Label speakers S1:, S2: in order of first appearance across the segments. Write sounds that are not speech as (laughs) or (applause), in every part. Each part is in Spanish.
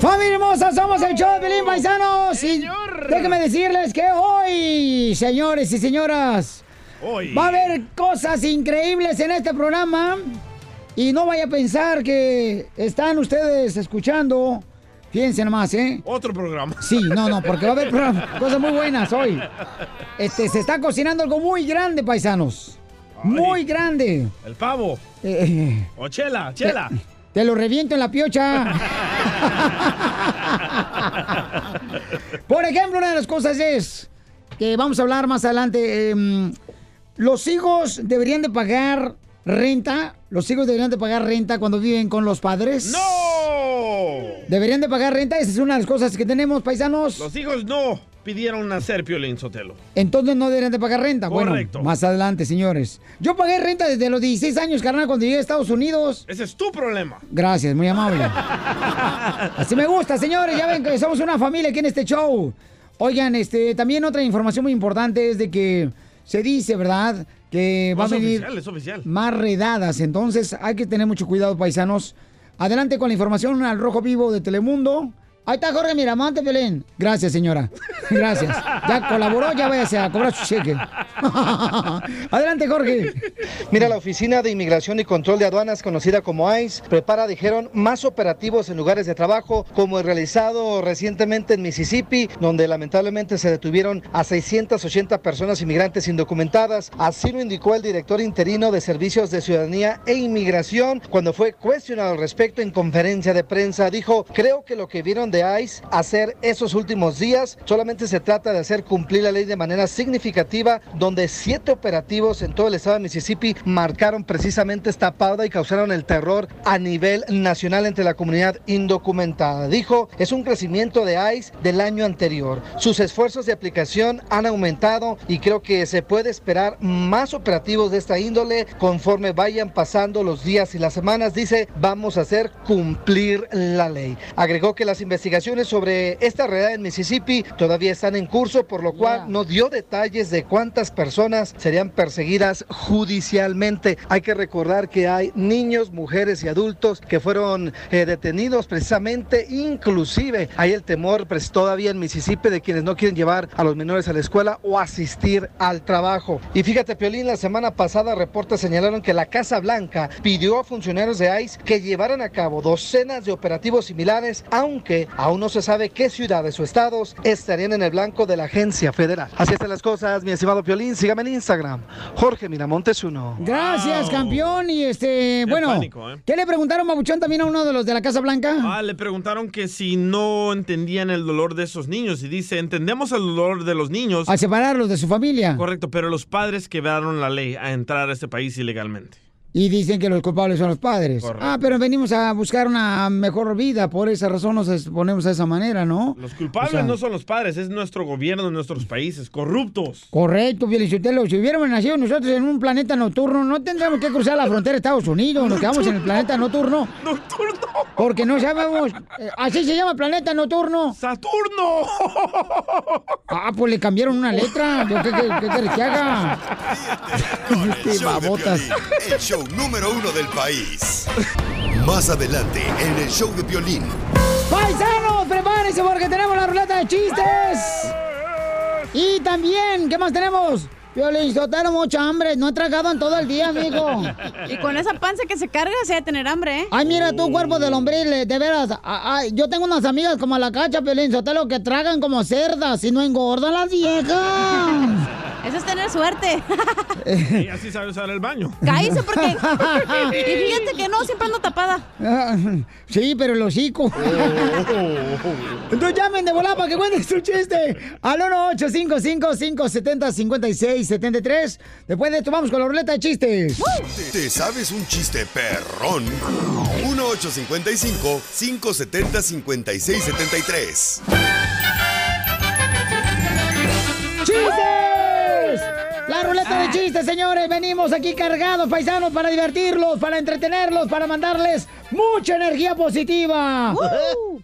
S1: ¡Familia hermosa! Somos el show de Pelín Paisanos. Y déjenme decirles que hoy, señores y señoras,
S2: Hoy.
S1: va a haber cosas increíbles en este programa. Y no vaya a pensar que están ustedes escuchando. Fíjense nomás, ¿eh?
S2: Otro programa.
S1: Sí, no, no, porque va a haber programa- cosas muy buenas hoy. Este, se está cocinando algo muy grande, paisanos. Muy grande.
S2: El pavo.
S1: Eh,
S2: O chela, chela.
S1: Te, te lo reviento en
S2: (laughs)
S1: la piocha. Por ejemplo, una de las cosas es que vamos a hablar más adelante. em, los hijos deberían de pagar renta. Los hijos deberían de pagar renta cuando viven con los padres.
S2: ¡No!
S1: Deberían de pagar renta. Esa es una de las cosas que tenemos, paisanos.
S2: Los hijos no pidieron nacer Piolín Sotelo.
S1: Entonces no deberían de pagar renta.
S2: Correcto.
S1: Bueno, más adelante, señores. Yo pagué renta desde los 16 años, carnal, cuando llegué a Estados Unidos.
S2: Ese es tu problema.
S1: Gracias, muy amable. Así me gusta, señores. Ya ven que somos una familia aquí en este show. Oigan, este, también otra información muy importante es de que se dice, ¿verdad? Que va a
S2: es
S1: venir
S2: oficial, es oficial.
S1: más redadas. Entonces hay que tener mucho cuidado, paisanos. Adelante con la información al Rojo Vivo de Telemundo. Ahí está Jorge Miramante, Belén. Gracias, señora. (laughs) Gracias. Ya colaboró, ya váyase a cobrar su cheque. (laughs) Adelante, Jorge.
S3: Mira, la Oficina de Inmigración y Control de Aduanas, conocida como ICE, prepara, dijeron, más operativos en lugares de trabajo, como el realizado recientemente en Mississippi, donde lamentablemente se detuvieron a 680 personas inmigrantes indocumentadas. Así lo indicó el director interino de Servicios de Ciudadanía e Inmigración cuando fue cuestionado al respecto en conferencia de prensa. Dijo, creo que lo que vieron de ICE hacer esos últimos días solamente se trata de hacer cumplir la ley de manera significativa, donde siete operativos en todo el estado de Mississippi marcaron precisamente esta pauta y causaron el terror a nivel nacional entre la comunidad indocumentada. Dijo, es un crecimiento de ICE del año anterior. Sus esfuerzos de aplicación han aumentado y creo que se puede esperar más operativos de esta índole conforme vayan pasando los días y las semanas. Dice, vamos a hacer cumplir la ley. Agregó que las investigaciones sobre esta realidad en Mississippi todavía están en curso, por lo cual
S1: Yeah.
S3: no dio detalles de cuántas personas serían perseguidas judicialmente. Hay que recordar que hay niños, mujeres y adultos que fueron eh, detenidos precisamente, inclusive hay el temor pues, todavía en Mississippi de quienes no quieren llevar a los menores a la escuela o asistir al trabajo. Y fíjate, Piolín, la semana pasada reportes señalaron que la Casa Blanca pidió a funcionarios de ICE que llevaran a cabo docenas de operativos similares, aunque aún no se sabe qué ciudades o estados estarían en el blanco de la agencia federal. Así están las cosas, mi estimado Piolín. Sígame en Instagram, Jorge Miramontes 1.
S1: Gracias,
S2: Wow.
S1: campeón. Y este,
S2: Qué
S1: bueno,
S2: pánico, ¿eh?
S1: ¿qué le preguntaron, Mabuchón, también a uno de los de la Casa Blanca?
S2: Ah, le preguntaron que si no entendían el dolor de esos niños. Y dice, entendemos el dolor de los niños.
S1: A separarlos de su familia.
S2: Correcto, pero los padres quebraron la ley a entrar a este país ilegalmente.
S1: Y dicen que los culpables son los padres.
S2: Correcto.
S1: Ah, pero venimos a buscar una mejor vida. Por esa razón nos exponemos a esa manera, ¿no?
S2: Los culpables
S1: O sea,
S2: no son los padres, es nuestro gobierno, nuestros países, corruptos.
S1: Correcto, Felicitelo. Si hubiéramos nacido nosotros en un planeta nocturno, no tendríamos que cruzar la frontera de Estados Unidos. Nos quedamos en el planeta nocturno.
S2: ¡Nocturno!
S1: Porque no sabemos. eh, Así se llama planeta nocturno.
S2: ¡Saturno!
S1: Ah, pues le cambiaron una letra. Yo, ¿Qué, qué, qué quieres que haga?
S4: Con el
S1: Qué
S4: show de
S1: babotas.
S4: Piolín, el show número uno del país. Más adelante, en el show de violín.
S1: ¡Paisanos! ¡Prepárense porque tenemos la ruleta de chistes! Y también, ¿qué más tenemos? Violín Sotero, mucha hambre. No he tragado en todo el día, amigo.
S5: Y con esa panza que se carga se debe tener hambre, ¿eh?
S1: Ay, mira tú, cuerpo de lombriles, de veras. a- a- yo tengo unas amigas como la cacha, Piolín Sotelo, que tragan como cerdas y no engordan las viejas.
S5: Eso es tener suerte.
S1: Eh.
S2: Y así sabe usar el baño.
S5: Cállese porque. y fíjate que no, siempre ando tapada.
S1: Ah, Sí, pero el hocico. Entonces llamen de volada para que cuentes tu chiste. Al 1-855-570-5673. Después de esto vamos con la ruleta de chistes.
S4: ¿Te sabes un chiste perrón? 1855-570-5673.
S1: ¡Chistes! La ruleta de chistes, señores. Venimos aquí cargados, paisanos, para divertirlos, para entretenerlos, para mandarles mucha energía positiva.
S5: Uh.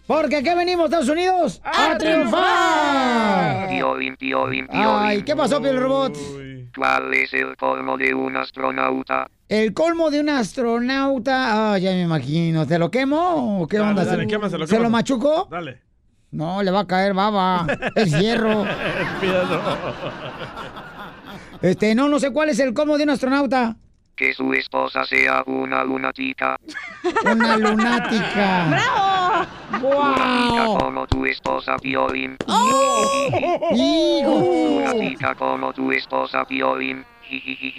S1: Porque aquí venimos, Estados Unidos, a, triunfar.
S6: Tío Bim, tío Bim, tío
S1: Ay,
S6: Bim.
S1: ¿qué pasó, Piel Robot?
S6: ¿Cuál es el colmo de un astronauta?
S1: El colmo de un astronauta. Ah, ya me imagino. ¿Te lo quemo o qué
S2: Dale,
S1: onda?
S2: dale,
S1: ¿Se,
S2: quémaselo,
S1: ¿se lo
S2: quémaselo.
S1: machuco?
S2: Dale.
S1: No, le va a caer baba. Ah, Es
S2: (laughs)
S1: hierro. Este, no, no sé cuál es el colmo de un astronauta.
S6: Que su esposa sea una lunática.
S1: Una lunática.
S5: ¡Bravo!
S6: Lunática
S1: ¡Wow!
S6: como tu esposa, tío Bim.
S5: ¡Oh! (laughs)
S1: ¡Hijo!
S6: Lunática como tu esposa, tío Bim.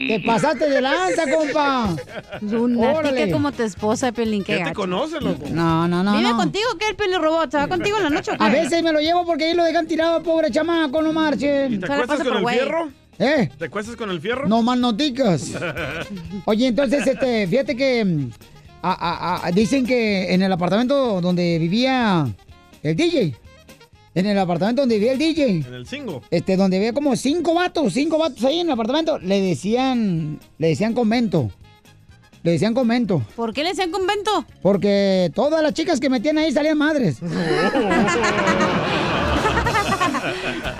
S1: ¡Te pasaste de lanza, compa! Órale.
S5: Lunática Pues como tu esposa, Pelín, qué
S2: ¿Qué te
S5: gacho.
S2: conoce, loco?
S1: No, no, no.
S5: ¿Vive
S1: no.
S5: contigo o qué el pelirrobot? ¿Se va contigo en la noche o qué?
S1: A veces me lo llevo porque ahí lo dejan tirado, pobre chamaco, no marchen.
S2: ¿Te
S5: Solo
S2: acuestas
S5: pasa por
S2: con el
S5: güey.
S2: fierro?
S1: ¿Eh?
S2: ¿Te acuestas con el fierro?
S1: No más noticas. Oye, entonces, este, fíjate que mm, a- a- a- dicen que en el apartamento donde vivía el DJ, en el apartamento donde vivía el DJ,
S2: En (laughs) el cingo.
S1: este, donde había como cinco vatos, cinco vatos ahí en el apartamento, le decían, le decían convento, le decían convento,
S5: ¿Por qué le decían convento?
S1: (laughs) porque todas las chicas que metían ahí salían madres.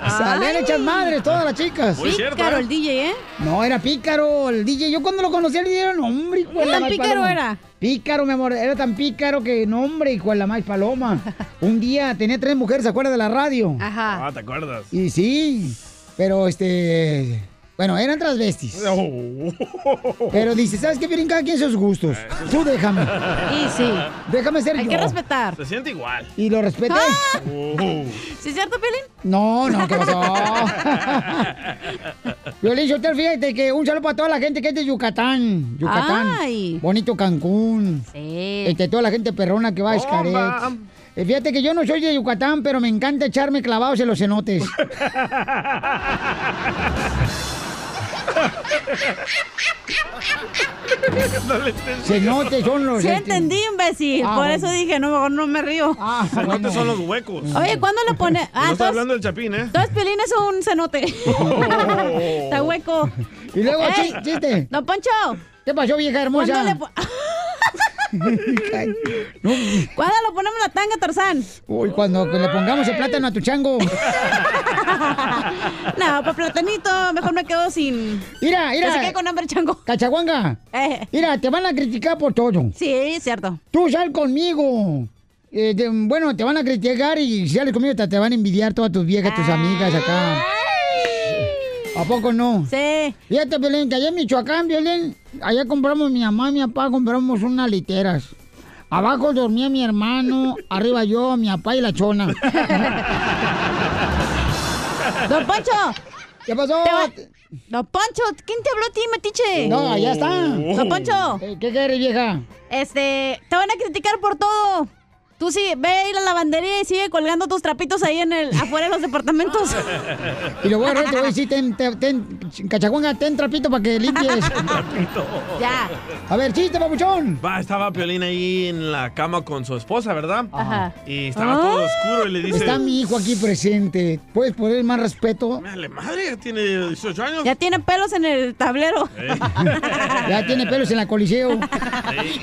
S1: Salían hechas madres todas las chicas.
S2: Muy cierto,
S5: Pícaro
S2: ¿eh?
S5: el DJ, ¿eh?
S1: No, era pícaro el DJ. Yo cuando lo conocí le dieron hombre, hijo de la
S5: tan
S1: más
S5: pícaro
S1: paloma.
S5: era?
S1: Pícaro, mi amor. Era tan pícaro que nombre, hijo de la más
S5: (laughs)
S1: paloma. Un día tenía tres mujeres, ¿se acuerda de la radio?
S5: Ajá.
S2: Ah, ¿te acuerdas?
S1: Y sí, pero este... Bueno,
S2: (laughs)
S1: eran transvestis.
S2: Oh.
S1: Pero dice, ¿sabes qué? Vienen cada quien sus gustos.
S2: Eh.
S1: Tú déjame.
S5: Y sí.
S1: Déjame ser
S5: Hay
S1: yo.
S5: que respetar.
S2: Se siente igual.
S1: Y lo respeté.
S5: Ah. (laughs) ¿Sí es
S2: (laughs)
S5: cierto, Pelín?
S1: No, no, ¿qué
S5: (laughs)
S1: pasó? Violín, yo te fíjate que un saludo para toda la gente que es de Yucatán. Yucatán.
S5: Ay.
S1: Bonito Cancún.
S5: Sí.
S2: (laughs)
S1: Este, toda la gente perrona que va a Xcaret.
S2: Bomba.
S1: Eh, Fíjate que yo no soy de Yucatán, pero me encanta echarme clavados en los
S5: (laughs)
S1: cenotes. cenotes son los...
S5: Sí
S1: este-
S5: entendí, imbécil.
S1: Ah,
S5: Por
S1: bueno.
S5: eso dije, no, mejor no me río.
S1: Ah, bueno.
S2: Cenotes son los huecos.
S5: Oye, ¿cuándo lo
S2: (laughs)
S5: pone?
S2: no está
S5: Ah, entonces,
S2: hablando del chapín, ¿eh?
S5: entonces Pelín es
S2: (laughs)
S5: un cenote. Está hueco.
S1: Y luego,
S5: Ey,
S1: chi- chiste.
S5: Don Poncho,
S1: ¿Qué pasó, vieja
S5: ¿cuándo, le
S1: hermosa?
S5: po-
S1: este- (laughs) Ay, no,
S5: ¿Cuándo lo ponemos la tanga, Tarzán?
S1: uy, cuando le pongamos el plátano a tu chango.
S5: No, para platanito, mejor me quedo sin...
S1: Mira,
S5: Que se
S1: mira.
S5: quede con hambre, chango.
S1: Cachaguanga.
S5: Eh,
S1: Mira, te van a criticar por todo.
S5: sí, es cierto.
S1: Tú sal conmigo. Eh, te- bueno, te van a criticar y si sales conmigo te, te van a envidiar todas tus viejas, tus amigas acá. ¿A poco no?
S5: Sí.
S1: Fíjate, Belén, que allá en Michoacán, Belén, allá compramos mi mamá y mi papá, compramos unas literas. Abajo dormía mi
S5: (laughs)
S1: hermano, arriba yo, mi papá y la chona.
S5: Don Poncho,
S1: ¿Qué pasó?
S5: te va- Don Poncho, ¿quién te habló a ti, metiche?
S1: No, allá está.
S5: Don Poncho,
S1: Eh, ¿Qué quieres, vieja?
S5: este, te van a criticar por todo. Tú sí, ve a ir a la lavandería y sigue colgando tus trapitos ahí en el, afuera de los
S2: (laughs)
S5: departamentos.
S1: Y lo voy a arreglar, te voy a decir, ten, ten, ten- cachaguanga, ten trapito para que limpies.
S5: ya.
S1: A ver, chiste, papuchón.
S2: Va, estaba Piolín ahí en la cama con su esposa, ¿verdad?
S5: Ajá.
S2: Y estaba todo oscuro y le dice...
S1: Ah. Está mi hijo aquí presente. ¿Puedes poner más respeto?
S2: "Mírale, madre, tiene 18 años.
S5: Ya tiene pelos en el tablero.
S1: Ya tiene pelos en
S2: (laughs)
S1: la coliseo.
S2: Eh,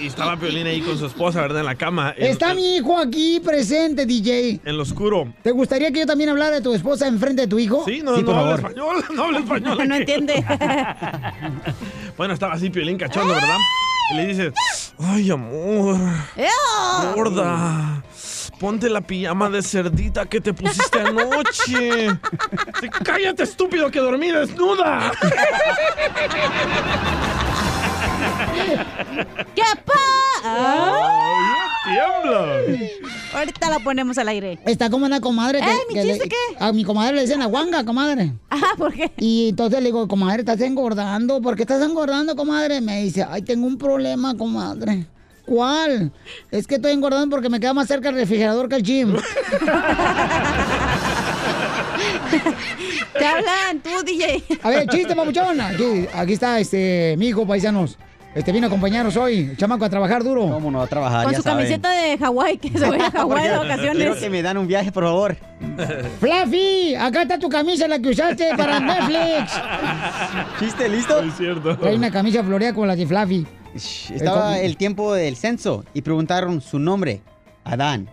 S2: Y estaba Piolín ahí con su esposa, ¿verdad? En la cama. En-
S1: Está
S2: en,
S1: mi hijo aquí presente, DJ.
S2: en lo oscuro.
S1: ¿Te gustaría que yo también hablara de tu esposa enfrente de tu hijo?
S2: Sí, no, no
S1: por
S2: habla
S1: favor.
S2: español, no habla español.
S5: (laughs) No
S2: aquí.
S5: entiende.
S2: (laughs) Bueno, estaba así Piolín cachondo, ¿verdad? Y le dice, ay, amor,
S5: (laughs) ¡Ew!
S2: gorda, ponte la pijama de cerdita que te pusiste anoche. Sí, Cállate, estúpido, que dormí desnuda.
S5: ¡Qué pa! Ah,
S2: Ay, yo habla?
S5: Ahorita la ponemos al aire.
S1: Está como una comadre.
S5: Ey, ¿mi
S1: le-
S5: (laughs) chiste qué?
S1: A mi comadre le dicen la guanga, comadre.
S5: Ah, ¿por qué?
S1: Y entonces le digo, comadre, estás engordando. ¿Por qué estás engordando, comadre? Me dice, ay, tengo un problema, comadre. ¿Cuál? Es que estoy engordando porque me queda más cerca el refrigerador que el gym.
S5: (laughs) Te hablan tú, DJ.
S1: A ver, chiste, papuchón. Aquí, aquí está este mi hijo, paisanos. Este vino a acompañarnos hoy, chamaco, a trabajar duro.
S7: ¿Cómo no va a trabajar?
S5: Con
S7: ya
S5: su
S7: saben.
S5: camiseta de Hawái, que se
S1: (laughs)
S5: vaya a Hawái de
S7: Porque Quiero
S5: vacaciones.
S7: que me dan un viaje, por favor.
S1: Fluffy, acá está tu camisa, la que usaste
S7: (laughs)
S2: (laughs)
S1: para Netflix.
S7: ¿Chiste listo?
S2: Es cierto.
S1: Trae una camisa floreada como la de Fluffy.
S7: Shh, Estaba el tiempo del censo y preguntaron su nombre, Adán.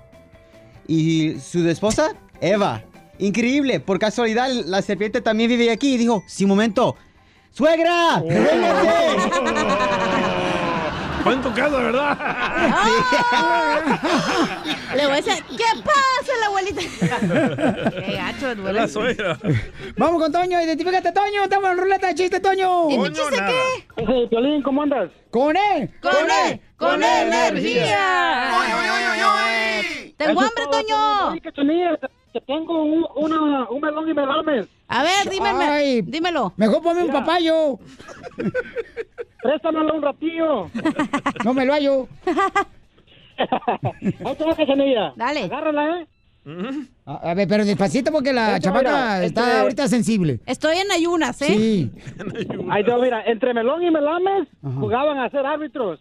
S7: Y su esposa, Eva. Increíble, por casualidad la serpiente también vive aquí y dijo, sin momento, ¡Suegra!
S1: Oh.
S7: ¡Duérmete!
S2: Fue en tu casa,
S1: (laughs)
S2: ¿verdad?
S5: Le voy a decir, ¿qué pasa, la abuelita?
S1: (laughs)
S5: Qué gacho, duele.
S2: La suegra.
S1: Vamos con Toño, identifícate, Toño. Estamos en ruleta de chiste, Toño.
S5: ¿Y mi
S2: Coño,
S5: chiste
S2: nada.
S5: qué?
S6: ¿cómo andas?
S1: Con él.
S5: Con él, eh. con energía. Tengo hambre, Toño.
S6: Te tengo un, una, un melón y melames.
S5: A ver,
S1: Ay.
S5: dímelo. Dímelo.
S1: Mejor ponme un papayo.
S6: (laughs) Préstamelo un ratillo.
S1: No me lo hallo.
S6: Ahí te va, cachanilla.
S5: Dale.
S6: Agárrala, ¿eh?
S1: A, a ver, pero despacito porque la
S6: Esto,
S1: chamaca
S6: mira,
S1: está
S6: este-
S1: ahorita sensible.
S5: Estoy en ayunas, ¿eh?
S1: Sí.
S6: Ahí te va, mira, entre Melón y Melames jugaban a ser árbitros.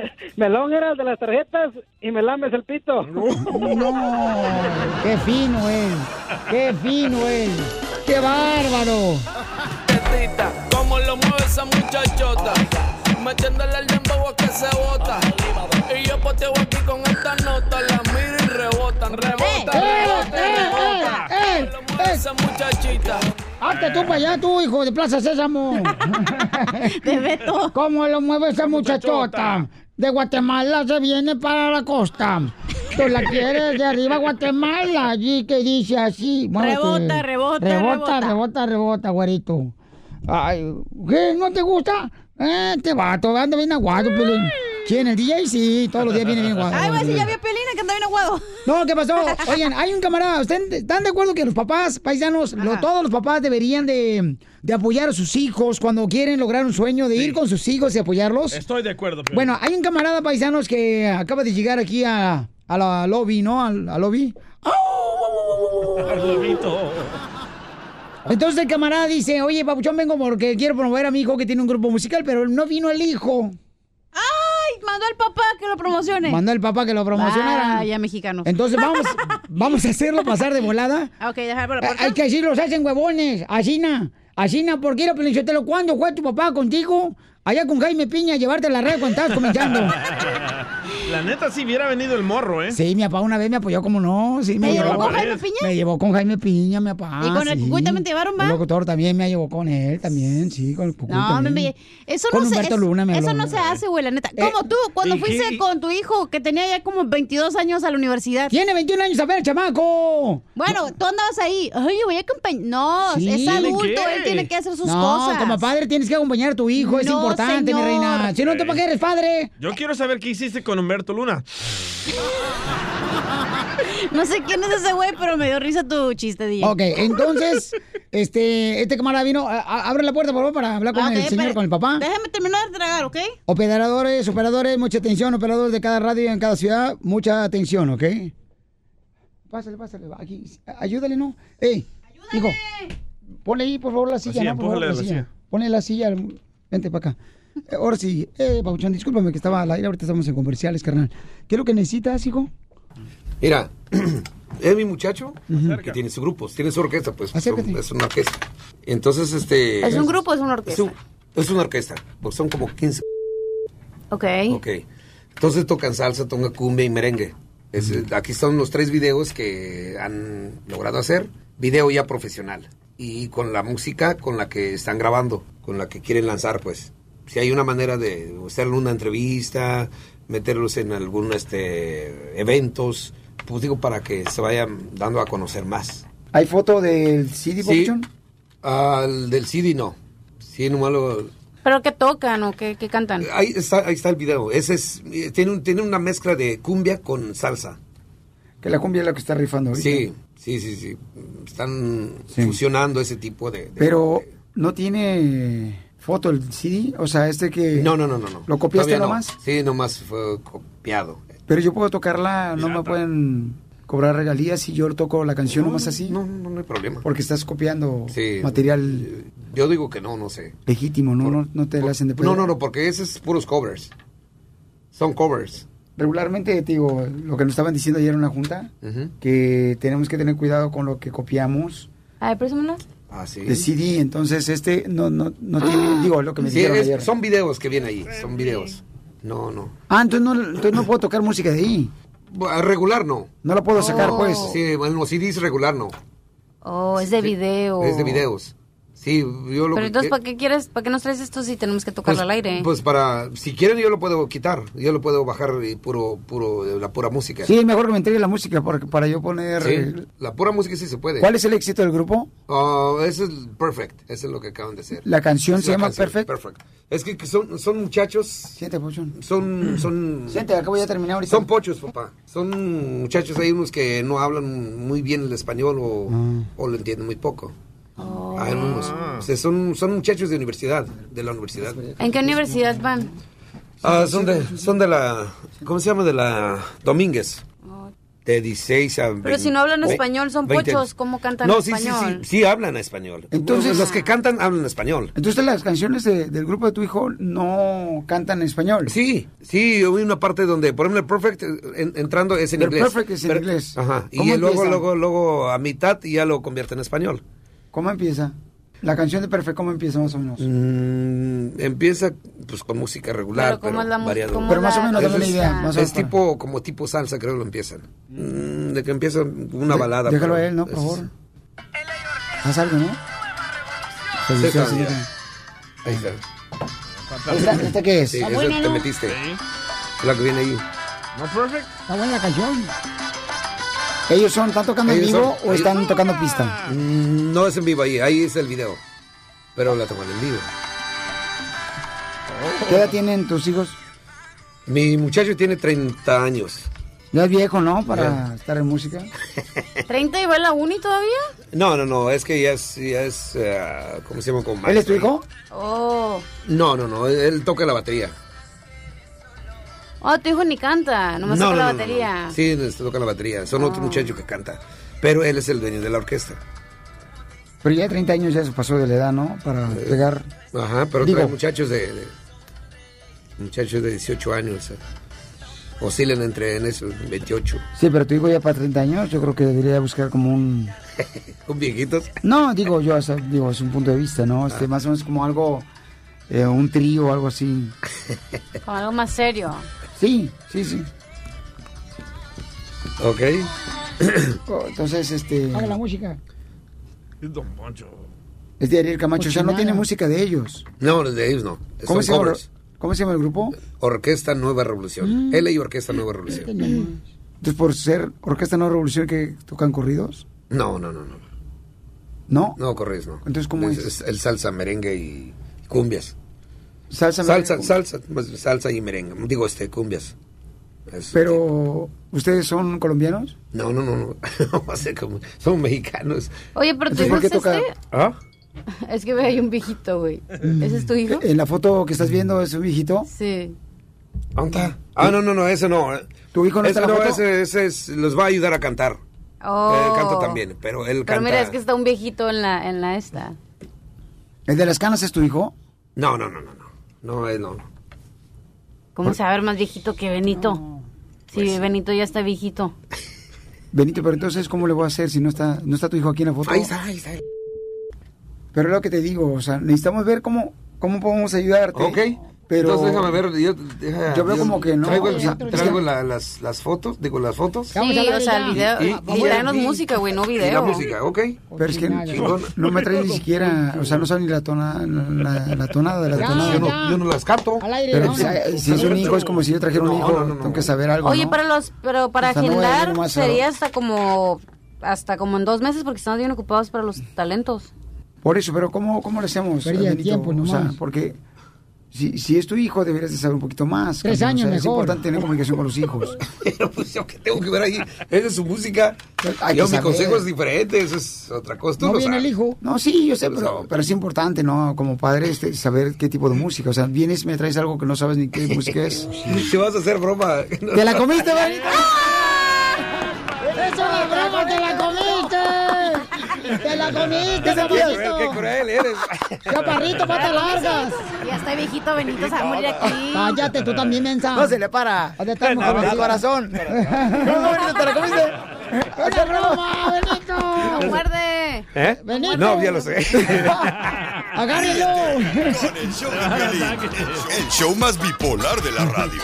S6: (laughs) Melón era el de las tarjetas y Melames el pito.
S1: No. Qué fino él. Qué fino él. Qué bárbaro.
S8: Como lo mueve esa muchachota Metiéndole el dembow a que se bota Y yo poteo aquí con esta nota La miro y rebotan,
S1: ¡Eh,
S8: rebotan,
S1: eh,
S8: rebotan,
S1: eh, eh,
S8: rebotan Como lo mueve
S1: eh!
S8: esa muchachita
S1: Hazte tú para allá, tú, hijo de Plaza Sésamo.
S5: (laughs) De Beto.
S1: ¿Cómo lo mueve esa muchachota? De Guatemala se viene para la costa. Tú la quieres de arriba a Guatemala, allí que dice así. muévete.
S5: Rebota, rebota,
S1: Rebota,
S5: rebota.
S1: rebota, rebota, güerito. Ay, ¿qué? ¿No te gusta? Eh, te va, anda bien aguado, Pelín. ¿Quién? ¿El DJ? Sí, todos los días viene bien aguado.
S5: Ay, güey, si ya vi a Pelina que anda bien aguado.
S1: No, ¿qué pasó? Oigan, hay un camarada, ¿ustedes están de acuerdo que los papás, paisanos, lo- todos los papás deberían de, de apoyar a sus hijos cuando quieren lograr un sueño, de ir con sus hijos y apoyarlos?
S2: Estoy de acuerdo, Piolín.
S1: Bueno, hay un camarada, paisanos, que acaba de llegar aquí a, a la lobby, ¿no? Al al lobby.
S2: Arbolito.
S1: Entonces el camarada dice, oye, papuchón, vengo porque quiero promover a mi hijo que tiene un grupo musical, pero no vino el hijo.
S5: Ay, mandó al papá que lo promocione.
S1: Mandó el papá que lo promocionara.
S5: Ah, ya mexicanos.
S1: Entonces
S5: (laughs)
S1: vamos, vamos a hacerlo pasar de volada.
S5: Ah, ok, dejar por la
S1: Eh,
S5: puerta.
S1: Hay que así los hacen huevones, Asina. Asina, ¿por qué era Pelinchotelo? ¿Cuándo fue tu papá contigo? Allá con Jaime Piña, a llevarte a la red cuando estabas comenzando.
S2: La neta, si hubiera venido el morro, ¿eh?
S1: Sí, mi papá una vez me apoyó, como (laughs) no. Sí, me
S5: ¿Te llevó
S1: llevó.
S5: con Jaime
S2: parece.
S5: Piña?
S1: Me llevó con Jaime Piña, mi papá.
S5: ¿Y con el
S1: Ah, sí.
S5: Cucuy también te llevaron, va?
S1: El locutor también me llevó con él, también, sí, con el Cucuy.
S5: No,
S1: también.
S5: hombre, eso
S1: Con
S5: no se
S1: Humberto
S5: es-
S1: Luna me
S5: Eso
S1: habló. Eh,
S5: no se hace, güey, la neta. Como tú, cuando
S2: ¿y
S5: fuiste
S2: qué?
S5: con tu hijo que tenía ya como 22 años a la universidad.
S1: Tiene 21 años, a ver, chamaco.
S5: Bueno, tú andabas ahí. Ay, voy a acompañar. No,
S1: Sí.
S5: es
S1: ¿Tiene
S5: adulto,
S2: qué?
S5: él tiene que hacer sus
S1: no,
S5: cosas.
S1: como padre tienes que acompañar a tu hijo, es
S5: No,
S1: importante, mi
S5: señor.
S1: reina. Si no, ¿tú para qué eres padre?
S2: Yo quiero saber qué hiciste con Humberto Luna.
S5: No sé quién es ese güey, pero me dio risa tu chiste, DJ.
S1: Ok,
S5: (laughs)
S1: entonces, este, este camarada vino, a- a- abre la puerta, por favor, para hablar con
S5: Ah, ok,
S1: el señor,
S5: pero
S1: con el papá.
S5: Déjame terminar de tragar, ¿ok?
S1: Operadores, operadores, mucha atención, operadores de cada radio en cada ciudad, mucha atención, ¿ok? Pásale, pásale, va, aquí, ayúdale, ¿no? ¡Ey! Hijo, ponle ahí, por favor, la silla,
S2: silla,
S1: ¿no? Por favor,
S2: empújale la silla.
S1: Ponle la silla, al- vente para acá. Eh, Ahora sí, eh, Pauchón, discúlpame que estaba al aire, ahorita estamos en comerciales, carnal. ¿Qué es lo que necesitas, hijo?
S9: Mira, (clears throat) es mi muchacho que tiene sus grupos, tiene su orquesta, pues
S1: Acércate.
S9: son- es una orquesta. Entonces, este...
S5: ¿Es un grupo o es una
S9: Es,
S5: orquesta?
S9: un- es una orquesta, porque son como 15.
S5: Ok.
S9: Ok. Entonces tocan salsa, tocan cumbia y merengue. Es, eh, Aquí están los tres videos que han logrado hacer. Video ya profesional. Y con la música con la que están grabando, con la que quieren lanzar, pues. Si hay una manera de hacerle una entrevista, meterlos en algún este, eventos, pues digo, para que se vayan dando a conocer más. Ah,
S1: ¿Hay foto del CD,
S9: Sí. Al del CD no. Sí, nomás lo-
S5: ¿Pero qué tocan o qué, qué cantan?
S9: Ahí está, ahí está el video. Ese es, eh, tiene, un- tiene una mezcla de cumbia con salsa.
S10: Que la cumbia es la que está rifando ahorita.
S9: Sí, sí, sí, sí. Están fusionando ese tipo de... de-
S10: Pero no tiene foto el CD, o sea, este que...
S9: No, no, no, no. no.
S10: ¿Lo copiaste
S9: Todavía no.
S10: nomás?
S9: Sí, nomás fue copiado.
S10: Pero yo puedo tocarla, no me pueden cobrar regalías si yo toco la canción nomás así.
S9: No, no, no hay problema.
S10: Porque estás copiando
S9: Sí.
S10: material
S9: Yo digo que no, no sé.
S10: legítimo, ¿no? no, no te la hacen de pedo.
S9: No, no, no, porque ese es puros covers. Son covers.
S10: Regularmente, te digo, lo que nos estaban diciendo ayer en una junta, que tenemos que tener cuidado con lo que copiamos
S5: A ver, préstamela.
S9: Ah, sí. Ah,
S10: de CD. Entonces, este no, no, no tiene, digo, lo que me
S9: Sí,
S10: dijeron
S9: es-
S10: ayer.
S9: son videos que vienen ahí, son videos. No, no.
S10: Ah, entonces no, entonces no puedo tocar música de ahí.
S9: Bueno, Regular no.
S10: No la puedo sacar, pues.
S9: Sí, bueno, los CDs regular no.
S5: Oh, es de video.
S9: Es de videos. Sí, yo lo
S5: Pero entonces,
S9: eh,
S5: ¿para qué quieres? ¿Para qué nos traes esto si tenemos que tocarlo al aire?
S9: Pues para, si quieren yo lo puedo quitar, yo lo puedo bajar y puro, puro, eh, la pura música.
S10: Sí, es mejor que me entregue la música para, para yo poner...
S9: Sí, la pura música sí se puede.
S10: ¿Cuál es el éxito del grupo?
S9: Ah, ese es el perfect, ese es lo que acaban de hacer.
S10: La canción
S9: Es
S10: se
S9: la
S10: llama
S9: canción,
S10: Perfect.
S9: Es que, que son, son muchachos.
S10: Siente,
S9: Son, son.
S10: Siente, acabo ya de terminar ahorita.
S9: Son pochos, papá. Son muchachos, hay unos que no hablan muy bien el español o,
S10: Ah.
S9: o lo entienden muy poco.
S5: Oh.
S9: Hay ah, unos.
S5: Ah.
S9: Pues, eh, o sea, son, son muchachos de universidad, de la universidad.
S5: ¿En qué universidad van?
S9: Ah, son de, son de la, ¿cómo se llama? De la Domínguez. De 16 a 20.
S5: Pero si no hablan español, son
S9: 20.
S5: pochos. ¿Cómo cantan
S9: no, sí, sí,
S5: español?
S9: sí, sí hablan español.
S10: Entonces-
S9: Entonces, los que cantan hablan español.
S10: Entonces las canciones de- del grupo de tu hijo no cantan en español.
S9: Sí, sí, yo vi una parte donde, por ejemplo, el Perfect eh, en- entrando es en
S10: El
S9: inglés.
S10: Perfect es en
S9: Pero-
S10: inglés.
S9: Ajá, y
S10: ¿Cómo
S9: luego,
S10: empieza?
S9: luego, luego a mitad ya lo convierte en español.
S10: ¿Cómo empieza? La canción de Perfect, ¿cómo empieza más o menos?
S9: Mm, empieza pues con música regular,
S10: Pero, ¿cómo
S9: pero,
S10: es la mu-
S9: variado.
S10: cómo Pero más la- o menos, dame la
S9: es,
S10: idea, más o
S9: es
S10: menos.
S9: tipo, como tipo salsa, creo lo empiezan. Mm, de que empieza una balada.
S10: Déjalo
S9: pero
S10: a él, ¿no? Por
S9: es-
S10: favor. Haz algo, ¿no? Pues,
S9: Sí, está,
S10: Felicidades,
S9: mira. Ahí está.
S10: ¿Esta- esta qué es?
S9: Sí,
S10: Está
S9: esa
S10: buena,
S9: te
S10: ¿no?
S9: metiste. Es la que viene ahí.
S1: ¿No perfect?
S10: Está buena la canción. ¿Ellos son, están tocando en
S9: Ellos
S10: vivo
S9: son-
S10: o
S9: ellos-
S10: están tocando pista?
S9: Mm, No es en vivo ahí, ahí es el video. Pero la toman en vivo.
S10: Oh. ¿Qué edad tienen tus hijos?
S9: Mi muchacho tiene 30 años.
S10: Ya es viejo, ¿no? Para
S9: Ya.
S10: estar en música.
S5: ¿30 y va a la uni todavía?
S9: No, no, no, es que ya es, ya es eh, ¿cómo se llama? Con
S10: ¿Él es tu hijo?
S5: Oh.
S9: No, no, no, él, él toca la batería.
S5: Oh, tu hijo ni canta. Nomás
S9: no,
S5: toca la
S9: no, no, no,
S5: batería. Oh.
S9: no. Sí, nos toca la batería. Son otro muchacho que canta. Pero él es el dueño de la orquesta.
S10: Pero ya 30 años ya se pasó de la edad, ¿no? Para pegar.
S9: Ajá, pero
S10: Digo-
S9: trae muchachos de, de- Muchachos de 18 años. eh. Oscilan entre en eso, 28.
S10: Sí, pero tu hijo ya para 30 años, yo creo que debería buscar como un...
S9: Con viejitos.
S10: No, digo yo, o sea, digo, es un punto de vista, ¿no? Este, Más o menos como algo, eh, un trío o algo así.
S5: Con algo más serio.
S10: Sí, sí, sí.
S9: Ok.
S10: (coughs) Oh, Entonces, este...
S1: Haga la
S10: música.
S1: Es Don Poncho.
S10: Es de Ariel Camacho, o sea, no
S1: Cochinada.
S10: tiene música de ellos.
S9: No, los de ellos no. Son
S10: ¿Cómo se, llama,
S9: covers.
S10: cómo se (laughs) llama el grupo?
S9: Orquesta Nueva Revolución.
S10: Mm.
S9: Él y Orquesta Nueva
S10: Este
S9: Revolución.
S10: Entonces, por ser Orquesta No Revolución que tocan corridos,
S9: No, no, no, no.
S10: ¿no?
S9: No, corres, no.
S10: Entonces, ¿cómo es?
S9: El salsa, merengue y cumbias.
S10: Salsa,
S9: salsa,
S10: merengue,
S9: salsa, pues, salsa y merengue. Digo, este, cumbias. Es-
S10: Pero, ¿ustedes son colombianos?
S9: No, no, no, no. (laughs) No sé cómo- Son mexicanos.
S5: Oye, pero tu
S10: Entonces,
S5: hijo
S10: ¿por qué
S5: es
S10: toca?
S5: este.
S9: ¿Ah?
S5: (laughs) Es que ve hay un viejito, güey.
S9: Mm.
S5: ¿Ese es tu hijo?
S10: Eh, En la foto que estás viendo es un viejito.
S5: Sí.
S9: ¿Dónde está? Ah, no, no, no, ese no. eh.
S10: ¿Tu hijo no
S9: ese
S10: está en la
S9: no,
S10: foto?
S9: ese, ese es- los va a ayudar a cantar.
S5: Oh.
S9: Eh, Él canta también, pero él
S5: Pero
S9: canta.
S5: mira, es que está un viejito en la, en la esta.
S10: ¿El de las canas es tu hijo?
S9: No, no, no, no, no. No, él no.
S5: ¿Cómo se va a ver más viejito que Benito? Sí, Benito ya está viejito.
S10: Benito, pero entonces, ¿cómo le voy a hacer si no está, no está tu hijo aquí en la foto?
S9: Ahí está, ahí está.
S10: Pero es lo que te digo, o sea, necesitamos ver cómo, cómo podemos ayudarte.
S9: Ok.
S10: Pero...
S9: Entonces déjame ver. Yo, deja-
S10: Yo veo como que no.
S9: Traigo, el-
S10: O sea,
S9: traigo la- las, las fotos, digo las fotos.
S5: Sí, o sea, el video.
S9: Y-
S5: Y,
S9: y-
S5: tráenos
S9: y-
S5: música, güey, no
S9: Y la
S5: video.
S9: música, ok.
S10: Pero es que no,
S9: Chingón.
S10: no me traes ni siquiera, o sea, no sabe ni la, tona, la, la tonada de la
S9: Ya,
S10: tonada.
S9: Yo no- yo no las canto. Al aire,
S10: Pero
S9: no,
S10: pues,
S9: no.
S10: ay, si es un hijo, es como si yo trajera un
S9: No,
S10: hijo,
S9: no, no, no.
S10: tengo que saber algo.
S5: Oye,
S10: ¿no?
S5: para los, pero para
S10: O sea, no voy a venir
S5: agendar
S10: nomás a-
S5: sería hasta como hasta como en dos meses porque estamos bien ocupados para los talentos.
S10: Por eso, pero ¿cómo, cómo le hacemos?
S5: Pérdida de
S10: Benito?
S5: tiempo
S10: O sea,
S5: nomás.
S10: porque
S11: si, si es tu hijo, deberías de saber un poquito más.
S1: Tres
S11: carnal.
S1: años
S11: Es
S1: mejor.
S11: importante tener comunicación con los
S1: (laughs)
S11: hijos.
S12: Tengo que ver ahí. Esa es su música.
S11: Hay que
S12: Yo, mi
S11: saber.
S12: consejo es diferente. Eso es otra cosa. Tú lo sabes.
S1: hijo.
S11: No, sí, yo sé,
S12: Tú lo
S11: pero,
S12: sabes.
S11: pero es importante, ¿no? Como padre, este, saber qué tipo de música. O sea, vienes y me traes algo que no sabes
S1: (laughs)
S11: ni qué música es.
S12: Te vas a hacer broma.
S11: (laughs) ¿Te la comiste, Vanita?
S1: ¡Ah! ¡Eso la broma! ¡Te la comiste! ¡Te la comiste,
S12: Qué
S1: Benito!
S12: cruel, qué cruel eres.
S1: ¡Ya, parrito, patas largas!
S9: Ya está viejito Benito, se va a morir aquí.
S1: Cállate, tú también, mensa.
S9: No se
S11: le para.
S1: ¿Dónde está el
S11: No,
S1: mejor
S11: el corazón.
S1: ¡No,
S11: Benito, te la comiste!
S1: ¡Una broma,
S9: ¡No
S1: Benito!
S9: muerde!
S12: ¿Eh?
S1: Benito.
S12: No, ya lo
S1: (laughs)
S12: sé.
S1: ¡Agárrelo!
S4: El show, de
S1: (laughs)
S4: Piolín, el show más bipolar de la radio.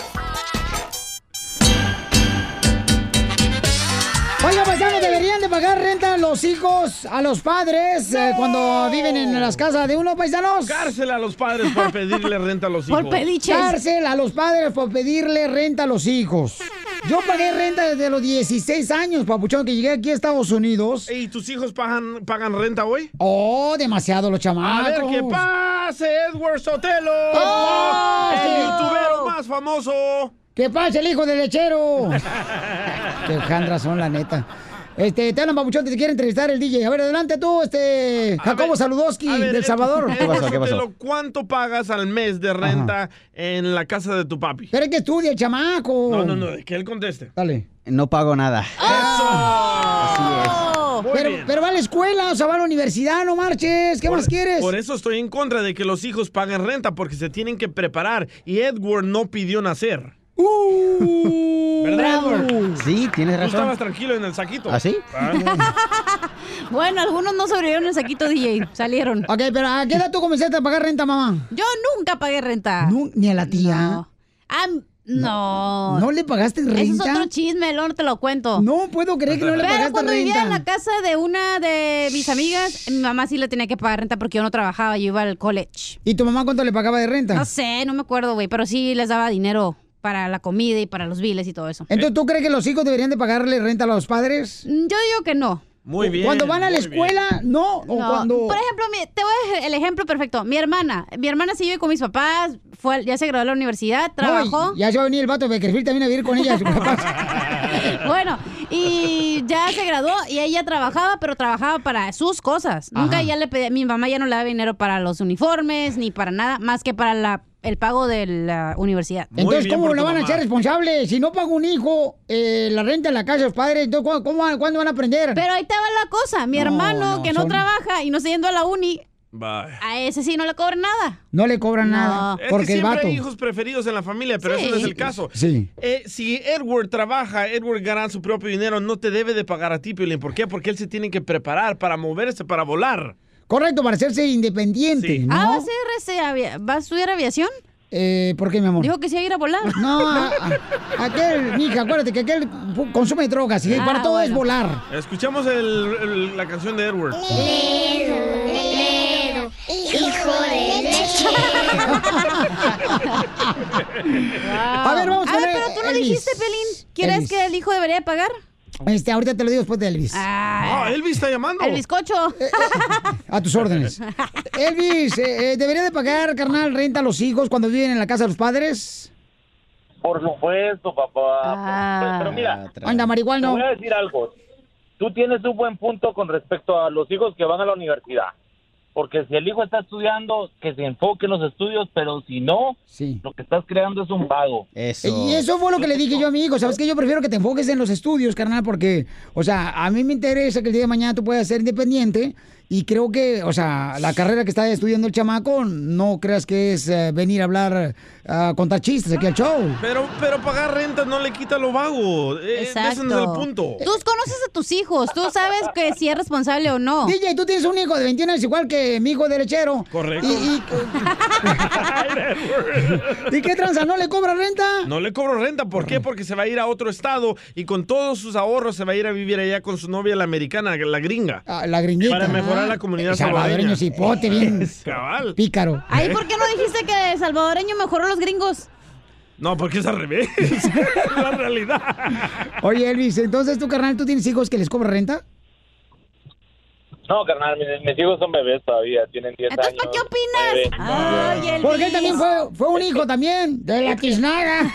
S1: Oiga, paisanos, deberían de pagar renta a los hijos, a los padres, eh, cuando viven en las casas de unos paisanos.
S2: Cárcel a los padres por pedirle renta a los hijos.
S1: Por Cárcel a los padres por pedirle renta a los hijos. Yo pagué renta desde los 16 años, papuchón, que llegué aquí a Estados Unidos.
S2: ¿Y tus hijos pagan, pagan renta hoy?
S1: Oh, demasiado los
S2: A
S1: chamacos.
S2: ver qué pase, Edward Sotelo.
S1: ¡Que pase!
S2: El youtubero más famoso.
S1: ¿Qué pasa, ¡Oh! el hijo del lechero? (laughs) Qué jandras son, la neta. Este, te hablan, papuchón, te quiere entrevistar el DJ. A ver, adelante tú, este, Jacobo Saludowski,
S2: A ver, eh,
S1: del
S2: Ed-
S1: Salvador.
S2: Edward Sotelo, ¿Cuánto pagas al mes de renta en la casa de tu papi?
S1: Pero es que estudia el chamaco.
S2: No, no, no, que él conteste.
S1: Dale.
S7: No pago nada. (laughs)
S2: Muy
S1: Pero,
S2: bien.
S1: pero va a la escuela, o sea, va a la universidad, no marches. ¿Qué
S2: Por- e-,
S1: más quieres?
S2: Por eso estoy en contra de que los hijos paguen renta porque se tienen que preparar y Edward no pidió nacer.
S1: ¡Uh!
S2: (laughs) ¿Verdad, Edward?
S7: Sí, tienes
S2: Tú
S7: razón.
S2: estabas tranquilo en el saquito.
S7: ¿Ah, sí?
S5: (laughs)
S7: (laughs)
S5: Bueno, algunos no sobrevivieron el saquito DJ, salieron.
S1: Ok, pero ¿a qué edad tú comenzaste a pagar renta, mamá?
S5: Yo nunca pagué renta.
S1: No, ni a la tía.
S5: Ah, no.
S1: ¿No le pagaste
S5: Eso es
S1: renta?
S5: otro chisme, luego no te lo cuento.
S1: No puedo creer que no le pagaste
S5: Pero cuando vivía
S1: renta.
S5: en la casa de una de mis amigas, mi mamá sí le tenía que pagar renta porque yo no trabajaba, yo iba al college.
S1: ¿Y tu mamá cuánto le pagaba de renta?
S5: No sé, no me acuerdo, güey, pero sí les daba dinero para la comida y para los biles y todo eso.
S1: Entonces, ¿tú crees que los hijos deberían de pagarle renta a los padres?
S5: Mm, Yo digo que no.
S2: Muy bien.
S1: Cuando van a la
S2: muy bien.
S1: escuela, no. O
S5: No,
S1: cuando...
S5: Por ejemplo, mi- te voy a dejar el ejemplo perfecto. Mi hermana, mi hermana sí vive con mis papás, fue, al- ya se graduó de la universidad, trabajó.
S1: No, y ya se va a venir el vato de Beckerfield también a vivir con
S2: (laughs)
S1: ella. sus papás.
S5: Bueno, y ya se graduó y ella trabajaba, pero trabajaba para sus cosas. Nunca
S1: Ajá.
S5: ya le pedía, mi mamá ya no le daba dinero para los uniformes ni para nada, más que para la, el pago de la universidad.
S1: Entonces, ¿cómo la van a hacer responsable? Si no paga un hijo eh, la renta en la casa de los padres, entonces, ¿cu- cómo, van- ¿cuándo van a aprender?
S5: Pero ahí te va la cosa, mi
S1: No,
S5: hermano
S1: no,
S5: que no
S1: son-
S5: trabaja y no está yendo a la uni, a ese sí no le cobra nada.
S1: (laughs) No le cobran nada.
S2: Es que
S1: Porque el
S2: siempre
S1: vato.
S2: hay hijos preferidos en la familia, pero
S5: Sí.
S2: eso no es el caso.
S1: Sí.
S2: Eh, si Edward trabaja, Edward gana su propio dinero, no te debe de pagar a ti, Piolín. ¿Por qué? Porque él se tiene que preparar para moverse, para volar.
S1: Correcto, para hacerse independiente. ¿no?
S5: Ah, ¿va a, ser este avia- ¿va a estudiar aviación?
S1: Eh, ¿Por qué, mi amor?
S5: Dijo que sí iba a ir a volar.
S1: No, a- a- aquel, mija, acuérdate que aquel pu- consume drogas y
S2: Ah,
S1: para todo es
S2: bueno.
S1: volar.
S2: Escuchamos el- el- la canción de Edward.
S8: Hijo de leche.
S1: A ver, vamos
S5: a
S1: con
S5: ver,
S1: el-
S5: pero tú no
S1: Elvis.
S5: dijiste, Pelín. ¿Quieres
S1: Elvis.
S5: que el hijo debería pagar?
S1: Este, ahorita te lo digo después de Elvis. Eh,
S2: Ah, Elvis está llamando.
S5: El bizcocho.
S1: A tus
S5: (laughs)
S1: órdenes. Elvis, eh, eh, ¿debería de pagar, carnal, renta a los hijos cuando viven en la casa de los padres?
S13: Por supuesto, papá.
S5: Ah.
S13: Pero mira,
S1: Anda, marihuano.
S13: te voy a decir algo. Tú tienes un buen punto con respecto a los hijos que van a la universidad. Porque si el hijo está estudiando, que se enfoque en los estudios, pero si no, lo que estás creando es un vago.
S7: Eso.
S1: Y eso fue lo que le dije yo a mi hijo. Sabes que yo prefiero que te enfoques en los estudios, carnal, porque, o sea, a mí me interesa que el día de mañana tú puedas ser independiente. Y creo que, o sea, la carrera que está estudiando el chamaco, no creas que es eh, venir a hablar, a contar chistes aquí al show.
S2: Pero, pero pagar renta no le quita lo vago. Eh, Ese no es el punto.
S5: Tú conoces a tus hijos, tú sabes que si es responsable o no.
S1: DJ, tú tienes un hijo de 21 años igual que mi hijo derechero.
S2: Correcto.
S1: ¿Y, y, ¿y qué tranza? ¿No le cobra renta?
S2: (laughs) No le cobro renta, ¿por qué? Porque se va a ir a otro estado y con todos sus ahorros se va a ir a vivir allá con su novia la americana, la gringa.
S1: Ah, La gringuita.
S2: Para mejorar la comunidad salvadoreña.
S1: Salvadoreños,
S2: (laughs)
S1: hipote, bien
S2: Cabal.
S1: pícaro.
S2: ¿Eh?
S5: Ay, ¿por qué no dijiste que el salvadoreño mejoró a los gringos?
S2: No, porque es al
S1: (laughs)
S2: revés. Es la realidad.
S1: Oye, Elvis, entonces tú, carnal, ¿tú tienes hijos que les cobra renta?
S13: No, carnal, mis, mis hijos son bebés todavía, tienen 10 años.
S1: ¿para
S13: qué opinas?
S1: Porque él también fue, fue un hijo también, de la tiznaga.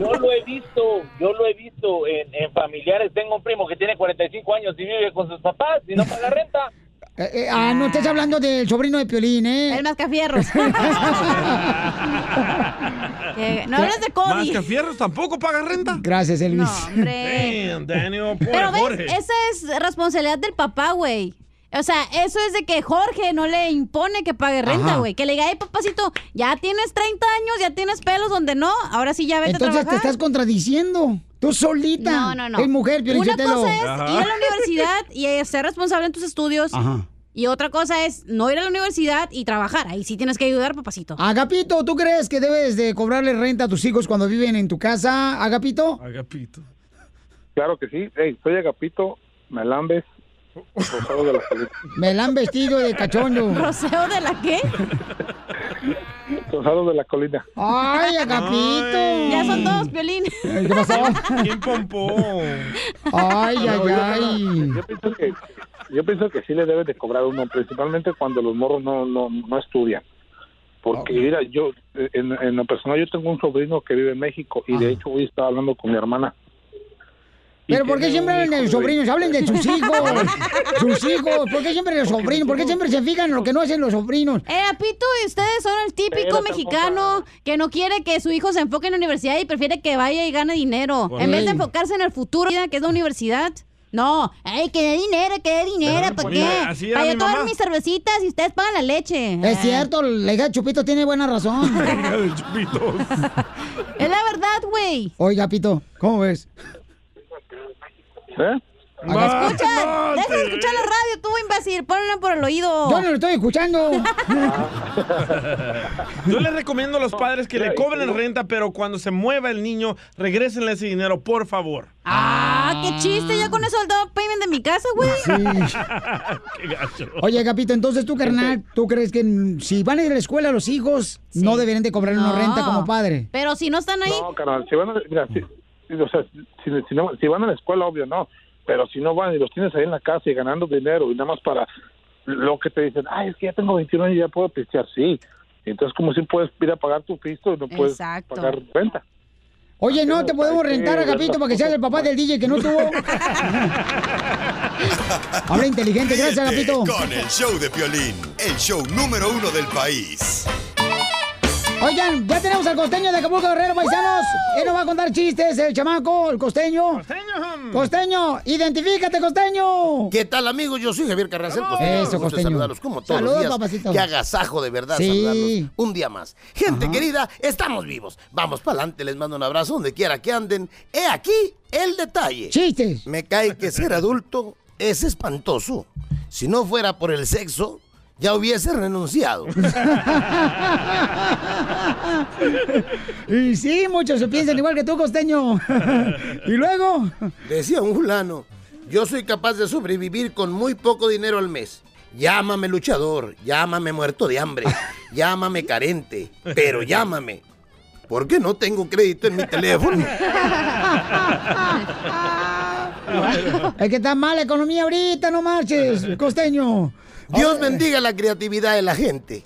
S13: Yo lo he visto, yo lo he visto en, en familiares. Tengo un primo que tiene 45 años y vive con sus papás y no paga renta.
S1: Eh, eh, ah, no estás hablando del sobrino de Piolín, ¿eh? El (laughs)
S5: mascafierros.
S2: Que-
S5: no hables de Cody.
S2: Mascafierros tampoco paga renta.
S1: Gracias, Elvis.
S5: hombre.
S2: (laughs) Damn, Daniel, pobre
S5: Pero ves,
S2: Jorge.
S5: esa es responsabilidad del papá, güey. O sea, eso es de que Jorge no le impone que pague renta,
S1: Ajá.
S5: güey. Que le diga, "Ey, papacito, ya tienes 30 años, ya tienes pelos donde no, ahora sí ya vete a
S1: Entonces te
S5: trabajar.
S1: estás contradiciendo. Tú solita.
S5: No, no, no.
S1: Es mujer, Piolín
S5: Una
S1: Sotelo.
S5: cosa es ir a la universidad y eh, ser responsable en tus estudios.
S1: Ajá.
S5: Y otra cosa es no ir a la universidad y trabajar. Ahí sí tienes que ayudar, papacito.
S1: (laughs) Agapito, ¿tú crees que debes de cobrarle renta a tus hijos cuando viven en tu casa, Agapito?
S2: Agapito.
S14: Claro que sí. Hey, soy Agapito, Melambes, Rosado de la
S2: (laughs)
S14: Salud.
S1: Me la han vestido de cachondo.
S5: (laughs) ¿Roseo de la qué?
S14: Rosado de la Colina.
S1: Ay, Agapito.
S5: Ya son dos, Piolín.
S1: ¿Qué pasó?
S2: ¿Quién pompó?
S1: Ay, ay,
S14: yo-
S1: ay.
S14: Yo pienso que, yo pienso que sí le debe de cobrar uno, principalmente cuando los morros no, no, no estudian. Porque, mira, yo, en, en lo personal, yo tengo un sobrino que vive en México y de hecho hoy estaba hablando con mi hermana. Y
S1: Pero ¿por qué
S14: tiene
S1: siempre
S14: un
S1: hablan de
S14: hijo
S1: los sobrinos? Hablen de sus
S5: (laughs)
S1: hijos. Sus hijos. ¿Por qué siempre de los sobrinos? ¿Por qué siempre se fijan en lo que no hacen los sobrinos?
S5: Eh, Pito, y ustedes son el típico
S1: Espérate,
S5: mexicano que no quiere que su hijo se enfoque en la universidad y prefiere que vaya y gane dinero.
S1: Correcto.
S5: En vez de enfocarse en el futuro, que es la universidad. No, ay, que dé dinero, que dé dinero, ¿para
S1: pues,
S5: qué?
S1: Mira, así era
S5: Para yo
S1: mi
S5: tomar
S1: mamá.
S5: mis cervecitas y ustedes pagan la leche.
S1: Es
S5: Ah.
S1: cierto, la hija de Chupito tiene buena razón.
S5: Es la verdad, güey.
S1: Oiga, Pito, ¿cómo ves?
S14: ¿Eh?
S1: Acá-
S5: Escucha, deja de escuchar la radio, tú, imbécil, ponla por el oído.
S1: Yo no lo estoy escuchando.
S2: Yo les recomiendo a los padres que le cobren renta, pero cuando se mueva el niño, regrésenle ese dinero, por favor.
S5: Ah, qué chiste, ya con eso el down payment de mi casa, güey.
S2: Qué gacho.
S1: Oye, Capito, entonces tú, carnal, ¿tú crees que mm, si van a ir a la escuela los hijos, no deberían de cobrar una
S5: No.
S1: renta como padre?
S5: Pero si no están ahí,
S14: No, carnal, si van a, mira, si, si- o sea, si, si no- si van a la escuela, obvio, no. Pero si no van y los tienes ahí en la casa y ganando dinero y nada más para lo que te dicen, ay, es que ya tengo 21 años y ya puedo pistear, sí. Entonces, como si puedes ir a pagar tu pisto y no puedes
S1: Exacto.
S14: pagar renta.
S1: Oye, no, te podemos
S14: Hay que
S1: rentar a
S14: ver
S1: Capito
S14: las
S1: para que seas el papá del DJ que no tuvo. Habla inteligente, gracias,
S4: Ríete
S1: Capito.
S4: Con el show de Piolín, el show número uno del país.
S1: Oigan, ya tenemos al costeño de Acapulco Guerrero, paisanos. Él nos va a contar chistes, el chamaco, el costeño. Costeño,
S15: (laughs)
S1: identifícate, costeño.
S15: ¿Qué tal, amigos? Yo soy Javier Carranza, el costeño.
S1: Eso,
S15: Un gusto
S1: costeño.
S15: saludarlos como todos
S1: Saludos,
S15: los días.
S1: papacito.
S15: Qué agasajo, de verdad,
S1: Sí.
S15: saludarlos un día más. Gente querida, estamos vivos. Vamos para adelante, les mando un abrazo donde quiera que anden. He aquí el detalle.
S1: Chistes.
S15: Me cae que ser adulto es espantoso. Si no fuera por el sexo, ya hubiese
S1: (laughs)
S15: renunciado.
S1: Y sí, muchos se piensan igual que tú, costeño. y luego.
S15: Decía un fulano, yo soy capaz de sobrevivir con muy poco dinero al mes. Llámame luchador, llámame muerto de
S1: (laughs)
S15: hambre, llámame carente, pero llámame. Porque no tengo crédito en mi
S1: (laughs)
S15: teléfono.
S1: Es que está mal la economía ahorita, no marches, costeño.
S15: Dios bendiga la creatividad de la gente.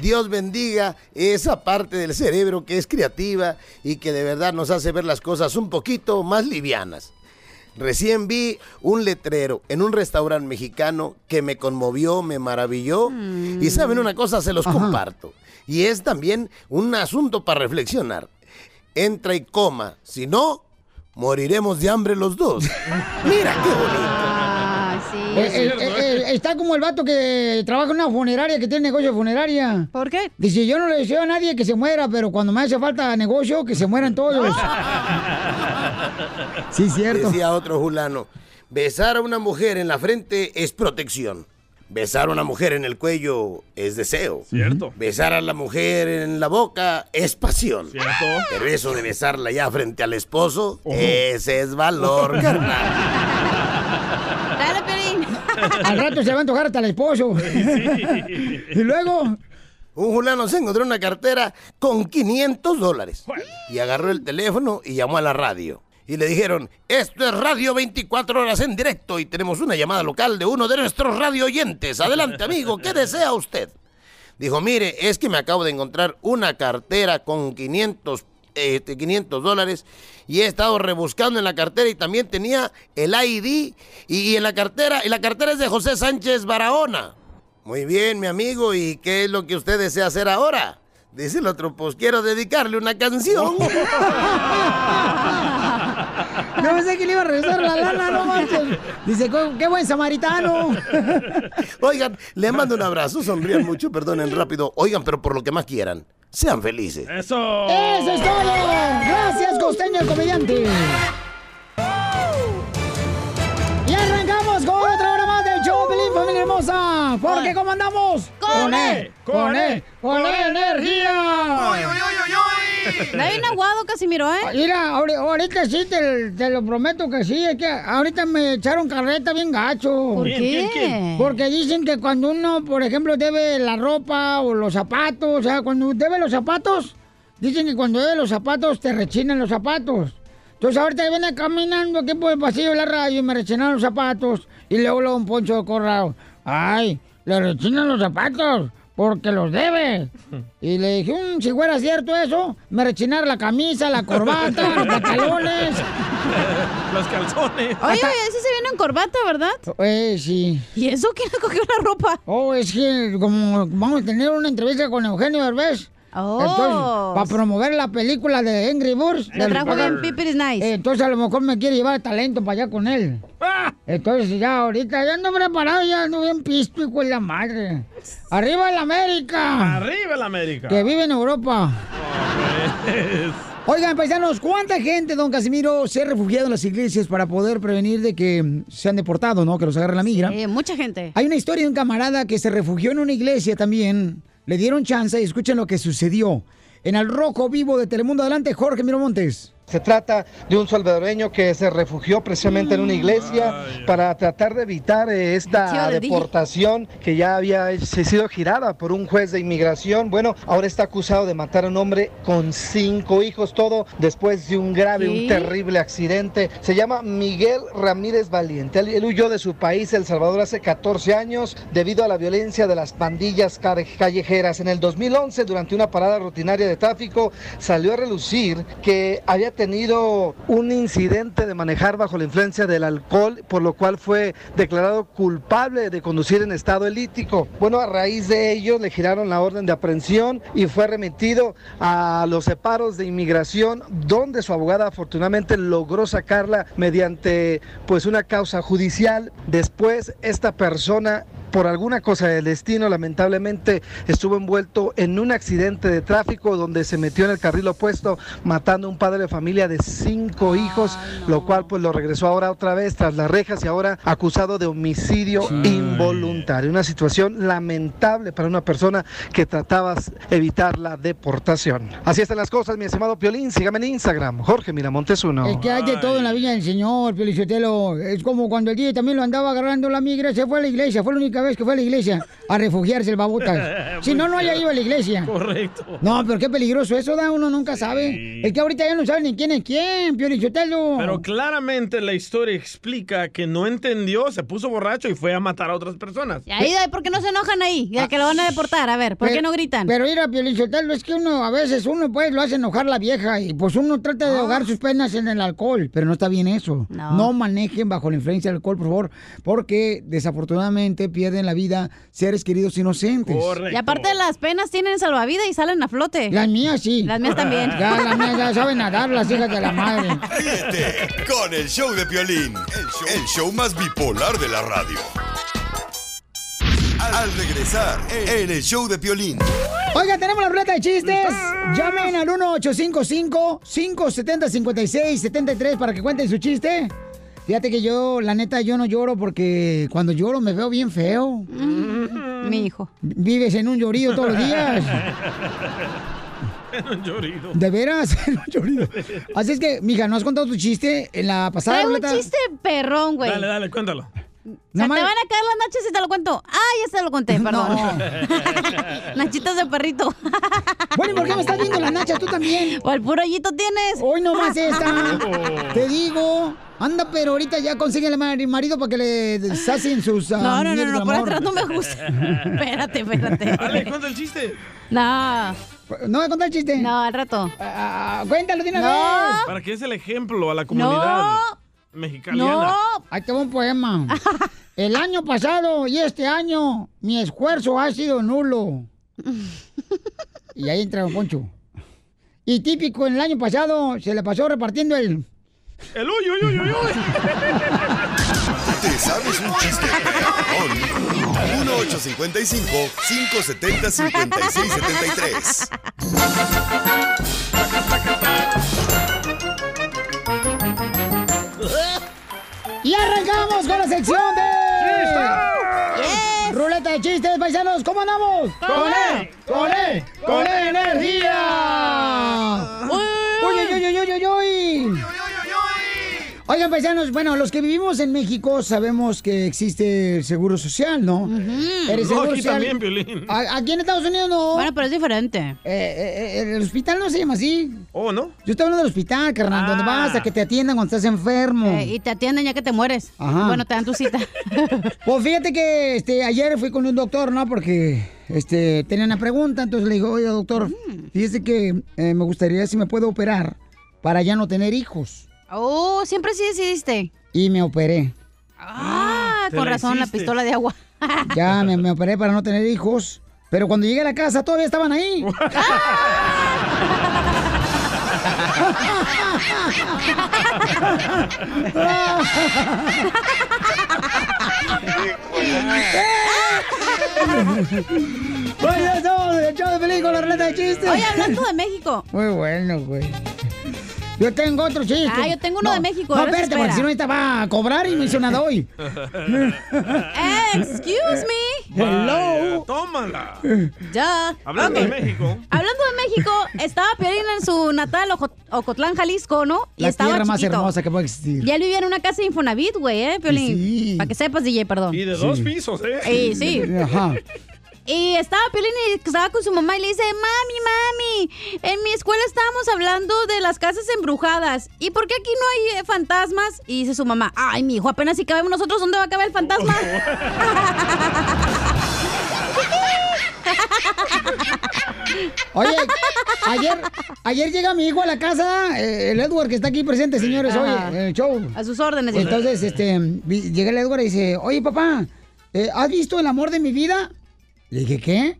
S15: Dios bendiga esa parte del cerebro que es creativa y que de verdad nos hace ver las cosas un poquito más livianas. Recién vi un letrero en un restaurante mexicano que me conmovió, me maravilló. Y saben una cosa, se los comparto. Y es también un asunto para reflexionar. Entra y coma, si no, moriremos de hambre los dos. Mira qué
S5: Ah,
S1: Eh, eh, eh, eh, está como el vato que trabaja en una funeraria, que tiene negocio de funeraria.
S5: ¿Por qué?
S1: Dice, yo no le deseo a nadie que se muera, pero cuando me hace falta negocio, que se mueran todos.
S5: Ah.
S15: (laughs)
S1: Sí, cierto.
S15: Decía otro fulano, besar a una mujer en la frente es protección. Besar a una mujer en el cuello es deseo.
S2: Cierto.
S15: Besar a la mujer en la boca es pasión. Pero eso de besarla ya frente al esposo, ese es valor, carnal.
S5: (laughs) dale, Pelín.
S1: Al rato se va a antojar hasta el esposo. y luego...
S15: Un fulano se encontró una cartera con 500 dólares. Y agarró el teléfono y llamó a la radio. y le dijeron, esto es Radio 24 horas en directo y tenemos una llamada local de uno de nuestros radio oyentes. Adelante, amigo, ¿qué desea usted? Dijo, mire, es que me acabo de encontrar una cartera con 500, este, 500 dólares y he estado rebuscando en la cartera y también tenía el ID y, y en la cartera, y la cartera es de José Sánchez Barahona. Muy bien, mi amigo, ¿y qué es lo que usted desea hacer ahora? Dice el otro, pues quiero dedicarle una canción.
S8: Oh.
S1: No pensé que le iba a regresar la lana, no manches. Dice, "Co- qué buen samaritano.
S15: (laughs) Oigan, les mando un abrazo, sonrían mucho, perdonen rápido. Oigan, pero por lo que más quieran, sean felices.
S1: Eh.
S2: Eso.
S1: ¡Eso es todo! Gracias, costeño, el comediante. Y arrancamos con otra hora más del show, Pelín, familia hermosa. Porque ¿cómo andamos?
S5: Con E,
S1: con E, con E energía.
S5: Uy, uy, (laughs) Da bien aguado, Casimiro, ¿eh?
S1: Ah, Mira, ahori- ahorita sí, te, te lo prometo que sí. Es que ahorita me echaron carreta bien gacho.
S5: ¿Por ¿Quién, qué? quién, quién?
S1: Porque dicen que cuando uno, por ejemplo, debe la ropa o los zapatos, o sea, cuando debe los zapatos, dicen que cuando debe los zapatos te rechinan los zapatos. Entonces ahorita viene caminando aquí por el pasillo de la radio y me rechinan los zapatos. Y luego luego un poncho de corrado. Ay, le rechinan los zapatos porque los debe. Y le dije, "Mm, si fuera cierto eso, me rechinar la camisa, la corbata, los pantalones.
S2: (laughs) Los calzones.
S5: Oye, oye, sí se viene en corbata, ¿verdad?
S1: Eh, sí.
S5: ¿Y eso quién le cogió la ropa?
S1: Oh, es que como vamos a tener una entrevista con Eugenio Derbez. Entonces, para promover la película de Angry Birds. del-
S5: Lo Oh. trajo bien Pipiris Nice.
S1: Eh, Entonces a lo mejor me quiere llevar talento para allá con él. Entonces ya ahorita ya ando preparado, ya ando bien pisto y con la madre. ¡Arriba el América!
S2: Arriba el América.
S1: Que vive en Europa.
S2: Es-
S1: Oigan, paisanos, ¿cuánta gente, don Casimiro, se ha refugiado en las iglesias para poder prevenir de que sean deportados, no? Que los agarre la migra.
S5: Eh, mucha gente.
S1: Hay una historia de un camarada que se refugió en una iglesia también. Le dieron chance y escuchen lo que sucedió. En el rojo vivo de Telemundo Adelante, Jorge Miro Montes.
S3: Se trata de un salvadoreño que se refugió precisamente en
S1: Mm.
S3: una iglesia
S1: Ah,
S3: para tratar de evitar eh, esta
S16: Vestido de DJ.
S3: deportación que ya había se- sido girada por un juez de inmigración. Bueno, ahora está acusado de matar a un hombre con cinco hijos, todo después de un grave,
S16: ¿Qué?
S3: un terrible accidente. Se llama Miguel Ramírez Valiente. Él, él huyó de su país, El Salvador, hace 14 años debido a la violencia de las pandillas car- callejeras. En el 2011, durante una parada rutinaria de tráfico, salió a relucir que había tenido un incidente de manejar bajo la influencia del alcohol, por lo cual fue declarado culpable de conducir en estado elítico. Bueno, a raíz de ello le giraron la orden de aprehensión y fue remitido a los separos de inmigración, donde su abogada afortunadamente logró sacarla mediante pues una causa judicial. Después esta persona por alguna cosa del destino, lamentablemente estuvo envuelto en un accidente de tráfico donde se metió en el carril opuesto, matando a un padre de familia de cinco hijos, lo cual pues lo regresó ahora otra vez tras las rejas y ahora acusado de homicidio involuntario. Una situación lamentable para una persona que trataba de evitar la deportación. Así están las cosas, mi estimado Piolín. Sígame en Instagram, Jorge Miramontes uno.
S1: Es que hay de todo en la viña del Señor, Felicitelo. Es como cuando el DJ también lo andaba agarrando la migra, se fue a la iglesia. Fue la única vez que fue a la iglesia a refugiarse el babotas. Si no, no haya ido a la iglesia.
S2: Correcto.
S1: No, pero qué peligroso eso, da uno nunca sabe. Es que ahorita ya no saben ni quién es quién, Felicitelo.
S2: Pero claramente la historia explica que no entendió, se puso borracho y fue a matar a otras personas.
S5: Y ahí, ay, ¿por qué no se enojan ahí? Ya que lo van a deportar, a ver, ¿por qué
S1: Ah, Pero-
S5: no gritan?
S1: Pero mira, Piolichotelo, es que uno, a veces uno pues lo hace enojar la vieja y pues uno trata
S5: Ah.
S1: de ahogar sus penas en el alcohol, pero no está bien eso. No. manejen bajo la influencia del alcohol, por favor, porque desafortunadamente pierden la vida seres queridos inocentes.
S5: Y aparte las penas tienen salvavidas y salen a flote.
S1: Las mías sí.
S5: Las mías también.
S1: Ya, las mías ya saben nadar, las hijas de la
S5: (laughs)
S1: madre.
S4: Ríete con el show de Piolín, el show, el show más bipolar de la radio. Al regresar en el show de Piolín.
S1: Oiga, tenemos la ruleta de chistes. Llamen al 1-855-570-5673 para que cuenten su chiste. Fíjate que yo, la neta, yo no lloro porque cuando lloro me veo bien feo.
S5: Mm, Mi hijo.
S1: Vives en un llorío todos los
S5: (laughs)
S1: días.
S2: (laughs) En un llorido.
S1: De veras, (laughs) en un llorío. Así es que, mija, ¿no has contado tu chiste en la pasada
S5: Traigo un
S1: ruleta?
S5: chiste perrón, güey.
S2: Dale, dale, cuéntalo.
S5: O sea, te van a caer las nachas si te lo cuento. Ah, ya se lo conté, perdón. (laughs)
S2: (laughs)
S5: Nachitas de perrito. (laughs)
S1: Bueno, ¿y por qué me estás viendo las nachas tú también?
S5: O el puro hoyito tienes.
S1: Hoy
S5: (laughs)
S1: nomás esta. Te digo. Anda, pero ahorita ya consíguele mari- marido para que le sacen sus. ah,
S5: No, no, no,
S1: mierdas
S5: no,
S1: de
S5: por
S1: amor.
S5: atrás no me gusta. (laughs) Espérate, espérate.
S2: Ale, cuenta el chiste.
S5: No.
S1: ¿No me contar el chiste? Ah,
S5: No, al rato.
S1: cuéntalo de una
S5: Eh,
S1: vez.
S2: Para que es el ejemplo a la comunidad mexicana.
S1: Ahí te va un
S5: (laughs)
S1: poema. El año pasado y este año mi esfuerzo ha sido
S5: (laughs)
S1: nulo. Y ahí entra Don Poncho. Y típico, en el año pasado se le pasó repartiendo
S5: (laughs)
S1: el...
S2: El uy, uy, uy, uy, uy.
S4: ¿Te sabes un chiste regalón? 1-855-570-5673.
S1: Y arrancamos con la sección de...
S8: ¡Chistes!
S1: Ruleta de chistes, paisanos, ¿cómo andamos? E,
S8: ¡Con él! ¡Con él! ¡Con él
S1: energía! ¡Uy, uy, uy, uy, uy, uy! Oigan, paisanos, bueno, los que vivimos en México sabemos que existe el seguro social, ¿no?
S2: No, aquí también, Piolín.
S1: A- Aquí en Estados Unidos no. Eh,
S5: Bueno, pero es diferente.
S1: el hospital no se llama así.
S2: ¿Oh, no?
S1: Yo estoy hablando del hospital, carnal, donde vas a que te atiendan cuando estás enfermo.
S5: Eh, y te atienden ya que te mueres.
S1: Ajá.
S5: Bueno, te dan
S1: (laughs)
S5: tu cita.
S1: Pues fíjate que este, ayer fui con un doctor, ¿no? Porque este, tenía una pregunta, entonces le digo, oye, doctor,
S5: Mm.
S1: fíjese que eh, me gustaría si me puedo operar para ya no tener hijos.
S5: Oh, siempre sí decidiste.
S1: Y me
S5: (laughs)
S1: operé.
S5: Ah,
S1: te
S5: con
S1: la
S5: razón, la
S1: hiciste.
S5: pistola de agua.
S1: Ya me, me operé para no tener hijos. Pero cuando llegué a la casa todavía estaban
S5: (laughs)
S1: ahí. (laughs) Bueno, ya estamos en el show de Pelín con la ruleta de chistes.
S5: Oye, hablando de México.
S1: (laughs) Muy bueno, güey. Yo tengo otro chiste.
S5: Ah, yo tengo uno de México,
S1: No,
S5: ahora se
S1: espérate, porque
S5: espera.
S1: si no ahorita va a cobrar y no hizo nada hoy. (laughs)
S5: Excuse me.
S1: Hello.
S2: Tómala.
S5: Ya.
S2: Hablando de México.
S5: Hablando de México, estaba Piolín en su natal Ojo- Ocotlán, Jalisco, ¿no? Y
S1: La
S5: estaba
S1: tierra más
S5: chiquito.
S1: hermosa que puede existir.
S5: Y él vivía en una casa de Infonavit, güey, ¿eh, Piolín? Para que sepas, DJ, perdón.
S2: Y de dos pisos, ¿eh?
S5: Y sí.
S1: Ajá.
S5: Y estaba Piolín y estaba con su mamá y le dice, mami, mami, en mi escuela estábamos hablando de las casas embrujadas. ¿Y por qué aquí no hay eh, fantasmas? Y dice su mamá, ay, mi hijo, apenas si cabemos nosotros, ¿dónde va a caber
S2: (laughs)
S5: el fantasma?
S1: Oye, ayer, ayer llega mi hijo a la casa, eh, el Edward que está aquí presente, señores, hoy
S5: Ajá.
S1: en el show.
S5: A sus órdenes. señor.
S1: Entonces, este, vi- llega el Edward y dice, oye papá, eh, ¿has visto el amor de mi vida? Le dije, ¿qué?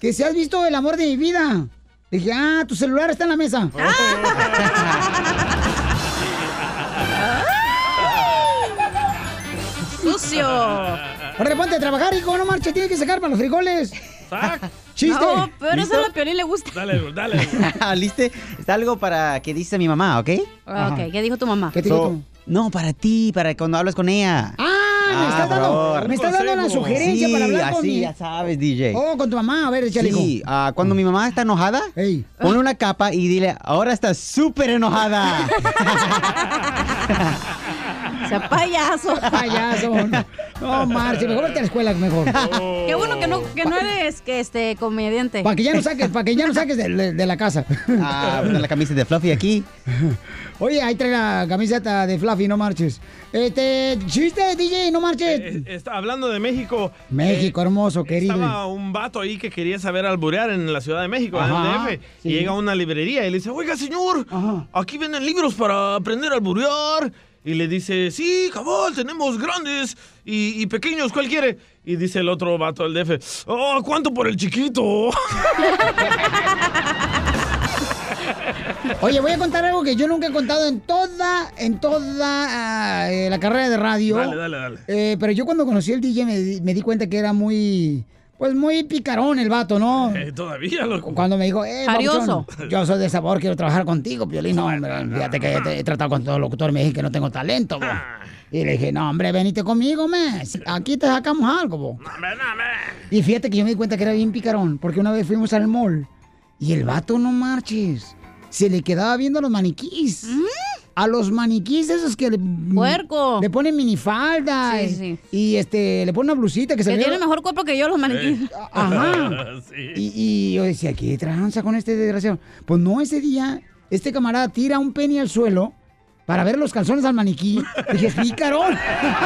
S1: Que si has visto el amor de mi vida. Le dije, ah, tu celular está en la mesa.
S5: ¡Sucio!
S1: Ahora ponte a trabajar, hijo, no marches, tienes que sacar para los frijoles. Chiste.
S5: No, pero eso
S7: ¿Listo?
S5: a la Piolín le gusta.
S2: Dale, dale.
S7: ¿Liste? Está algo para que dice mi mamá, ¿ok?
S5: Ah, ok, ¿qué dijo tu mamá?
S7: So- No, para ti, para cuando hablas con ella.
S1: Ah, me estás
S7: por
S1: dando-
S7: favor.
S1: me estás dando la sugerencia
S7: Sí,
S1: para hablar con
S7: así,
S1: mi-
S7: ya sabes, DJ.
S1: Oh, con tu mamá, a ver, échale,
S7: Sí,
S1: hijo.
S7: ah, cuando mi mamá está enojada, ponle una capa y dile, ahora está súper enojada.
S5: sea, payaso.
S1: (laughs) Payaso. No, marches, mejor vete a la escuela,
S2: (laughs)
S5: (laughs)
S1: mejor.
S2: Oh.
S5: Qué bueno que no, que no eres que este comediante.
S1: Para que ya no saques, para que ya no saques de, de- de la casa.
S7: ah, ponle la camisa de Fluffy aquí.
S1: (laughs) Oye, ahí trae la camiseta de Fluffy, no marches. Este, chiste, DJ, no marches.
S2: Está hablando de México.
S1: México, hermoso, querido.
S2: Eh, Estaba un vato ahí que quería saber alburear en la Ciudad de México,
S1: Ajá,
S2: en el DF.
S1: sí.
S2: Y llega a una librería y le dice, oiga, señor, aquí venden libros para aprender a alburear. Y le dice, sí, cabal, tenemos grandes y, y pequeños, ¿cuál quiere? Y dice el otro vato del DF, oh, ¿cuánto por el chiquito? (laughs)
S1: Oye, voy a contar algo que yo nunca he contado en toda, en toda ah, eh, la carrera de radio.
S2: Dale, dale, dale.
S1: Eh, pero yo cuando conocí al DJ me, di- me di cuenta que era muy, pues muy picarón el vato, ¿no?
S2: Eh, Todavía, loco.
S1: Cuando me dijo, eh,
S2: Jarioso.
S1: babuchón, yo soy de sabor, quiero trabajar contigo, Piolín. No, hombre, fíjate que te- he tratado con todos los locutores, me dije que no tengo talento, bo.
S5: Ah.
S1: Y le dije, no, hombre, venite conmigo, mes. Aquí te sacamos algo, bo. Y fíjate que yo me di cuenta que era bien picarón, porque una vez fuimos al mall y el vato, no marches, se le quedaba viendo a los maniquís. a los maniquís esos que le,
S5: ¿Mm? Puerco.
S1: le ponen minifalda
S5: Sí,
S1: y,
S5: sí.
S1: y, este le ponen una blusita que se
S5: Que
S1: le
S5: tiene mejor cuerpo que yo los (laughs) maniquíes.
S1: Ajá. Y, y yo decía, ¿qué tranza con este desgraciado? Pues no, ese día, este camarada tira un penny al suelo para ver los calzones al maniquí. Dije,
S7: (laughs)
S1: pícarón.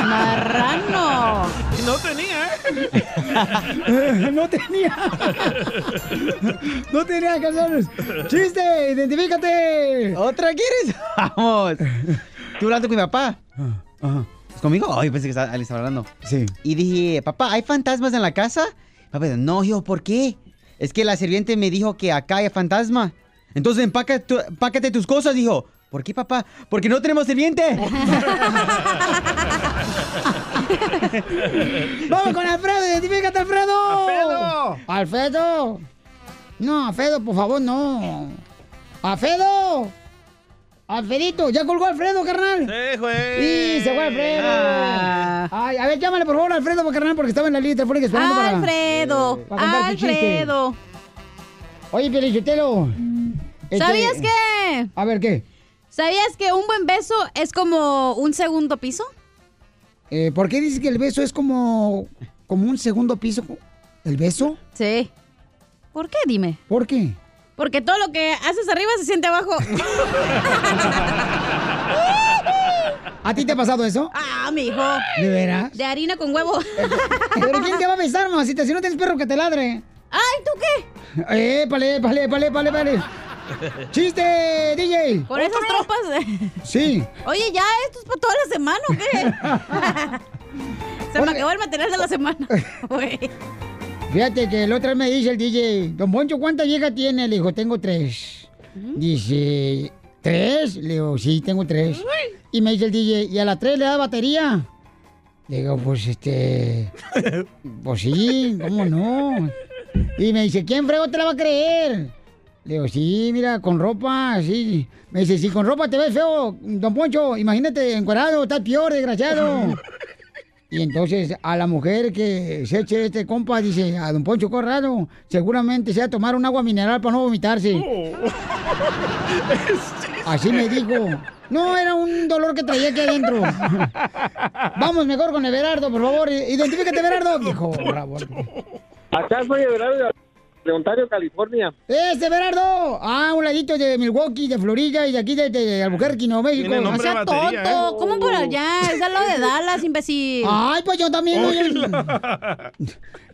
S5: Marrano.
S2: Y no tenía, ¿eh?
S1: (laughs) no tenía. no tenía calzones. ¡Chiste! ¡Identifícate!
S7: ¿Otra quieres? Vamos. Estuve hablando con mi papá. ¿Es conmigo? Ay, pensé que estaba- le estaba hablando.
S1: Sí.
S7: Y dije, papá, ¿hay fantasmas en la casa? Papá, dijo, no, hijo, ¿por qué? Es que la sirviente me dijo que acá hay fantasma. Entonces empaca tu- empácate tus cosas, dijo. ¿Por qué, papá? Porque no tenemos sirviente.
S1: ¡Vamos con Alfredo! ¡Identifícate, Alfredo! ¡Alfredo! ¡Alfredo! No, Alfredo, por favor, no. ¡Alfredo! ¡Alfredito! ¡Ya colgó Alfredo, carnal!
S2: ¡Sí,
S1: ¡Y se fue Alfredo! Ay, a ver, llámale, por favor, a Alfredo, carnal, porque estaba en la línea telefónica esperando para-
S5: Alfredo.
S1: para... contar su chiste.
S5: Alfredo.
S1: Oye, Pielichotelo. este-
S5: ¿Sabías qué?
S1: A ver, ¿qué?
S5: ¿Sabías que un buen beso es como un segundo piso?
S1: Eh, ¿Por qué dices que el beso es como, como un segundo piso? ¿El beso?
S5: Sí. ¿Por qué? Dime.
S1: ¿Por qué?
S5: Porque todo lo que haces arriba se siente abajo.
S1: ¿A ti te ha pasado eso?
S5: Ah, mijo.
S1: ¿De veras?
S5: De harina con huevo.
S1: (laughs) ¿Pero quién te va a besar, mamacita? Si no tienes perro que te ladre.
S5: Ay, ¿tú qué?
S1: Eh, pale, pale, pale, pale, pale. ¡Chiste, DJ!
S5: Por esas tropas.
S1: Sí.
S5: Oye, ya, Ah, esto es para toda la semana, ¿o qué? (laughs) Se me acabó el material de la semana.
S1: (laughs)
S5: güey.
S1: Fíjate que el otro me dice el DJ, Don Poncho, ¿cuántas viejas tiene? Le dijo, tengo tres. Dice, ¿tres? Le digo, sí, tengo tres. pues. Y me dice el DJ, ¿y a las tres le da batería? Le digo, pues este. Pues sí, ¿cómo no? Y me dice, ¿quién frego te la va a creer? Le digo, sí, mira, con ropa, sí. Me dice, si con ropa te ves feo, don Poncho, imagínate, encuadrado, estás peor, desgraciado. Y entonces a la mujer que se eche este compa, dice, a don Poncho Corrado, seguramente se va a tomar un agua mineral para no
S17: Oh.
S1: vomitarse.
S18: Oh.
S1: Así me dijo. No, era un dolor que traía aquí adentro. Vamos mejor con Everardo, por favor. Identifícate, Everardo. Dijo, por favor.
S16: Acá soy Everardo de Ontario, California.
S1: ¡Este Everardo! Ah, un ladito de Milwaukee, de Florida y de aquí de, de Albuquerque, Nuevo México.
S5: No sea tonto. ¿Cómo por allá? Es al lado
S1: (laughs)
S5: de Dallas, imbécil.
S1: Ay, pues yo también.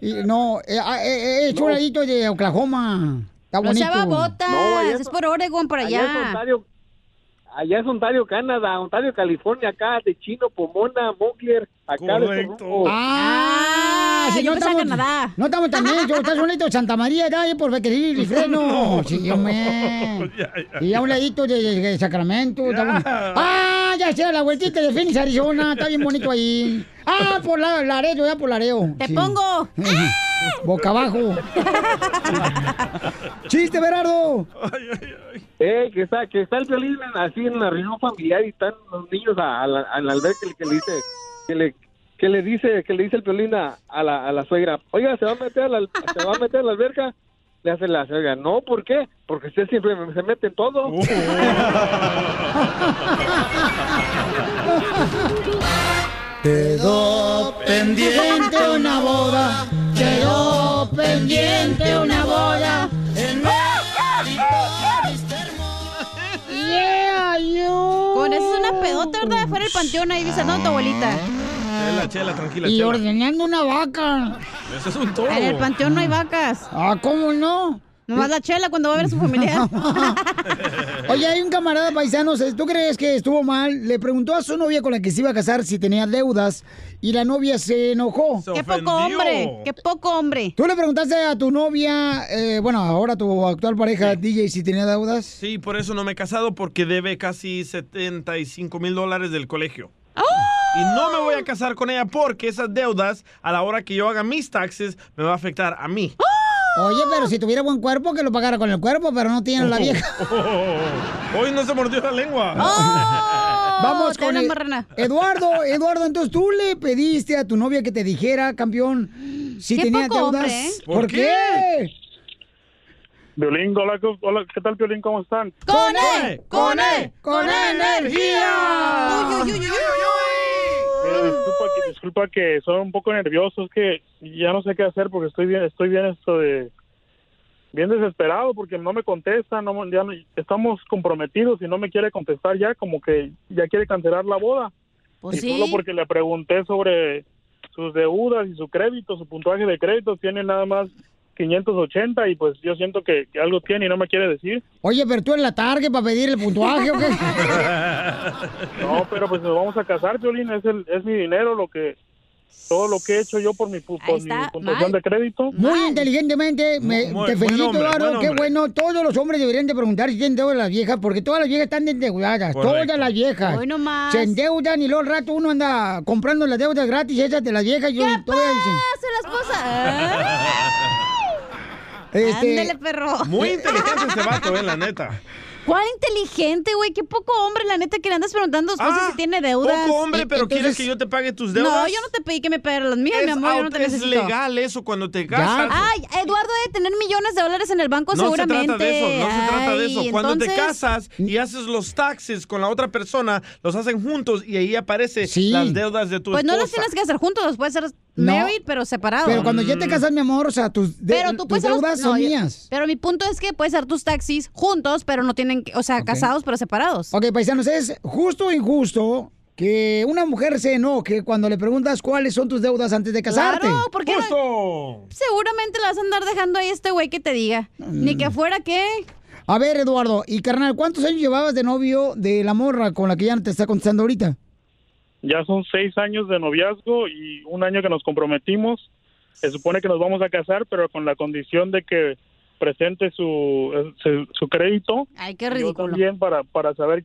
S1: Y no, eh, ah, eh, eh, es un
S5: No.
S1: ladito de Oklahoma. Está
S5: No
S1: bonito.
S5: se haga botas.
S16: No, allá
S5: es por Oregon, por
S16: Allá es
S5: allá.
S16: Ontario, allá es Ontario, Canadá, Ontario, California, acá de Chino, Pomona, Moncler, acá de
S1: Correcto. Ah, si no estamos, no estamos tan bien, yo estás solito de Santa María, da ahí por Bequeril y Freno. (laughs)
S8: No,
S1: sí,
S8: no.
S1: hombre.
S8: (laughs) Ya, ya,
S1: Y a un ladito de, de- de Sacramento. está bonito. Ah, ya sea la vueltita de Phoenix, Arizona, está bien bonito ahí. Ah, por la, Laredo, ya por Laredo. Te
S5: pongo.
S1: Boca abajo. ¡Chiste, Berardo!
S16: Eh, que está, que está el violín así en la reunión familiar y están los niños a, a la, a la alberca que, le dice, que le, que le dice, que le dice el violín a, a la, a la suegra, oiga, se va a meter a la, se va a meter a la alberca, le hace la suegra, no, ¿por qué? Porque usted siempre me- se mete en todo. (laughs)
S1: Quedó (laughs) pendiente una boda, quedó pendiente una boda. Yeah, you.
S5: Con eso es una pedota, ¿verdad? Fuera del panteón ahí visitando a tu abuelita.
S2: Chela, chela, tranquila,
S1: Y
S2: chela.
S1: ordenando una vaca.
S2: Eso es un toro.
S5: En el panteón no hay vacas.
S1: Ah, ¿cómo no?
S5: Nomás la chela cuando va a ver
S1: (laughs)
S5: a su familia.
S1: Oye, hay un camarada paisano, ¿sabes? ¿tú crees que estuvo mal? Le preguntó a su novia con la que se iba a casar si tenía deudas y la novia se enojó.
S5: Qué poco hombre, qué poco hombre.
S1: ¿Tú le preguntaste a tu novia, eh, bueno, ahora tu actual pareja, DJ, si tenía deudas?
S2: Sí, por eso no me he casado, porque debe casi 75 mil dólares del colegio.
S5: ¡Oh!
S2: Y no me voy a casar con ella porque esas deudas, a la hora que yo haga mis taxes, me va a afectar a
S5: ¡Oh!
S2: mí.
S1: Oye, pero si tuviera buen cuerpo, que lo pagara con el cuerpo, pero no tiene la vieja.
S5: (laughs)
S2: (laughs) Hoy no se mordió la lengua.
S1: Vamos
S5: Oh, te
S1: con
S5: una
S1: E-
S5: marrana.
S1: Eduardo, Eduardo, entonces tú le pediste a tu novia que te dijera, campeón, si
S5: Qué
S1: tenía
S5: poco ¿eh?
S1: deudas.
S5: hombre, ¿eh?
S1: ¿Por,
S5: ¿Por
S1: qué?
S14: Violín, hola, ¿qué- hola, ¿qué tal, Violín? ¿Cómo están?
S8: ¡Con E! ¡Con E! ¡Con E energía!
S14: Uy, Mira, disculpa, que, disculpa que soy un poco nervioso, es que ya no sé qué hacer porque estoy bien, estoy bien esto de bien desesperado porque no me contesta, no, me- ya no- estamos comprometidos y no me quiere contestar ya, como que ya quiere cancelar la boda.
S5: Pues
S14: y
S5: sí.
S14: solo porque le pregunté sobre sus deudas y su crédito, su puntuaje de crédito, tiene nada más 580 y pues yo siento que, que algo tiene y no me quiere decir.
S1: Oye, pero tú en la tarde para pedir el puntuaje
S5: (laughs)
S1: o qué.
S14: No, pero pues nos vamos a casar, Violín. Es, el, es mi dinero, lo que todo lo que he hecho yo por mi, pu- por mi puntuación de crédito.
S5: pues,
S1: Muy inteligentemente, me-
S14: Muy-
S1: te
S14: buen
S1: felicito,
S14: hombre,
S1: Eduardo,
S14: buen
S1: qué
S14: hombre.
S1: bueno. Todos los hombres deberían de preguntar si tienen deuda a las viejas, porque todas las viejas están endeudadas,
S8: Correcto.
S1: todas las viejas.
S8: Hoy nomás.
S1: Se endeudan y luego al rato uno anda comprando las deudas gratis esas de las viejas. y uno todavía dicen,
S5: ¡Hace las cosas!
S1: ¿Eh? este,
S5: ¿Eh? Ándale, perro.
S2: Muy inteligente este vato, eh, la neta.
S5: ¿Cuál inteligente, güey? Qué poco hombre, la neta, que le andas preguntando a su esposa
S2: Ah,
S5: si tiene deudas.
S2: Poco hombre, pero ¿quieres que yo te pague tus deudas?
S5: No, yo no te pedí que me pagaras las mías, mi
S2: Es
S5: amor, yo
S2: out,
S5: no te
S2: es
S5: necesito.
S2: legal eso cuando te casas.
S5: Ay, Eduardo debe tener millones de dólares en el banco
S2: no se
S5: seguramente.
S2: trata de eso, no se trata de
S5: Ay,
S2: eso. Cuando te
S5: entonces-
S2: casas y haces los taxes con la otra persona, los hacen juntos y ahí aparece las deudas de tu
S5: Pues no los
S2: esposa.
S5: tienes que hacer juntos, los puedes hacer
S2: No.
S5: married, pero separados.
S1: pero cuando ya te casas, mi amor, o sea, tus, de-
S5: Pero tú
S1: tus
S5: puedes hacer los-
S1: deudas son
S5: no, yo-
S1: mías.
S5: Pero mi punto es que puedes hacer tus taxis juntos, pero no tienen, que- o sea, casados pero separados.
S1: Ok, paisanos, es justo o injusto que una mujer se enoje cuando le preguntas cuáles son tus deudas antes de casarte.
S5: Claro, porque no- seguramente la vas a andar dejando ahí a este güey que te diga.
S1: Mm.
S5: Ni que fuera qué.
S1: A ver, Eduardo, y carnal, ¿cuántos años llevabas de novio de la morra con la que ya te está contestando ahorita?
S14: Ya son seis años de noviazgo y un año que nos comprometimos. Se supone que nos vamos a casar, pero con la condición de que presente su, eh, su, su crédito.
S5: Ay, qué
S14: Yo
S5: ridículo.
S14: también para, para saber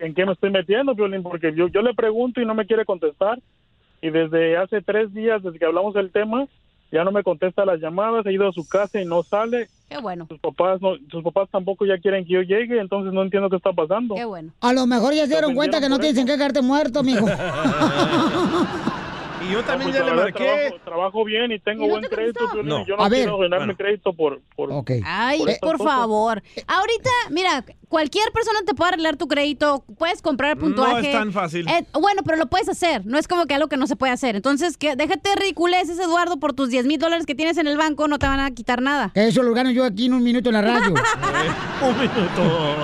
S14: en qué me estoy metiendo, Violín, porque yo, yo le pregunto y no me quiere contestar. Y desde hace tres días, desde que hablamos del tema, ya no me contesta las llamadas, he ido a su casa y no sale.
S5: Qué bueno.
S14: Sus papás, no, sus papás tampoco ya quieren que yo llegue, entonces no entiendo qué está pasando.
S5: Qué
S2: (laughs)
S5: bueno.
S1: A lo mejor ya se
S14: Te
S1: dieron cuenta que no
S14: ofendieron
S1: tienes en qué quedarte muerto, mijo. (laughs)
S2: Y yo también
S14: No, pues,
S2: ya
S14: la
S2: le
S14: verdad,
S2: marqué.
S14: Trabajo, trabajo bien y tengo
S5: ¿Y no
S14: buen
S5: te
S14: crédito.
S5: contestó?
S14: Piolín,
S5: No.
S14: y Yo no
S1: A ver.
S14: quiero ganarme crédito por... por
S5: Ay,
S14: por
S5: por,
S14: estas cosas.
S5: favor. Ahorita, mira, cualquier persona te puede arreglar tu crédito, puedes comprar
S2: No
S5: puntuaje.
S2: es tan fácil.
S5: Eh, bueno, pero lo puedes hacer, no es como que algo que no se puede hacer. Entonces, que, déjate de ridiculeces, Eduardo, por tus 10 mil dólares que tienes en el banco, no te van a quitar nada.
S1: Que eso lo gano yo aquí en un minuto en la
S5: (laughs)
S2: (laughs)
S1: radio.
S2: Un minuto.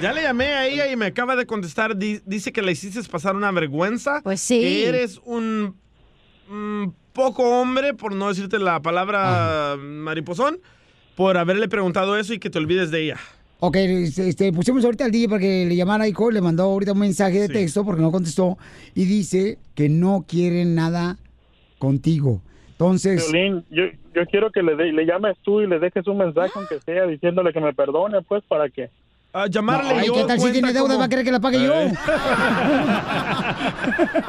S2: Ya le llamé a ella y me acaba de contestar. Di- dice que le hiciste pasar una vergüenza. Pues
S5: sí.
S2: Que eres un, un poco hombre, por no decirte la palabra mariposón, por haberle preguntado eso y que te olvides de ella.
S1: Ok, este, este, pusimos ahorita al DJ para que le llamara y le mandó ahorita un mensaje de texto porque no contestó y dice que no quiere nada contigo. Entonces,
S14: Piolín, yo, yo quiero que le, de- le llames tú y le dejes un mensaje, aunque sea, diciéndole que me perdone, pues, para que...
S2: llamarle
S1: ay, ¿qué tal si tiene deuda? ¿Va a querer que la pague yo?
S2: Eh. (laughs)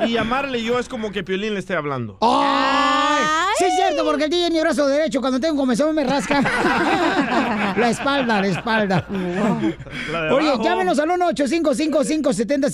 S2: Y llamarle yo es como que Piolín le esté hablando.
S1: Oh. ¡Ay! Sí, es cierto, porque el DJ en mi brazo derecho, cuando tengo un comezón, me rasca. (laughs) la espalda, la espalda.
S8: La de
S1: Oye,
S8: abajo.
S1: llámenos al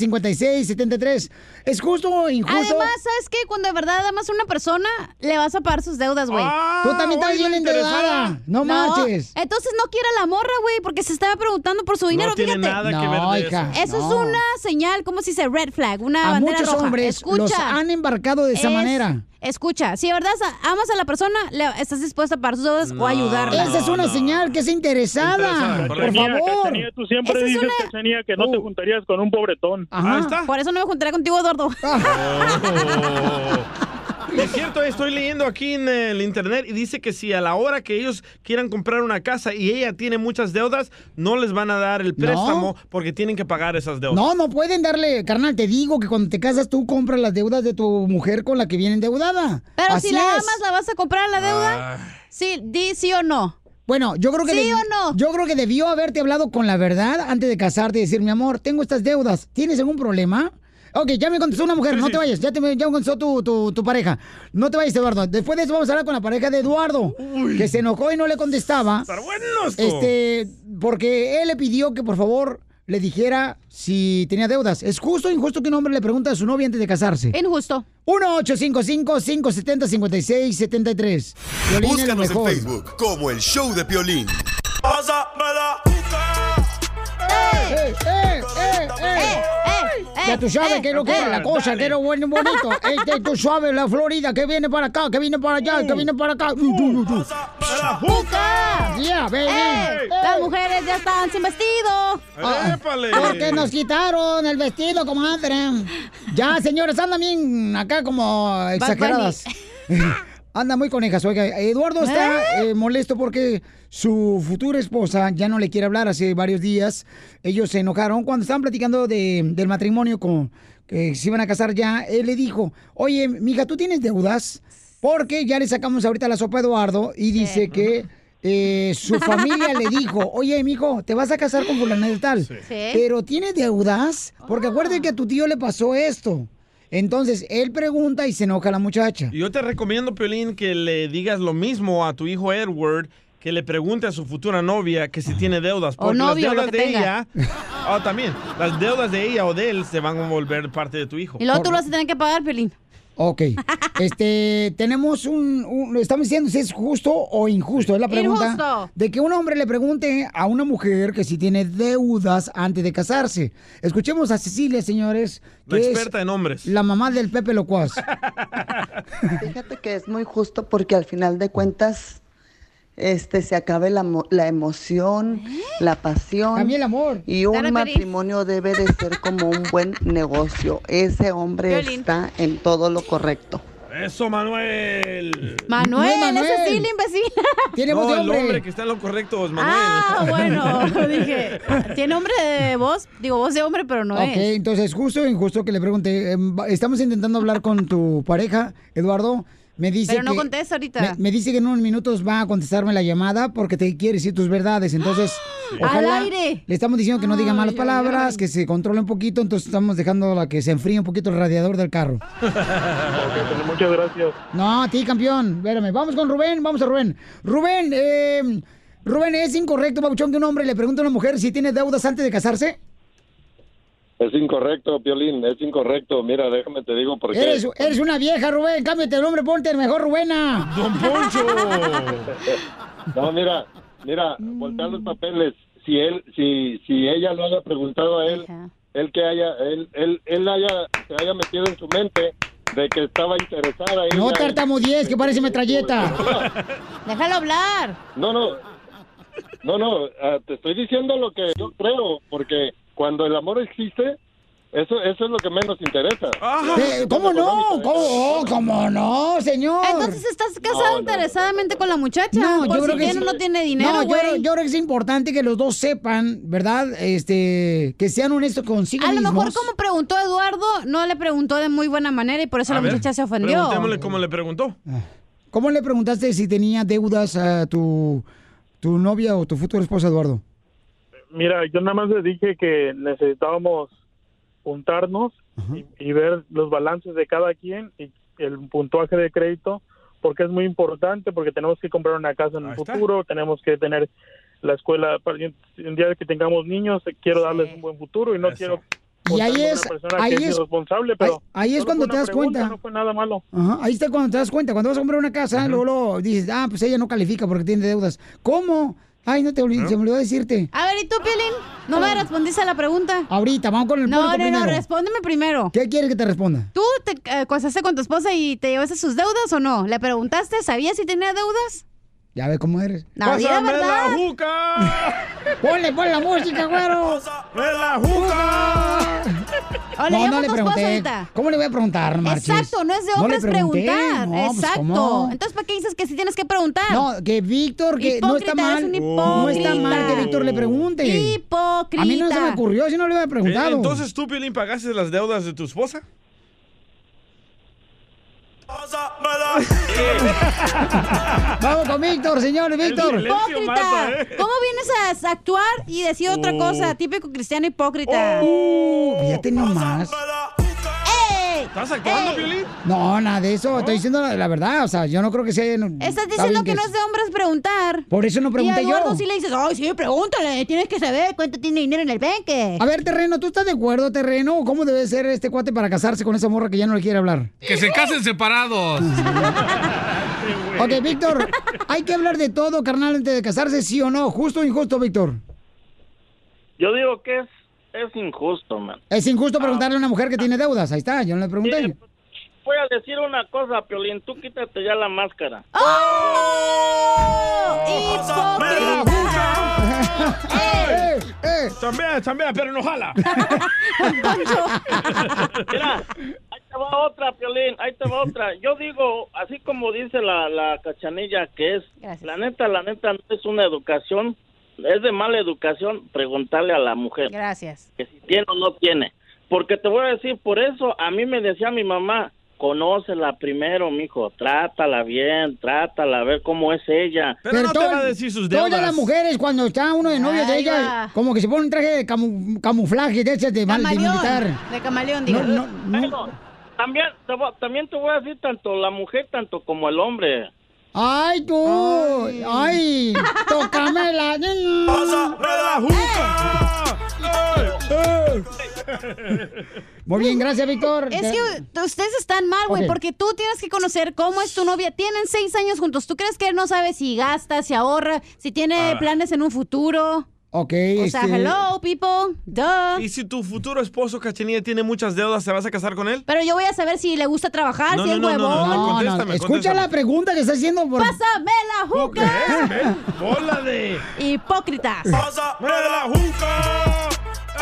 S1: 1-855-570-5673. ¿Es justo o injusto?
S5: Además, ¿sabes qué? Cuando de verdad amas a una persona, le vas a pagar sus deudas, güey.
S1: Tú también estás bien endeudada. No marches.
S5: Entonces no quiera la morra, güey, porque se estaba preguntando por su dinero,
S1: tiene
S5: fíjate.
S1: nada que No, ver de hija, eso.
S5: Eso
S1: no.
S5: es una señal, ¿cómo se dice? Red flag, una
S1: a
S5: bandera
S1: muchos
S5: roja.
S1: hombres
S5: Escucha.
S1: los han embarcado de esa
S5: Es-
S1: manera.
S5: Escucha, si de verdad sa- amas a la persona, le- estás dispuesta a pagar sus deudas o ayudarla.
S1: Esa es una señal que es interesada. Por
S14: Cachanía,
S1: favor. Oh,
S14: Cachanía, tú siempre
S5: Esa es
S14: dices,
S5: una- Oh.
S14: Cachanía, que no te juntarías con un pobretón.
S1: Ajá. Ah.
S5: Por eso no me juntaré contigo, Eduardo.
S1: (laughs)
S2: Es cierto, estoy leyendo aquí en el internet y dice que si a la hora que ellos quieran comprar una casa y ella tiene muchas deudas, no les van a dar el
S1: No.
S2: préstamo porque tienen que pagar esas deudas.
S1: No, no pueden darle, carnal, te digo que cuando te casas tú compras las deudas de tu mujer con la que viene endeudada.
S5: Pero
S1: Así
S5: si la
S1: es.
S5: amas, la vas a comprar la deuda.
S2: Ah.
S5: Sí, di sí o no.
S1: Bueno, yo creo que
S5: ¿Sí
S1: deb-
S5: o no?
S1: yo creo que debió haberte hablado con la verdad antes de casarte y decir, mi amor, tengo estas deudas, ¿tienes algún problema? Ok, ya me contestó una mujer, no te vayas, ya, te, ya me contestó tu, tu- tu pareja. No te vayas, Eduardo. Después de eso vamos a hablar con la pareja de Eduardo, que se enojó y no le contestaba.
S2: bueno esto.
S1: Este, porque él le pidió que por favor le dijera si tenía deudas. ¿Es justo o injusto que un hombre le pregunte a su novia antes de casarse?
S5: Injusto.
S1: 1-855-570-5673. Piolín es lo
S4: Búscanos en
S1: mejor.
S4: Facebook como el show de Piolín.
S1: ¡Eh, eh, eh, eh! Ya tú sabes que es lo que
S8: eh,
S1: es la cosa, que es lo bueno y (laughs)
S5: (laughs)
S1: bonito. Este, tú sabes, la Florida, que viene para acá, que viene para allá, que viene para acá.
S5: Mm.
S1: ¡Puta! ¡Ya, baby!
S5: Eh, Las mujeres ya están sin vestido.
S1: Ah, Porque nos quitaron el vestido, comadre. Ya, señores, andan bien acá como exageradas. Anda muy conejas. Oiga, Eduardo está eh, molesto porque su futura esposa ya no le quiere hablar hace varios días. Ellos se enojaron cuando estaban platicando de- del matrimonio con que se iban a casar ya. Él le dijo, oye, mija, ¿tú tienes deudas? Porque ya le sacamos ahorita la sopa a Eduardo y dice que eh, su familia le dijo, oye, mijo, te vas a casar con fulana de tal, pero ¿tienes deudas? Porque acuérdate que a tu tío le pasó esto. Entonces, él pregunta y se enoja la muchacha.
S2: Yo te recomiendo, Piolín, que le digas lo mismo a tu hijo Edward, que le pregunte a su futura novia que si tiene deudas.
S5: O
S2: Porque
S5: novio,
S2: las deudas
S5: lo que
S2: de
S5: tenga.
S2: ella. Ah, también. Las deudas de ella o de él se van a volver parte de tu hijo.
S5: Y luego tú lo vas a tener que pagar, Pelín. (laughs)
S1: Ok. Este, tenemos un, un- Estamos diciendo si es justo o injusto. Es la pregunta.
S5: Injusto.
S1: De que un hombre le pregunte a una mujer que si tiene deudas antes de casarse. Escuchemos a Cecilia, señores.
S2: La
S1: que es
S2: experta en hombres.
S1: La mamá del
S2: (laughs)
S1: Pepe Locuaz.
S19: Fíjate (laughs) que es muy justo porque al final de cuentas este se acabe la, mo- la emoción, la pasión.
S1: También el amor.
S19: Y un
S1: Dale, Piolín.
S19: matrimonio debe de ser como un buen negocio. Ese hombre
S5: Piolín.
S19: está en todo lo correcto.
S2: Eso, Manuel.
S5: Manuel,
S19: No es Manuel.
S5: ese sí, el imbécil. (laughs)
S1: Tiene
S2: no, el hombre que está en lo correcto es Manuel.
S5: Ah,
S2: (laughs)
S5: bueno, dije. Tiene hombre de voz, digo voz de hombre, pero no
S1: ok,
S5: es.
S1: entonces, justo o injusto que le pregunte. Em, va- Estamos intentando hablar con tu pareja, Eduardo. Me dice
S5: Pero no
S1: que-
S5: contesta ahorita.
S1: Me, me dice que en unos minutos va a contestarme la llamada porque te quiere decir tus verdades. Entonces, ojalá
S5: ¡Ah! ¡Al aire!
S1: le estamos diciendo que no diga malas palabras, que se controle un poquito. Entonces, estamos dejando la que se enfríe un poquito el radiador del carro.
S14: Ok, pues, muchas gracias.
S1: No, a ti, campeón. Espérame. Vamos con Rubén, vamos a Rubén. Rubén, eh, Rubén, ¿es incorrecto, Pabuchón, que un hombre le pregunte a una mujer si tiene deudas antes de casarse?
S18: Es incorrecto, Piolín, es incorrecto. Mira, déjame te digo por qué.
S1: Eres, eres una vieja, Rubén. Cámbiate el nombre, ponte el mejor Rubena.
S2: Don Poncho.
S18: (laughs) No, mira, mira, voltear los papeles. Si él, si, si ella lo haya preguntado a él, él que haya, él, él, él haya, se haya metido en su mente de que estaba interesada. Ella.
S1: No tartamudez, que parece metralleta.
S5: (laughs) Déjalo hablar.
S18: No, no, no, no. ah, te estoy diciendo lo que yo creo, porque cuando el amor existe, eso, eso es lo que menos interesa.
S2: Ah.
S1: Eh, ¿Cómo no? ¿Cómo, oh, cómo no, señor?
S5: Entonces estás casado interesadamente con la muchacha. por si tiene o no tiene dinero,
S1: No, yo, creo-
S5: güey.
S1: yo creo que es importante que los dos sepan, ¿verdad? Este, que sean honestos consigo
S5: A lo
S1: mismos.
S5: mejor como preguntó Eduardo, no le preguntó de muy buena manera y por eso
S1: A
S5: la
S1: ver,
S5: muchacha se ofendió.
S2: Preguntémosle cómo le preguntó.
S1: ¿Cómo le preguntaste si tenía deudas a tu, tu novia o tu futura esposa, Eduardo?
S14: Mira, yo nada más le dije que necesitábamos juntarnos y, y ver los balances de cada quien y el puntuaje de crédito, porque es muy importante, porque tenemos que comprar una casa en el futuro, tenemos que tener la escuela, para un día que tengamos niños, quiero darles un buen futuro y no quiero...
S1: Y ahí
S14: juntarme con
S1: es-
S14: una persona
S1: ahí
S14: que
S1: es-
S14: irresponsable, pero
S1: Ahí es
S14: solo
S1: cuando
S14: fue
S1: te
S14: una
S1: das
S14: pregunta,
S1: cuenta.
S14: No fue nada malo.
S1: Ajá, ahí está cuando te das cuenta. Cuando vas a comprar una casa, luego, luego dices, ah, pues ella no califica porque tiene deudas. ¿Cómo? Ay, no te olvides, se me olvidó decirte.
S5: A ver, ¿y tú, Pilín? No me respondiste a la pregunta.
S1: Ahorita, vamos con el
S5: No, no,
S1: público
S5: no,
S1: primero.
S5: respóndeme primero.
S1: ¿Qué quieres que te responda?
S5: ¿Tú te eh, casaste con tu esposa y te llevaste sus deudas o no? ¿Le preguntaste? ¿Sabías si tenía deudas?
S1: Ya ve cómo eres.
S5: No, di la verdad.
S1: (laughs) Ponle, ponle la música, güero.
S2: la
S1: (laughs)
S2: juca!
S5: O le llamo a tu esposa ahorita.
S1: ¿Cómo le voy a preguntar, no marches?
S5: Exacto, no es de
S1: le
S5: hombres
S1: pregunté,
S5: preguntar.
S1: no, pues,
S5: Exacto.
S1: ¿cómo?
S5: Entonces, ¿para qué dices que sí tienes que preguntar?
S1: No, que Víctor, que no está
S5: Hipócrita, eres
S1: mal.
S5: un
S1: No está
S5: hipócrita.
S1: mal que Víctor le pregunte.
S5: Hipócrita.
S1: A mí no se me ocurrió, si no le hubiera
S2: Eh,
S1: preguntado.
S2: Entonces tú, Piolín, pagaste las deudas de tu esposa.
S1: Vamos con Víctor, señores, Víctor.
S5: Hipócrita. ¿Cómo vienes a actuar y decir otra
S1: Pues
S5: cosa? Típico cristiano hipócrita.
S1: Fíjate nomás.
S5: ¡Ey!
S2: ¿Estás actuando, Piolín?
S1: No, nada de eso. Estoy diciendo la, la verdad. O sea, yo no creo que sea.
S5: Estás diciendo que no es de hombres preguntar.
S1: Por eso no pregunté
S5: y a Eduardo
S1: yo.
S5: sí le dices, ay, sí, pregúntale, tienes que saber cuánto tiene dinero en el banque.
S1: A ver, terreno, ¿tú estás de acuerdo, terreno? ¿Cómo debe ser este cuate para casarse con esa morra que ya no le quiere hablar?
S20: Que se casen
S1: (laughs)
S20: separados.
S1: Ok, Víctor, hay que hablar de todo, carnal, antes de casarse, sí o no. ¿Justo o injusto, Víctor?
S21: Yo digo que es, es injusto, man.
S1: Es injusto preguntarle a una mujer que tiene deudas. Ahí está, yo no le pregunté.
S21: Voy a decir una cosa, Piolín, tú quítate ya la máscara.
S2: Ah. Oh, ¡Eh! Chambea, chambea, pero no jala.
S21: Mira, ahí te va otra, Piolín, ahí te va otra. Yo digo, así como dice la, la cachanilla, que es, la neta, la neta, no es una educación, es de mala educación preguntarle a la mujer
S5: Gracias.
S21: que si tiene o no tiene. Porque te voy a decir, por eso a mí me decía mi mamá, conócela primero, mijo, trátala bien, trátala, a ver cómo es ella.
S1: todo- Todas las mujeres, cuando está uno de novio de
S21: Ahí
S1: ella,
S21: va.
S1: como que se pone un traje de camu- camuflaje de ese de, mal- de militar.
S5: De camaleón,
S1: digo.
S21: digo. También, te voy- también te voy a decir tanto la mujer tanto como el hombre.
S1: ¡Ay, tú! ¡Ay! ¡Tócame la Muy bien, gracias, Víctor.
S5: Es
S1: Te-
S5: que t- ustedes están mal, güey,
S1: Ok.
S5: porque tú tienes que conocer cómo es tu novia. Tienen seis años juntos. ¿Tú crees que él no sabe si gasta, si ahorra, si tiene
S2: Ah.
S5: planes en un futuro?
S1: Ok,
S5: O sea,
S2: este-
S5: hello, people. Duh.
S2: ¿Y si tu futuro esposo, cachanilla, tiene muchas deudas, te vas a casar con él?
S5: Pero yo voy a saber si le gusta trabajar,
S2: No,
S5: si
S2: no,
S5: es
S2: no, no,
S5: huevón.
S2: no, no,
S1: No, no,
S2: contéstame,
S1: escucha la pregunta que está haciendo. Por...
S5: ¡Pásame la juca! (laughs)
S2: ¡Bola de!
S5: Hipócritas.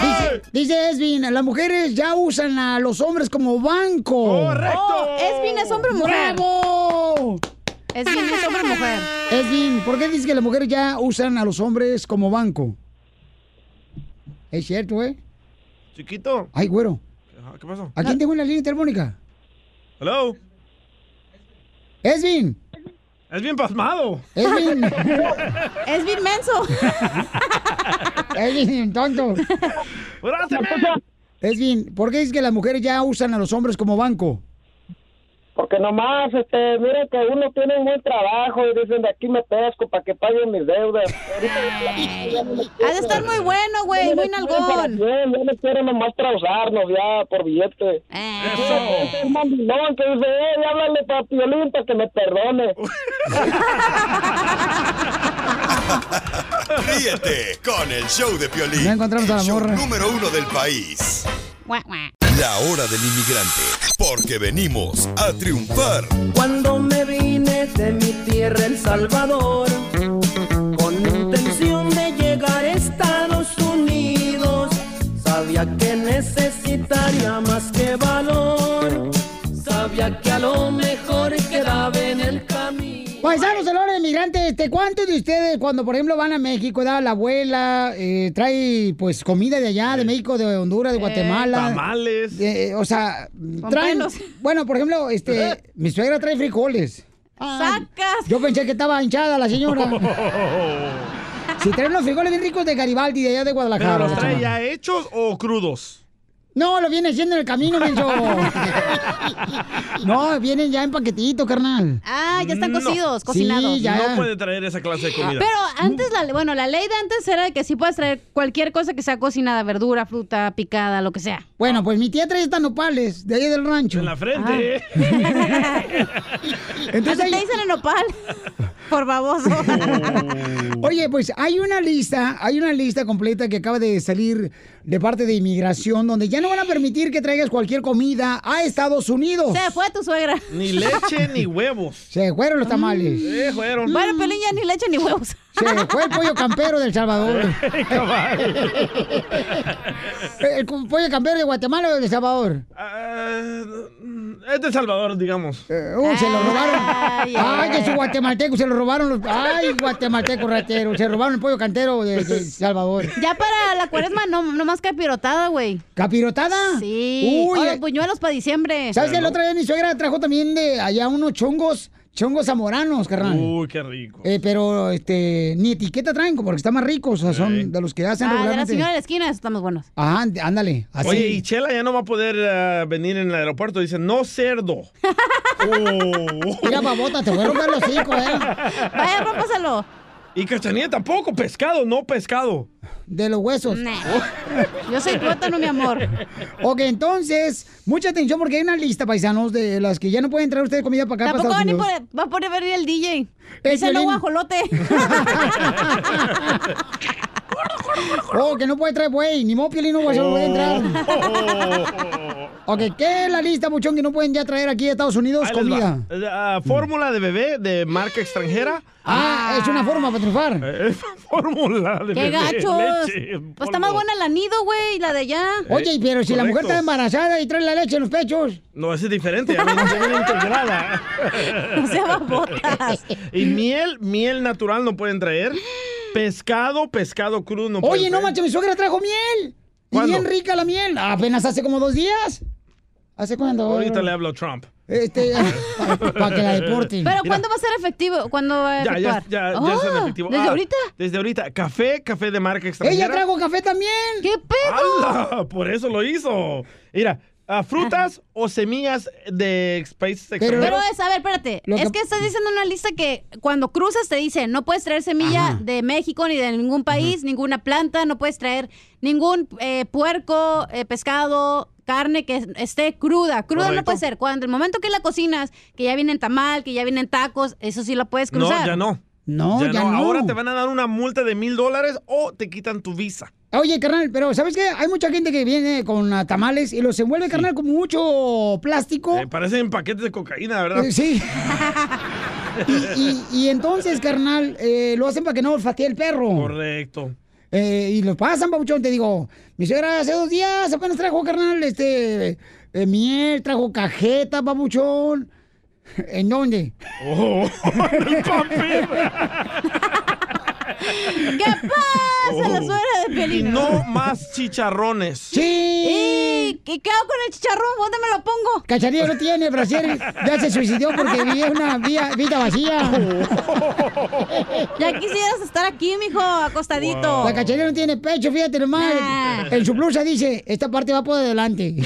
S1: Dice, dice Esvin, las mujeres ya usan a los hombres como banco.
S5: Oh, Esvin es hombre o mujer.
S1: ¡Bravo!
S5: Esvin es hombre o mujer.
S1: Esvin, ¿por qué dices que las mujeres ya usan a los hombres como banco? Es cierto, ¿eh?
S2: Chiquito.
S1: Ay, güero.
S2: Ajá, ¿Qué pasó?
S1: ¿A quién tengo en la línea telefónica?
S2: Hello.
S1: Esvin.
S2: Es bien pasmado. (laughs)
S1: Esvin.
S5: Es bien menso.
S1: Esvin, tonto.
S2: Gracias,
S1: Esvin, ¿por qué dices que las mujeres ya usan a los hombres como banco?
S17: Porque nomás, este, mire que uno tiene un buen trabajo y dicen de aquí me pesco para que paguen mis deudas.
S5: Ha de estar muy bueno, güey, muy nalgón.
S17: Bien, ya me quieren nomás trausarnos ya por billete. Ese es mandilón que dice, eh, háblale para Piolín para que me perdone.
S4: Ríete con el show de Piolín.
S1: Ya encontramos a la
S4: el show
S1: morra.
S4: número uno del país. La hora del inmigrante. Porque venimos a triunfar.
S8: Cuando me vine de mi tierra El Salvador, con intención de llegar a Estados Unidos, sabía que necesitaría más que valor, sabía que a lo mejor quedaba en el camino.
S1: Paisanos, el hora de migrante, este, ¿cuántos de ustedes cuando, por ejemplo, van a México, da la abuela, eh, trae pues comida de allá, de México, de Honduras, de Guatemala?
S2: Tamales.
S1: Eh, eh, o sea, traen.
S2: pelos.
S1: Bueno, por ejemplo, este, mi suegra trae frijoles.
S5: Sacas.
S1: Yo pensé que estaba hinchada la señora. (laughs) si traen los frijoles bien ricos de Garibaldi, de allá de
S2: ¿Pero
S1: Guadalajara.
S2: los
S1: la
S2: trae
S1: chamaca.
S2: ya hechos o crudos?
S1: No, lo viene haciendo en el
S2: (laughs)
S1: camino, menso. no, vienen ya en paquetito, carnal.
S5: Ah, ya están
S2: No.
S5: cocidos, cocinados.
S1: Sí, ya.
S2: No puede traer esa clase Mm, de
S1: (laughs)
S2: comida.
S5: Pero antes, la, bueno, la ley de antes era que sí puedes traer cualquier cosa que sea cocinada, verdura, fruta, picada, lo que sea.
S1: Bueno, pues mi tía trae estas nopales de ahí del rancho. Ah,
S5: En
S2: la frente,
S1: Entonces
S5: Entonces
S1: ahí-
S5: te dicen el nopal. (laughs) Por baboso.
S1: (laughs) Oye, pues hay una lista, hay una lista completa que acaba de salir de parte de inmigración donde ya no van a permitir que traigas cualquier comida a Estados Unidos.
S5: Se fue tu suegra.
S2: Ni leche
S5: (laughs)
S2: ni huevos.
S1: Se fueron los tamales.
S2: Se fueron.
S5: Bueno, Pelín ya ni leche ni huevos.
S1: (laughs) Se fue el pollo campero del Salvador.
S2: (laughs) Cabal.
S1: (laughs) El cu- pollo campero de Guatemala o del Salvador.
S2: Ah, es de Salvador, digamos.
S1: Uh, se lo robaron. Ay, que su guatemalteco, se lo robaron los. Ay, guatemalteco ratero. Se robaron el pollo cantero de, de Salvador.
S5: Ya para la cuaresma, no, no más capirotada, güey.
S1: ¿Capirotada?
S5: Sí.
S1: Uy,
S5: Uy,
S1: eh.
S5: puñuelos para diciembre.
S1: ¿Sabes que la otra vez mi suegra trajo también de allá unos chongos Chongos zamoranos, carnal.
S2: Uy, qué
S1: (laughs)
S2: rico.
S1: Eh, pero este, ni etiqueta traen, porque están más ricos. O sea, son de los que hacen
S5: Ah, de la
S1: regularmente.
S5: señora de la esquina, estamos buenos.
S1: Ajá, ánd- ándale. Así.
S2: Oye, y Chela ya no va a poder ah, venir en el aeropuerto. Dice, no
S1: (laughs)
S2: cerdo. Uh.
S1: Mira, babota, te voy a romper los cinco, ¿eh?
S5: Vaya, rómpaselo.
S2: Y Cachanilla tampoco, pescado, no pescado.
S1: De los huesos.
S2: (laughs)
S5: Yo soy tuétano, mi amor.
S1: Ok, entonces, mucha atención porque hay una lista, paisanos, de las que ya no pueden traer ustedes comida para acá. para
S5: Tampoco va,
S1: Estados
S5: ni
S1: Unidos.
S5: por- va a poder venir el DJ.
S1: Eh,
S5: Ese no
S1: Piolín. (laughs)
S5: guajolote. (laughs)
S1: Oh, que no puede traer güey, ni modo Piolín, no voy a no
S2: (laughs)
S1: puede entrar. ok, ¿qué es la lista, muchón, que no pueden ya traer aquí a Estados Unidos
S2: Ahí les
S1: comida?
S2: va. Eh, ah, fórmula de bebé de marca extranjera.
S1: Ah, es una forma
S2: (laughs)
S1: para triunfar.
S2: Eh, fórmula de
S5: ¡Qué
S2: bebé.
S5: gachos!
S2: leche en
S5: Pues está
S2: polvo. Eh,
S5: más buena la nido, güey, la de allá.
S1: Oye, pero si la mujer
S2: correcto. Eh,
S1: está embarazada y trae la leche en los pechos.
S2: No, ese es diferente. Ya viene, ya viene
S5: (laughs)
S2: integrada.
S1: No se
S5: babotas.
S2: Y miel, miel natural no pueden traer. Pescado, pescado crudo no
S1: Oye,
S2: pueden
S1: no
S2: traer.
S1: manches, mi suegra trajo miel. Y
S2: ¿Cuándo?
S1: bien rica la miel. Apenas hace como dos días. ¿Hace cuándo?
S2: Ahorita le hablo a Trump.
S1: Este, (laughs) para que la deporten.
S5: Pero
S2: Mira.
S5: ¿cuándo va a ser efectivo? ¿Cuándo va a
S2: Ya, ya,
S5: efectuar?
S2: ya, ya
S5: Oh,
S2: es en efectivo.
S5: ¿Desde
S2: Ah,
S5: ahorita?
S2: Desde ahorita. Café, café de marca extranjera.
S1: Ella trajo café también.
S5: ¡Qué
S2: ¡Hala! Por eso lo hizo. Mira, ah, frutas o semillas de ex- países
S5: Pero,
S2: extranjeros.
S5: es, a ver, espérate.
S2: Lo
S5: Es
S2: que-
S5: que estás diciendo una lista que cuando cruzas te dice, no puedes traer semilla
S2: Ajá.
S5: de México ni de ningún país, ninguna planta, no puedes traer ningún eh, puerco, eh, pescado, carne que es- esté cruda. Cruda no
S2: Correcto.
S5: puede ser. Cuando el momento que la cocinas, que ya vienen tamal, que ya vienen tacos, eso sí la puedes
S2: no,
S5: cruzar.
S2: ya no.
S1: No,
S5: ya no.
S2: Ahora te van a dar una multa de mil dólares o te quitan tu visa.
S1: Oye, carnal, pero ¿sabes qué? Hay mucha gente que viene con ah, tamales y los envuelve, carnal, con mucho plástico.
S2: Eh, parecen paquetes de cocaína, ¿verdad?
S1: Eh, sí. Y, y entonces, carnal, eh, lo hacen para que no olfatee el perro.
S2: (laughs) Correcto.
S1: Eh, y lo pasan, babuchón, te digo. Mi señora hace dos días apenas trajo, carnal, este... eh, miel, trajo cajeta, babuchón. ¿En dónde?
S2: ¡Oh! (laughs) ¡El papel!
S5: ¿Qué pasa,
S2: (laughs)
S5: la suegra de
S2: Oh. Y
S5: Piolín?
S2: no más chicharrones.
S5: ¿Y qué qué hago con el chicharrón? ¿Dónde me lo pongo?
S1: Cacharilla no tiene, Brasier ya se suicidó porque vivía una vía- vida vacía.
S5: Ya quisieras estar aquí, mijo, acostadito.
S1: La cacharilla no tiene pecho, fíjate nomás.
S5: Nah.
S1: En su blusa dice, esta parte va por adelante.
S5: (laughs)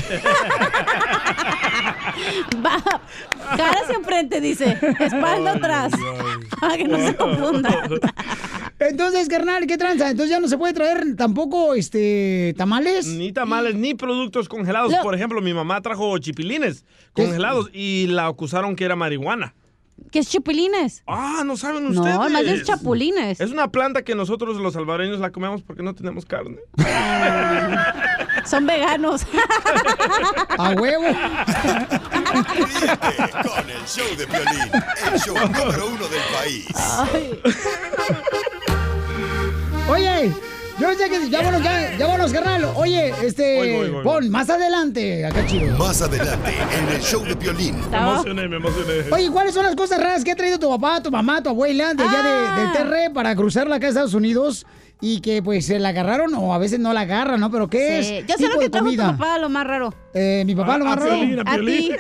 S5: Va, cara hacia enfrente, dice. Espalda atrás. (laughs) Para que no se confunda.
S1: Entonces, carnal, ¿qué tranza? Entonces ya no se puede traer tampoco este tamales.
S2: Ni tamales, ni productos congelados.
S1: Lo-
S2: Por ejemplo, mi mamá trajo chipilines congelados y la acusaron que era marihuana.
S5: ¿Qué es chipilines?
S2: Ah, no saben
S5: No,
S2: ustedes.
S5: más bien es chapulines.
S2: Es una planta que nosotros los salvadoreños la comemos porque no tenemos carne.
S5: Son veganos. (laughs)
S1: A huevo.
S4: Con el show de violín, el show número uno del país.
S1: Oye, yo sé que. Ya vámonos, ya, ya vámonos, carnal. Oye, este.
S4: Voy, voy, voy,
S1: pon, más adelante, acá chido.
S4: Más adelante, en el show de violín.
S2: Me emocioné, me emocioné.
S1: Oye, ¿cuáles son las cosas raras que ha traído tu papá, tu mamá, tu abuela de allá de-
S5: Ah.
S1: del Terre para cruzarla acá a Estados Unidos? Y que pues se la agarraron o a veces no la agarran, ¿no? Pero ¿qué
S5: Sí,
S1: es?
S5: Yo sé lo
S1: tipo
S5: que
S1: de
S5: trajo tu
S1: comida?
S5: papá, lo más raro.
S1: Eh, mi papá lo
S5: A- a
S1: agarró.
S5: Piolín, a A Piolín.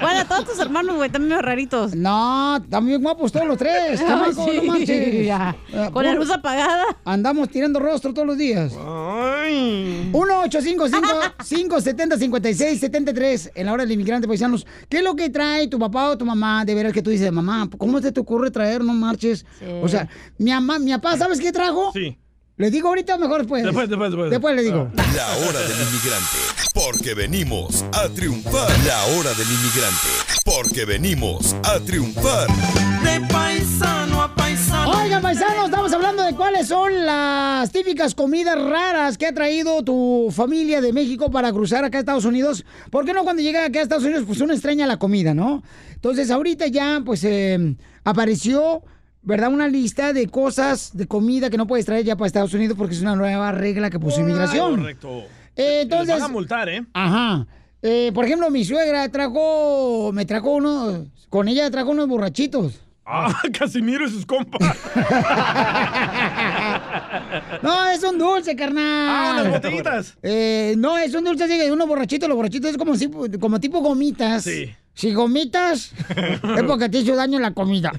S5: Bueno, a todos tus hermanos, güey, también medio raritos.
S1: No, también guapos todos los
S5: (laughs)
S1: tres. chamaco,
S5: sí,
S1: no manches.
S5: (laughs) ya.
S1: Eh,
S5: Con la
S1: puro-
S5: luz apagada.
S1: Andamos tirando rostro todos los días. 1-855-570-5673 en la hora del inmigrante paisanos. ¿Qué es lo que trae tu papá o tu mamá? De veras que tú dices, mamá, ¿cómo se te ocurre traer? No marches. O sea, mi, mamá, mi papá, ¿sabes qué trajo?
S2: Sí.
S1: ¿Le digo ahorita o mejor después?
S4: Después, después, después.
S1: Después le digo.
S4: La hora del inmigrante, porque venimos a triunfar. La hora del inmigrante, porque venimos a triunfar.
S8: De (laughs) paisano a paisano.
S1: Oigan, paisanos, estamos hablando de cuáles son las típicas comidas raras que ha traído tu familia de México para cruzar acá a Estados Unidos. ¿Por qué no cuando llega acá a Estados Unidos, pues uno extraña la comida, ¿no? Entonces, ahorita ya, pues, eh, apareció, ¿verdad? Una lista de cosas, de comida que no puedes traer ya para Estados Unidos porque es una nueva regla que puso inmigración.
S2: Correcto.
S1: Eh,
S2: Entonces,
S1: entonces...
S2: van a multar, ¿eh?
S1: Ajá. Eh, por ejemplo, mi suegra trajo, me trajo uno, con ella trajo unos borrachitos.
S2: Ah, (laughs) Casimiro y sus
S1: (laughs)
S2: compas.
S1: No, es un dulce, carnal.
S2: Ah, unas botellitas.
S1: Eh, no, es un dulce así, unos borrachitos. Los borrachitos es como, si- como tipo gomitas.
S2: Sí.
S1: Si
S2: (laughs)
S1: gomitas, es porque te hizo daño la comida.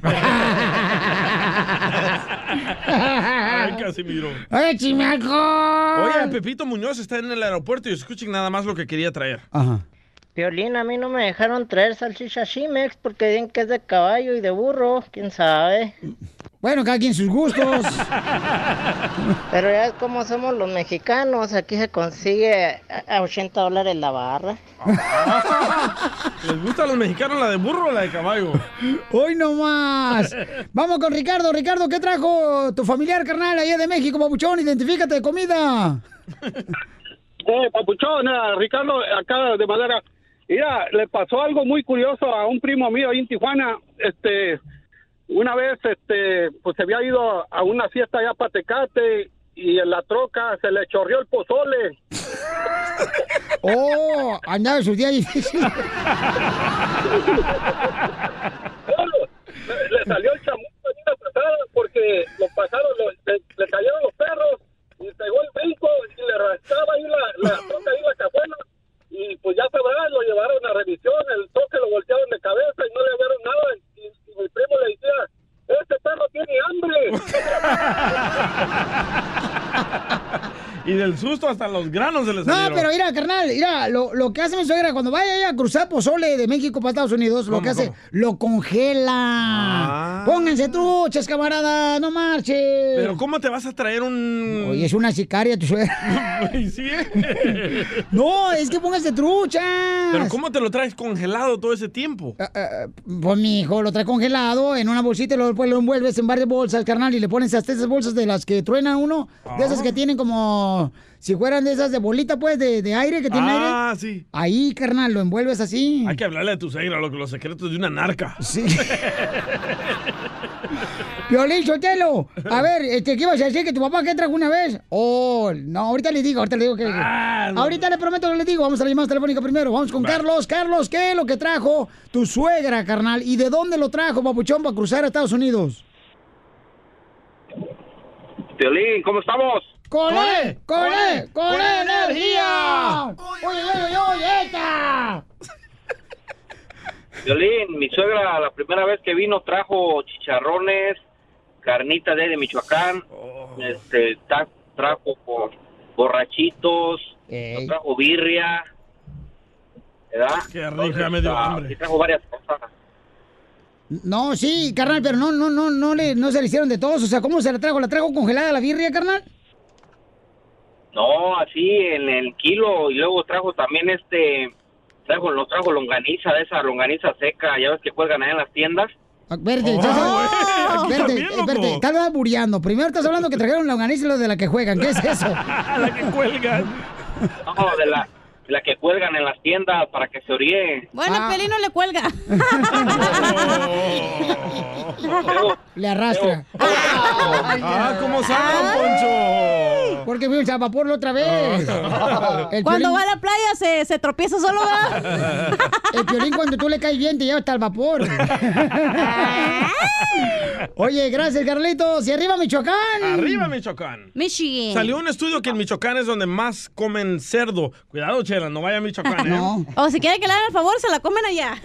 S2: Ay, Casimiro.
S1: ¡Oye, Chimalco!
S2: Oye, Pepito Muñoz está en el aeropuerto y escuchen nada más lo que quería traer.
S1: Ajá.
S22: Piolín, a mí no me dejaron traer salchicha Shimex porque dicen que es de caballo y de burro, quién sabe.
S1: Bueno, cada quien sus
S22: (laughs)
S1: gustos.
S22: Pero ya es como somos los mexicanos, aquí se consigue a a 80 dólares la barra.
S2: ¿Les gusta a los mexicanos la de burro o la de caballo?
S1: Hoy no más. Vamos con Ricardo. Ricardo, ¿qué trajo tu familiar carnal allá de México, papuchón? Identifícate de comida.
S6: Eh, papuchón, eh, Ricardo, acá de Madera. Mira, le pasó algo muy curioso a un primo mío ahí en Tijuana. Este, una vez, este, pues se había ido a una fiesta allá para Tecate y en la troca se le chorrió el pozole. (laughs)
S1: Oh, andaba en su día difícil.
S6: (laughs) Le, le salió el chamuco en una patada porque lo pasaron, lo- le, le cayeron los perros y pegó el brinco y le rascaba ahí la, la troca ahí la cajuela. Y pues ya sabrás, lo llevaron a revisión, el toque lo voltearon de cabeza y no le vieron nada. Y, y mi primo le decía, este perro tiene
S1: (laughs)
S6: hambre.
S2: Y del susto hasta los granos (laughs) se les
S1: No,
S2: salieron.
S1: pero mira, carnal, mira, lo, lo que hace mi suegra cuando vaya ella a cruzar pozole de México para Estados Unidos, lo
S2: ¿Cómo,
S1: que hace,
S2: cómo? Ah.
S1: lo congela. Pónganse truchas, camarada, no marches.
S2: Pero ¿cómo te vas a traer un...?
S1: Oye, es una sicaria tu suegra.
S2: (laughs) Ay, sí, eh.
S1: no, es que pónganse truchas.
S2: Pero ¿cómo te lo traes congelado todo ese tiempo?
S1: Pues mi hijo lo trae congelado en una bolsita y luego después lo envuelves en varias bolsas, carnal, y le pones hasta esas bolsas de las que truena uno, de
S2: Ah.
S1: esas que tienen como si fueran de esas de bolita, pues, de, de aire que tiene
S2: Ah,
S1: aire.
S2: sí.
S1: Ahí, carnal, lo envuelves así.
S2: Hay que hablarle a tu suegra lo que los secretos de una narca.
S1: Sí. Piolín Sotelo,
S6: (laughs)
S1: a ver, este, ¿qué ibas a decir? ¿Que tu papá que trajo una vez? Oh, no, ahorita le digo, ahorita le digo que...
S6: Ah,
S1: Ahorita le prometo que le digo, vamos a la llamada telefónica primero, vamos con Carlos. Carlos, ¿qué es lo que trajo tu suegra, carnal? ¿Y de dónde lo trajo, papuchón, para cruzar a Estados Unidos?
S6: Piolín, ¿cómo estamos?
S1: ¡Cole! ¡Cole!
S8: ¡Con
S1: ¡Cole
S8: energía!
S1: energía! ¡Oye, oye, oye, esta!
S6: Violín, mi suegra la primera vez que vino trajo chicharrones, carnita de, de Michoacán,
S2: Oh.
S6: este, ta- trajo por- borrachitos, nos trajo birria, ¿verdad?
S2: (laughs) Qué rico, ya me dio
S6: ah,
S2: hambre.
S6: sí trajo varias cosas.
S1: No, sí, carnal, pero no, no, no, no, le, no se le hicieron de todos. O sea, ¿cómo se la trajo? ¿La trajo congelada la birria, carnal?
S6: No, así en el kilo y luego trajo también este, trajo, nos trajo longaniza de esa longaniza seca, ya ves que cuelgan ahí en las tiendas.
S1: Ah, Verte, estás-
S6: Oh, güey, aquí
S1: verte,
S6: también, loco.
S1: verte, estás albureando. Primero estás hablando que trajeron la organiza y lo de la que juegan. ¿Qué
S6: (laughs)
S1: es eso?
S6: la que cuelgan. No, de la, de la que cuelgan en las tiendas para que se oríe.
S5: Bueno,
S1: Ah.
S5: Pelín no le cuelga.
S1: (laughs) Le arrastra.
S2: ¡Ah, cómo saben, Poncho!
S1: Porque fuimos a vapor la otra
S5: (laughs)
S1: vez. El
S5: Cuando
S1: Piolín-
S5: va a la playa se, se tropieza solo, ¿verdad?
S1: El piolín cuando tú le caes bien te lleva hasta el
S5: (laughs)
S1: vapor. Oye, gracias, Carlitos. Y arriba Michoacán.
S2: Arriba, Michoacán.
S5: Michigan.
S2: Salió un estudio que en Michoacán es donde más comen cerdo. Cuidado, Chela, no vaya a
S1: Ah,
S2: Michoacán, ¿eh?
S5: O si quiere que le hagan el favor, se la comen allá.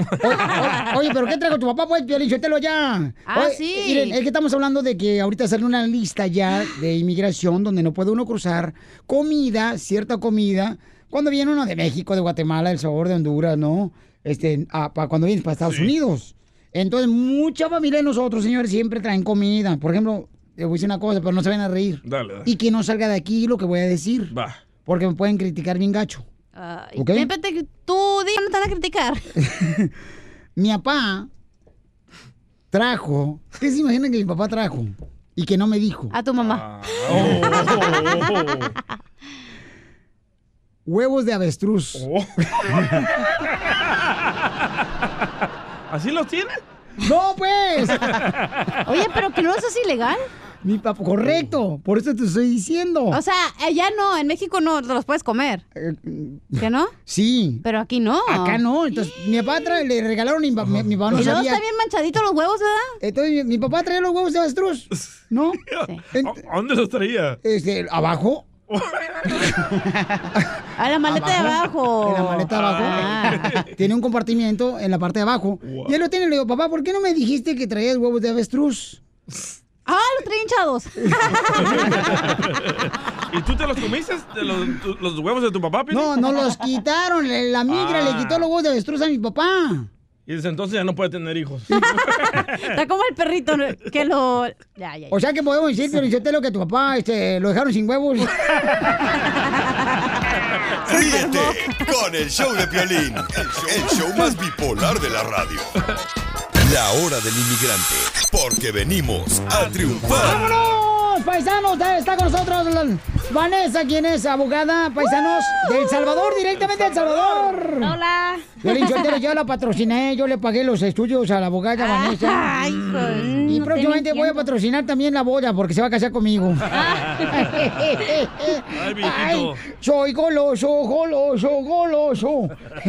S1: Oye, pero ¿qué trajo tu papá? Pues Piolín, suéltalo ya.
S5: Ah,
S1: Oye,
S5: sí.
S1: Miren, es que estamos hablando de que ahorita sale una lista ya de inmigración donde no puede uno cruzar comida, cierta comida, cuando viene uno de México, de Guatemala, El Salvador, de Honduras, ¿no? Este, a- pa- cuando vienes para Estados Unidos. Entonces, mucha familia de nosotros, señores, siempre traen comida. Por ejemplo, les voy a decir una cosa, pero no se van a reír.
S2: Dale, dale.
S1: (laughs) Y que no salga de aquí lo que voy a decir.
S2: Va.
S1: Porque me pueden criticar bien gacho.
S5: Ay,
S1: Ok.
S5: siempre te- tú, di, no te van a criticar.
S1: Mi papá trajo. ¿Ustedes se imaginan que mi papá trajo? Y que no me dijo. Oh.
S5: A tu
S2: Ah.
S5: mamá.
S1: Huevos de avestruz.
S2: Oh. (laughs) ¿Así los tiene?
S1: ¡No, pues!
S5: Oye, pero que no eso es ilegal.
S1: Mi papá, correcto. Por eso te estoy diciendo. Eh,
S5: O sea, allá no, en México no te los puedes comer. ¿Que no?
S1: Sí.
S5: Pero aquí no.
S1: Acá no. Entonces, mi papá tra- le regalaron y mi, pa- mi- mi papá no
S5: y luego
S1: sabía.
S5: está bien manchadito los huevos, ¿verdad?
S1: Entonces, mi, mi papá traía los huevos de avestruz. ¿No?
S2: ¿A dónde los traía?
S1: Este, abajo.
S5: A la maleta de abajo. Ah.
S1: En la maleta de abajo. Tiene un compartimiento en la parte de abajo. Y él lo tiene. Le digo, papá, ¿por qué no me dijiste que traías huevos de avestruz?
S5: Ah, los traía hinchados.
S2: (laughs)
S1: (laughs)
S2: ¿Y tú te los comiste? ¿Te los, tu- los huevos de tu papá, Pili?
S1: No, no los quitaron. Le- La migra
S2: Ah.
S1: le quitó los huevos de avestruz a mi papá.
S2: Y desde entonces ya no puede tener hijos.
S5: Está como el perrito ¿no? que lo. Ya, ya, ya.
S1: O sea que podemos decir, Piolichotelo, que tu papá este, lo dejaron sin huevos.
S4: Ríete Este, con el show de Piolín, el show, el show más bipolar de la radio. La hora del inmigrante, porque venimos a triunfar.
S1: ¡Vámonos, paisanos! Está- Está con nosotros la- Vanessa, quien es abogada, paisanos, del Salvador, directamente del Salvador.
S5: Hola.
S1: Piolín Sotelo, yo la patrociné, yo le pagué los estudios a la abogada Vanessa.
S5: Ay, con-
S1: y
S5: no te
S1: próximamente voy a
S5: mintiendo. Ah.
S1: patrocinar también la boda porque se va a casar conmigo. (laughs)
S8: Ay, viejito.
S1: soy goloso, goloso, goloso. (laughs)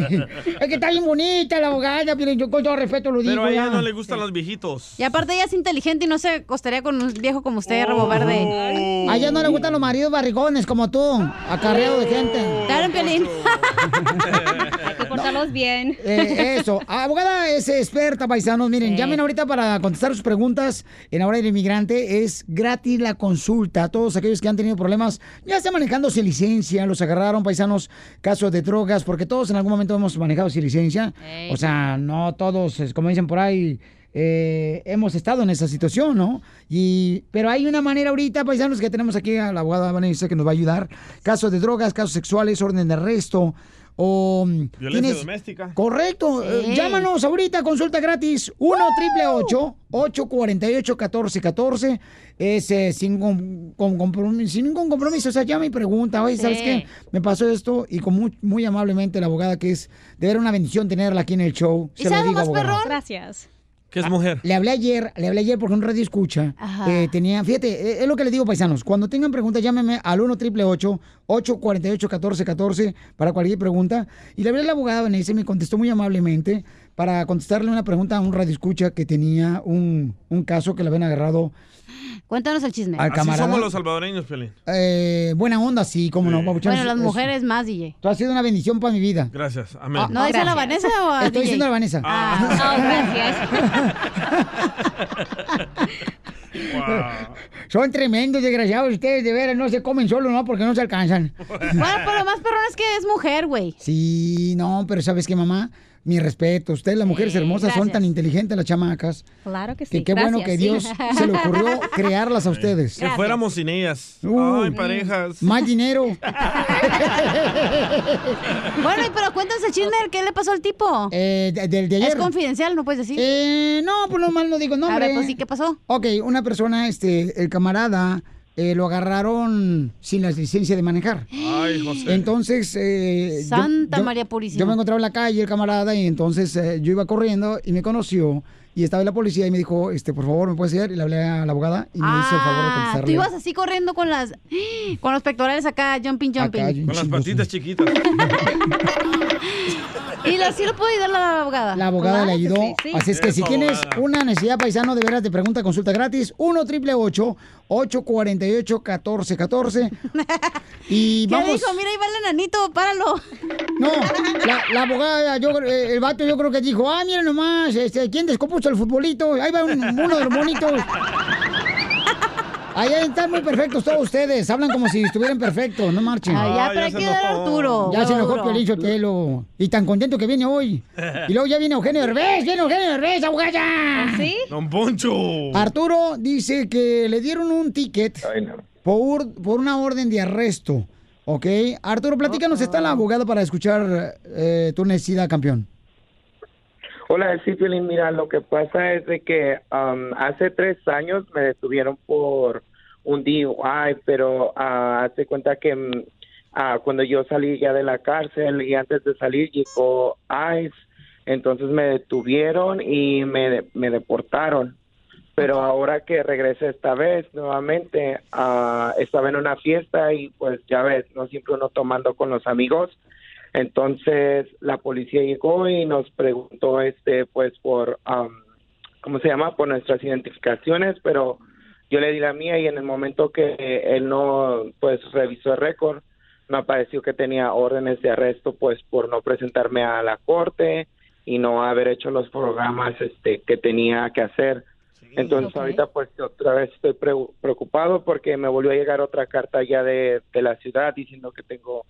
S1: es que está bien bonita la abogada, pero yo con todo respeto lo digo.
S2: Pero a ella
S1: ya.
S2: no le gustan los viejitos.
S5: Y aparte ella es inteligente y no se costaría con un viejo como usted,
S2: Oh.
S5: Robo Verde.
S1: A ella no le gustan los maridos barrigones como tú, acarreado de gente.
S5: Claro, Piolín.
S23: Hay que portarlos bien.
S1: Eh, eso, abogada es experta, paisanos. Miren, llamen ahorita para contestar sus preguntas en Ahora del Inmigrante. Es gratis la consulta a todos aquellos que han tenido problemas, ya sea manejando sin licencia, los agarraron, paisanos, casos de drogas, porque todos en algún momento hemos manejado sin licencia.
S8: Ey.
S1: O sea, no todos, es como dicen por ahí. eh, hemos estado en esa situación, ¿no? Y, pero hay una manera ahorita, paisanos, que tenemos aquí a la abogada Vanessa que nos va a ayudar. Casos de drogas, casos sexuales, orden de arresto, o mm,
S2: Violencia
S1: tienes-
S2: doméstica.
S1: Correcto.
S2: Sí.
S1: Eh, llámanos ahorita, consulta gratis. 1 848 1414 Es eh, sin, com- con compromiso, sin ningún compromiso. O sea, llama y pregunta. Oye, ¿sabes
S8: Sí.
S1: qué? Me pasó esto. Y con muy, muy amablemente la abogada, que es de ver una bendición tenerla aquí en el show.
S23: ¿Y
S1: Se lo
S23: sabes lo
S1: digo,
S23: más
S1: abogada.
S23: perrón? Gracias.
S2: Que es mujer.
S1: Ah, Le hablé ayer, le hablé ayer porque un radio escucha.
S23: Ajá.
S1: eh, tenía, fíjate, eh, es lo que le digo, paisanos. Cuando tengan preguntas, llámenme al 1 888 848 1414 para cualquier pregunta. Y le hablé a la abogada Vanessa y me contestó muy amablemente para contestarle una pregunta a un radio escucha que tenía un, un caso que le habían agarrado.
S5: Cuéntanos el chisme.
S1: Al
S2: Así
S1: camarada.
S2: somos los salvadoreños, Pelín.
S1: eh, buena onda, sí, como no, babuchón.
S5: Bueno, las
S1: Es-
S5: mujeres más, DJ.
S1: Tú has sido una bendición para mi vida.
S2: Gracias. Amén.
S1: Ah,
S5: ¿No dice la Vanessa o a
S1: Estoy
S5: DJ?
S1: diciendo a la Vanessa.
S5: Ah, no, gracias.
S1: Son tremendos desgraciados ustedes, de veras, no se comen solo, ¿no? Porque no se alcanzan.
S5: (laughs) Bueno, pero lo más perrón es que es mujer, güey.
S1: Sí, no, pero ¿sabes qué, mamá? Mi respeto, ustedes las mujeres
S23: Sí,
S1: hermosas son
S23: gracias.
S1: tan inteligentes las chamacas.
S23: Claro que sí.
S1: Que qué bueno
S23: Gracias.
S1: que Dios
S5: (laughs)
S1: se le ocurrió crearlas a ustedes.
S2: Que fuéramos sin ellas.
S1: Uh,
S2: Ay, parejas.
S1: Más dinero.
S5: (laughs) Bueno, y pero cuéntanos el chisme, ¿qué le pasó al tipo?
S1: del Eh, de
S5: Es
S1: ayer.
S5: confidencial, no puedes decir.
S1: Eh, no, pues nomás no digo nombre.
S5: A ver, pues sí, ¿qué pasó?
S1: Ok, una persona, este, el camarada, eh, lo agarraron sin la licencia de manejar.
S2: Ay, José.
S1: Entonces, eh, yo-
S5: Santa
S1: yo-
S5: María Purísima.
S1: Yo me encontraba en la calle, el camarada, y entonces eh, yo iba corriendo y me conoció. Y estaba la policía y me dijo, este, por favor, ¿me puedes ayudar? Y le hablé a la abogada y me hizo el favor de
S5: Ah, tú
S1: contestarle.
S5: ibas así corriendo con las con los pectorales acá, jumping, jumping.
S2: Con las patitas chiquitas.
S5: Y lo, sí lo puede ayudar la abogada.
S1: La abogada le ayudó. Así es que si
S5: Eso,
S1: tienes
S5: abogada.
S1: una necesidad paisano, de veras te pregunta consulta gratis. 1 triple 848
S5: (laughs)
S1: 1414 Y
S5: ¿Qué
S1: vamos.
S5: dijo? Mira, ahí va el enanito, páralo.
S1: No, la, la abogada, yo, creo- eh, el vato yo creo que dijo, ah, mira nomás, este, ¿quién descompuso el futbolito? Ahí va un- uno de los bonitos. Ahí están muy perfectos todos ustedes, hablan como si estuvieran perfectos, no marchen.
S5: Ah, ya, Ah, pero ya hay se que dar a enojó. Arturo,
S1: Ya se
S5: huevo
S1: enojó
S5: duro.
S1: Piolín Sotelo, y tan contento que viene hoy. Y luego ya viene Eugenio Derbez, viene Eugenio Derbez, abogada.
S23: ¿Sí?
S2: Don Poncho.
S1: Arturo dice que le dieron un ticket por, por una orden de arresto. ¿Ok? Arturo, platícanos, está la abogada para escuchar eh, tu necesidad, campeón.
S11: Hola, sí, Piolín. Mira, lo que pasa es de que am, hace tres años me detuvieron por un DUI, pero ah, hace cuenta que mm, ah, cuando yo salí ya de la cárcel y antes de salir llegó ICE, entonces me detuvieron y me, me deportaron. Pero ahora que regresé esta vez nuevamente, ah, estaba en una fiesta y pues ya ves, no siempre uno tomando con los amigos. Entonces la policía llegó y nos um, preguntó, este, pues por, am, ¿cómo se llama? Por nuestras identificaciones, pero yo le di la mía y en el momento que eh, él no, pues, revisó el récord, me apareció que tenía órdenes de arresto, pues, por no presentarme a la corte y no haber hecho los programas, este, que tenía que hacer. Entonces
S12: ok.
S11: ahorita pues otra vez estoy pre- preocupado porque me volvió a llegar otra carta ya de, de la ciudad diciendo que tengo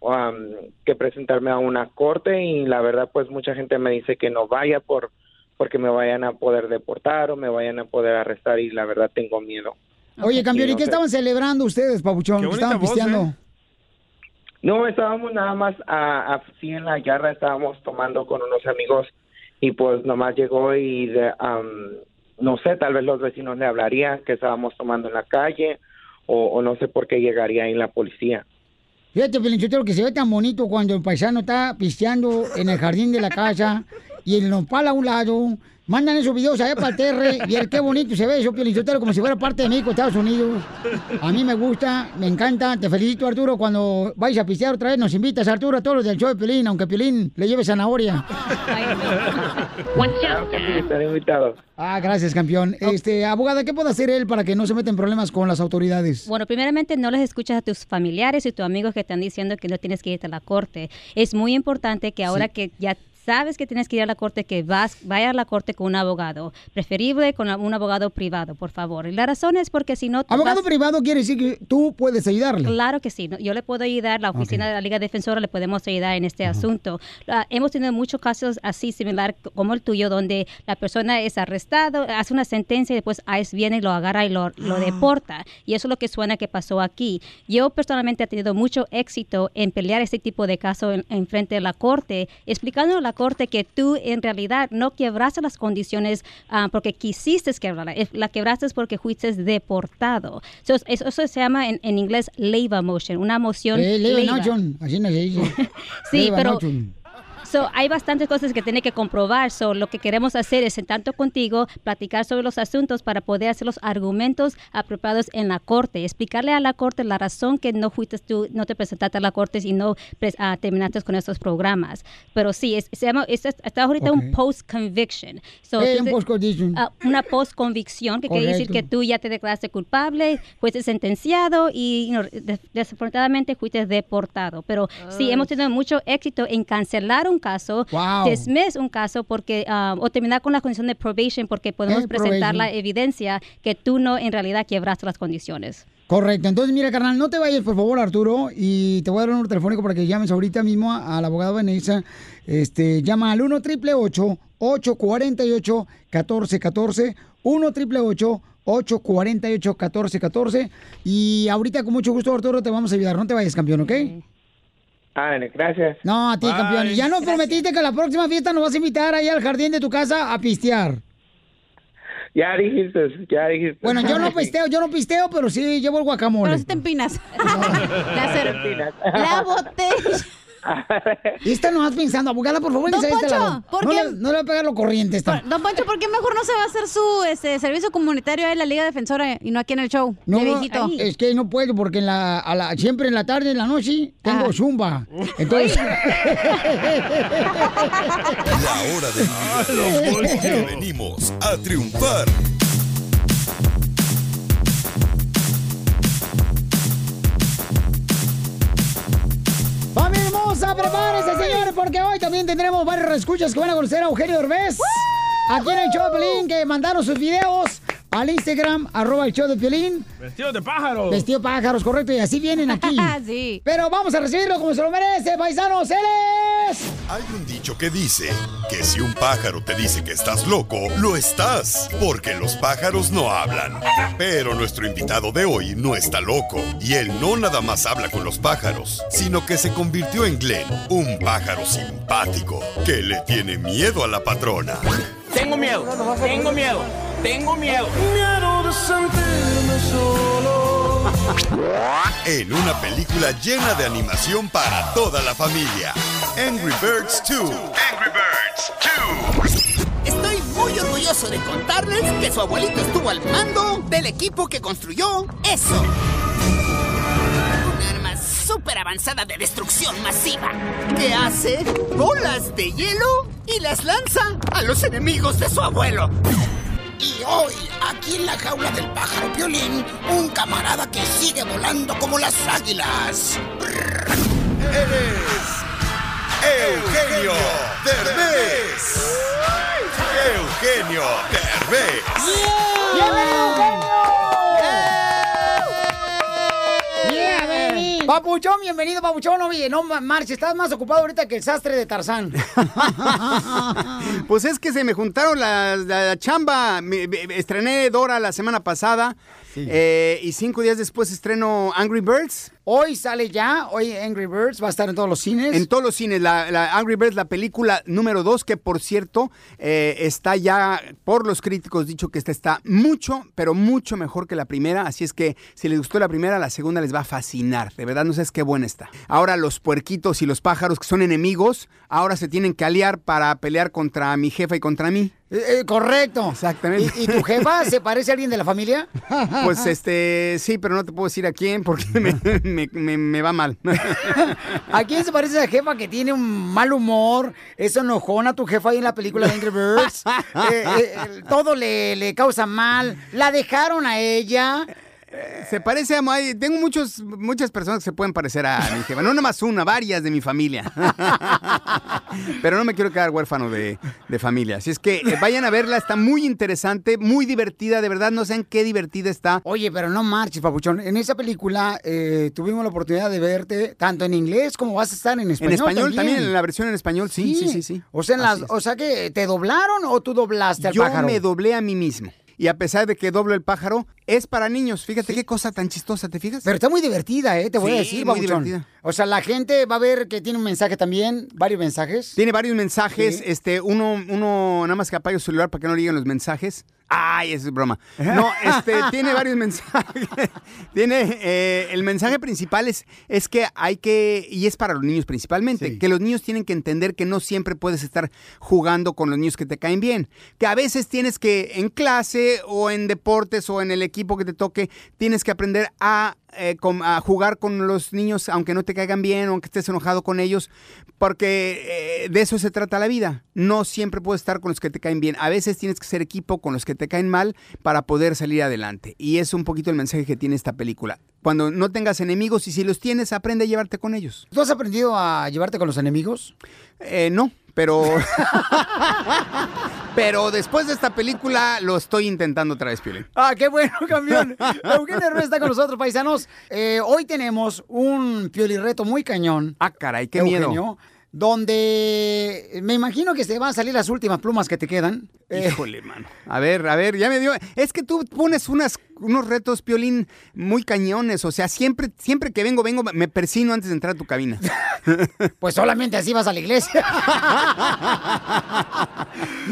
S11: um, que presentarme a una corte y la verdad pues mucha gente me dice que no vaya por porque me vayan a poder deportar o me vayan a poder arrestar y la verdad tengo miedo.
S1: Oye, campeón, ¿y
S11: no
S1: qué
S11: sé.
S1: estaban celebrando ustedes, Papuchón?
S11: Qué
S1: ¿Qué
S11: bonita
S1: estaban
S11: voz, ¿eh?
S1: pisteando?
S11: No, estábamos nada más a- así en la yarda, estábamos tomando con unos amigos y pues nomás llegó y de- am, no sé, tal vez los vecinos le hablarían que estábamos tomando en la calle o, o no sé por qué llegaría ahí la policía.
S1: Fíjate, Pelinchotero, que se ve tan bonito cuando el paisano está pisteando en el jardín de la casa y el nopal a un lado. Mandan esos videos allá para el terre y el qué bonito se ve eso, Pelinchotero, como si fuera parte de México, Estados Unidos. A mí me gusta, me encanta. Te felicito, Arturo. Cuando vais a pistear otra vez, nos invitas, Arturo, a todos los del show de Pelín, aunque Pelín le lleve zanahoria.
S11: Claro que sí, están invitados.
S1: Ah, gracias, campeón. Este, abogada, ¿qué puede hacer él para que no se meta en problemas con las autoridades?
S23: Bueno, primeramente no les escuchas a tus familiares y tus amigos que están diciendo que no tienes que irte a la corte. Es muy importante que ahora
S5: Sí.
S23: que ya sabes que tienes que ir a la corte, que vas, vaya a la corte con un abogado, preferible con un abogado privado, por favor. Y la razón es porque si no... te
S1: Abogado
S23: vas-
S1: privado quiere decir que tú puedes ayudarle.
S23: Claro que sí, no, yo le puedo ayudar, la oficina de la Liga Defensora le podemos ayudar en este asunto. La- hemos tenido muchos casos así similar c- como el tuyo, donde la persona es arrestado, hace una sentencia y después ICE viene, lo agarra y lo, lo
S5: Ah.
S23: deporta. Y eso es lo que suena que pasó aquí. Yo personalmente he tenido mucho éxito en pelear este tipo de casos en, en frente de la corte, explicando a la corte que tú en realidad no quebraste las condiciones ah, porque quisiste quebrarla, eh, la quebraste porque fuiste deportado. So, eso, eso se llama en, en inglés leva motion, una moción
S1: Eh, leva
S23: leva.
S1: notion, así no se dice.
S23: Sí,
S1: Leva
S23: pero-
S1: notion.
S23: So, hay bastantes cosas que tiene que comprobar. So, lo que queremos hacer es sentarnos contigo, platicar sobre los asuntos para poder hacer los argumentos apropiados en la corte, explicarle a la corte la razón que no fuiste tú, no te presentaste a la corte y no pres- ah, terminaste con estos programas. Pero sí, es, se llama, es- está ahorita un
S1: Ok.
S23: post conviction.
S1: Eh, un post-conviction.
S23: ah, una post convicción que quiere decir que
S1: Correcto.
S23: tú ya te declaraste culpable, fuiste sentenciado y you know, des- desafortunadamente fuiste deportado. Pero sí,
S5: Ay.
S23: hemos tenido mucho éxito en cancelar un caso,
S5: Wow.
S23: dismiss un caso porque ah, o terminar con la condición de probation porque podemos
S1: Eh,
S23: presentar
S1: probation.
S23: la evidencia que tú no en realidad quebraste las condiciones.
S1: Correcto. Entonces, mira, carnal, no te vayas, por favor, Arturo, y te voy a dar un número telefónico para que llames ahorita mismo a, a la abogada Vanessa. Este, llama al 1 triple 848 1414 1 triple 848 1414 y ahorita con mucho gusto, Arturo, te vamos a ayudar. No te vayas, campeón, ¿ok?
S11: Ándale, Ah, gracias.
S1: No, a ti,
S11: Bye.
S1: campeón. Y Ya nos
S11: Gracias.
S1: prometiste que la próxima fiesta nos vas a invitar ahí al jardín de tu casa a pistear.
S11: Ya dijiste, ya dijiste.
S1: Bueno, yo (laughs)
S11: (laughs)
S1: no pisteo, yo no pisteo, pero sí llevo el guacamole. Pero si te (laughs)
S5: (laughs)
S1: empinas.
S5: este La botella.
S1: Y esta no vas pensando, abogada, por favor,
S5: Don
S1: que se
S5: Poncho,
S1: la voz.
S5: ¿por
S1: no,
S5: qué-
S1: le, no le voy a pegar lo corriente esta.
S5: Don Poncho, ¿por qué mejor no se va a hacer su este, servicio comunitario en la Liga Defensora y no aquí en el show?
S1: No,
S5: de viejito.
S1: no, es que no puedo porque en la, a la- siempre en la tarde, en la noche, tengo
S5: Ajá.
S1: zumba. Entonces,
S4: (laughs) La hora del inmigrante. Porque venimos a triunfar.
S1: (laughs) familia hermosa, prepárense, señores, porque hoy también tendremos varios escuchas que van a conocer a Eugenio Derbez. Aquí en el show de Piolín, que mandaron sus videos al Instagram, arroba el show de Piolín.
S2: Vestido de pájaro.
S1: Vestido pájaros, correcto, y así vienen aquí.
S5: Oh. (laughs) sí.
S1: Pero vamos a recibirlo como se lo merece, paisanos, él es...
S4: Hay un dicho que dice que si un pájaro te dice que estás loco, lo estás, porque los pájaros no hablan. Pero nuestro invitado de hoy no está loco, y él no nada más habla con los pájaros, sino que se convirtió en Glenn, un pájaro simpático que le tiene miedo a la patrona.
S9: Tengo miedo, tengo miedo, tengo miedo.
S4: En una película llena de animación para toda la familia. Angry Birds 2. Angry Birds 2.
S9: Estoy muy orgulloso de contarles que su abuelito estuvo al mando del equipo que construyó eso. Un arma súper avanzada de destrucción masiva que hace bolas de hielo y las lanza a los enemigos de su abuelo.
S15: Y hoy, aquí en la jaula del pájaro Piolín, un camarada que sigue volando como las águilas.
S4: Eugenio Derbez. Eugenio Derbez.
S1: Yeah, baby. Papuchón, bienvenido, Papuchón. Oye, no ma- marches, estás más ocupado ahorita que el sastre de Tarzán.
S12: (laughs) Pues es que se me juntaron la, la- la chamba. Me- me- me estrené Dora la semana pasada. eh, y cinco días después estreno Angry Birds.
S1: Hoy sale ya, hoy Angry Birds va a estar en todos los cines.
S12: En todos los cines, la, la Angry Birds, la película número dos, que por cierto eh, está ya por los críticos dicho que esta está mucho, pero mucho mejor que la primera. Así es que si les gustó la primera, la segunda les va a fascinar. De verdad, no sabes qué buena está. Ahora los puerquitos y los pájaros que son enemigos, ahora se tienen que aliar para pelear contra mi jefa y contra mí.
S1: Eh, correcto.
S12: Exactamente.
S1: ¿Y, y tu jefa se parece a alguien de la familia?
S12: (laughs) Pues este, sí, pero no te puedo decir a quién porque (laughs) me, me- me- me va mal.
S1: (laughs) ¿A quién se parece esa jefa que tiene un mal humor? Es enojona tu jefa ahí en la película de Angry
S12: (laughs)
S1: Birds. Eh, eh, eh, todo le, le causa mal. La dejaron a ella.
S12: Se parece a... ay, Tengo muchos, muchas personas que se pueden parecer a mi jefa. No nomás una, varias de mi familia. (laughs) Pero no me quiero quedar huérfano de, de familia. Así es que eh, vayan a verla. Está muy interesante, muy divertida. De verdad, no sean qué divertida está.
S1: Oye, pero no marches, papuchón. En esa película eh, tuvimos la oportunidad de verte tanto en inglés como vas a estar en español.
S12: en español también. en la versión en español, sí, sí, sí, sí.
S1: O sea, en las-
S12: Así es.
S1: o sea que eh, te doblaron o tú doblaste al
S12: Yo
S1: pájaro.
S12: me doblé a mí mismo. Y a pesar de que doblo el pájaro, es para niños. Fíjate qué cosa tan chistosa, ¿te fijas?
S1: Pero está muy divertida, ¿eh? Te voy a
S12: Sí,
S1: decir,
S12: muy
S1: papuchón.
S12: divertida.
S1: O sea, la gente va a ver que tiene un mensaje también, varios mensajes.
S12: Tiene varios mensajes,
S1: Sí.
S12: este, uno, uno, nada más que apague su celular para que no le lleguen los mensajes. Ay, es broma. No, este, tiene varios mensajes. (laughs) tiene, eh, el mensaje principal es, es que hay que, y es para los niños principalmente, que los niños tienen que entender que no siempre puedes estar jugando con los niños que te caen bien. Que a veces tienes que, en clase o en deportes o en el equipo que te toque, tienes que aprender a eh, com- a jugar con los niños, aunque no te caigan bien, aunque estés enojado con ellos, porque eh, de eso se trata la vida. No siempre puedes estar con los que te caen bien. A veces tienes que ser equipo con los que te caen mal para poder salir adelante. Y es un poquito el mensaje que tiene esta película. Cuando no tengas enemigos y si los tienes, aprende a llevarte con ellos. Eh,
S1: ¿Tú has aprendido a llevarte con los enemigos?
S12: no, pero... (laughs) pero después de esta película lo estoy intentando otra vez, Piolín.
S1: Ah, qué bueno, campeón. Eugenio Derbez está con nosotros, paisanos. Eh, hoy tenemos un piolirreto muy cañón.
S12: Ah, caray, qué miedo.
S1: Donde me imagino que se van a salir las últimas plumas que te quedan. Eh,
S12: Híjole, mano. A ver, a ver, ya me dio. Es que tú pones unas, unos retos, Piolín, muy cañones. O sea, siempre, siempre que vengo, vengo, me persino antes de entrar a tu cabina.
S1: (laughs) pues solamente así vas a la iglesia.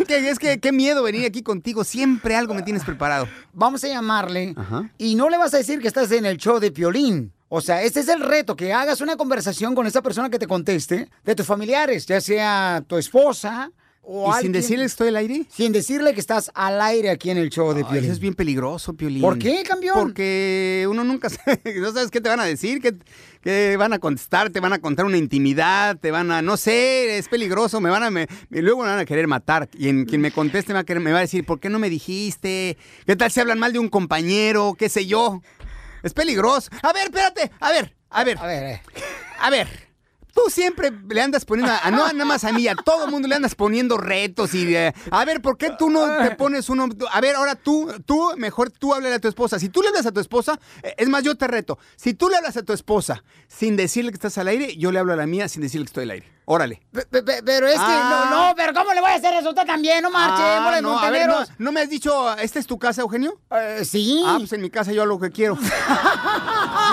S12: Que- es que (laughs) qué miedo venir aquí contigo. Siempre algo me tienes preparado.
S1: Vamos a llamarle y no le vas a decir que estás en el show de Piolín. O sea, este es el reto, que hagas una conversación con esa persona que te conteste, de tus familiares, ya sea tu esposa (laughs)
S12: ¿Y
S1: o
S12: sin
S1: alguien.
S12: decirle que estoy al aire?
S1: Sin decirle que estás al aire aquí en el show de
S12: Ay,
S1: Piolín.
S12: eso es bien peligroso, Piolín.
S1: ¿Por qué, campeón?
S12: Porque uno nunca (laughs) sabe, no sabes qué te van a decir, qué, qué van a contestar, te van a contar una intimidad, te van a, no sé, es peligroso, me van a, me- y luego me van a querer matar. Y en quien me conteste me va, a querer- me va a decir, ¿por qué no me dijiste? ¿Qué tal si hablan mal de un compañero? ¿Qué sé yo? Es peligroso. A ver, espérate, a ver, a ver. A
S1: ver,
S12: a ver. Tú siempre le andas poniendo, a, a- no nada más a mí, a todo mundo le andas poniendo retos y eh, a ver, ¿por qué tú no te pones uno? A ver, ahora tú, tú, mejor tú háblale a tu esposa. Si tú le hablas a tu esposa, eh, es más, yo te reto. Si tú le hablas a tu esposa sin decirle que estás al aire, yo le hablo a la mía sin decirle que estoy al aire. Órale.
S1: Pe- pe- Pero es que,
S12: Ah.
S1: no, no, pero ¿cómo le voy a hacer eso? Usted también, no marche,
S12: Ah,
S1: bola de
S12: no, a ver, no,
S1: montaneros.
S12: ¿no me has dicho, esta es tu casa, Eugenio?
S1: Eh, sí.
S12: Ah, pues en mi casa yo hago lo que quiero.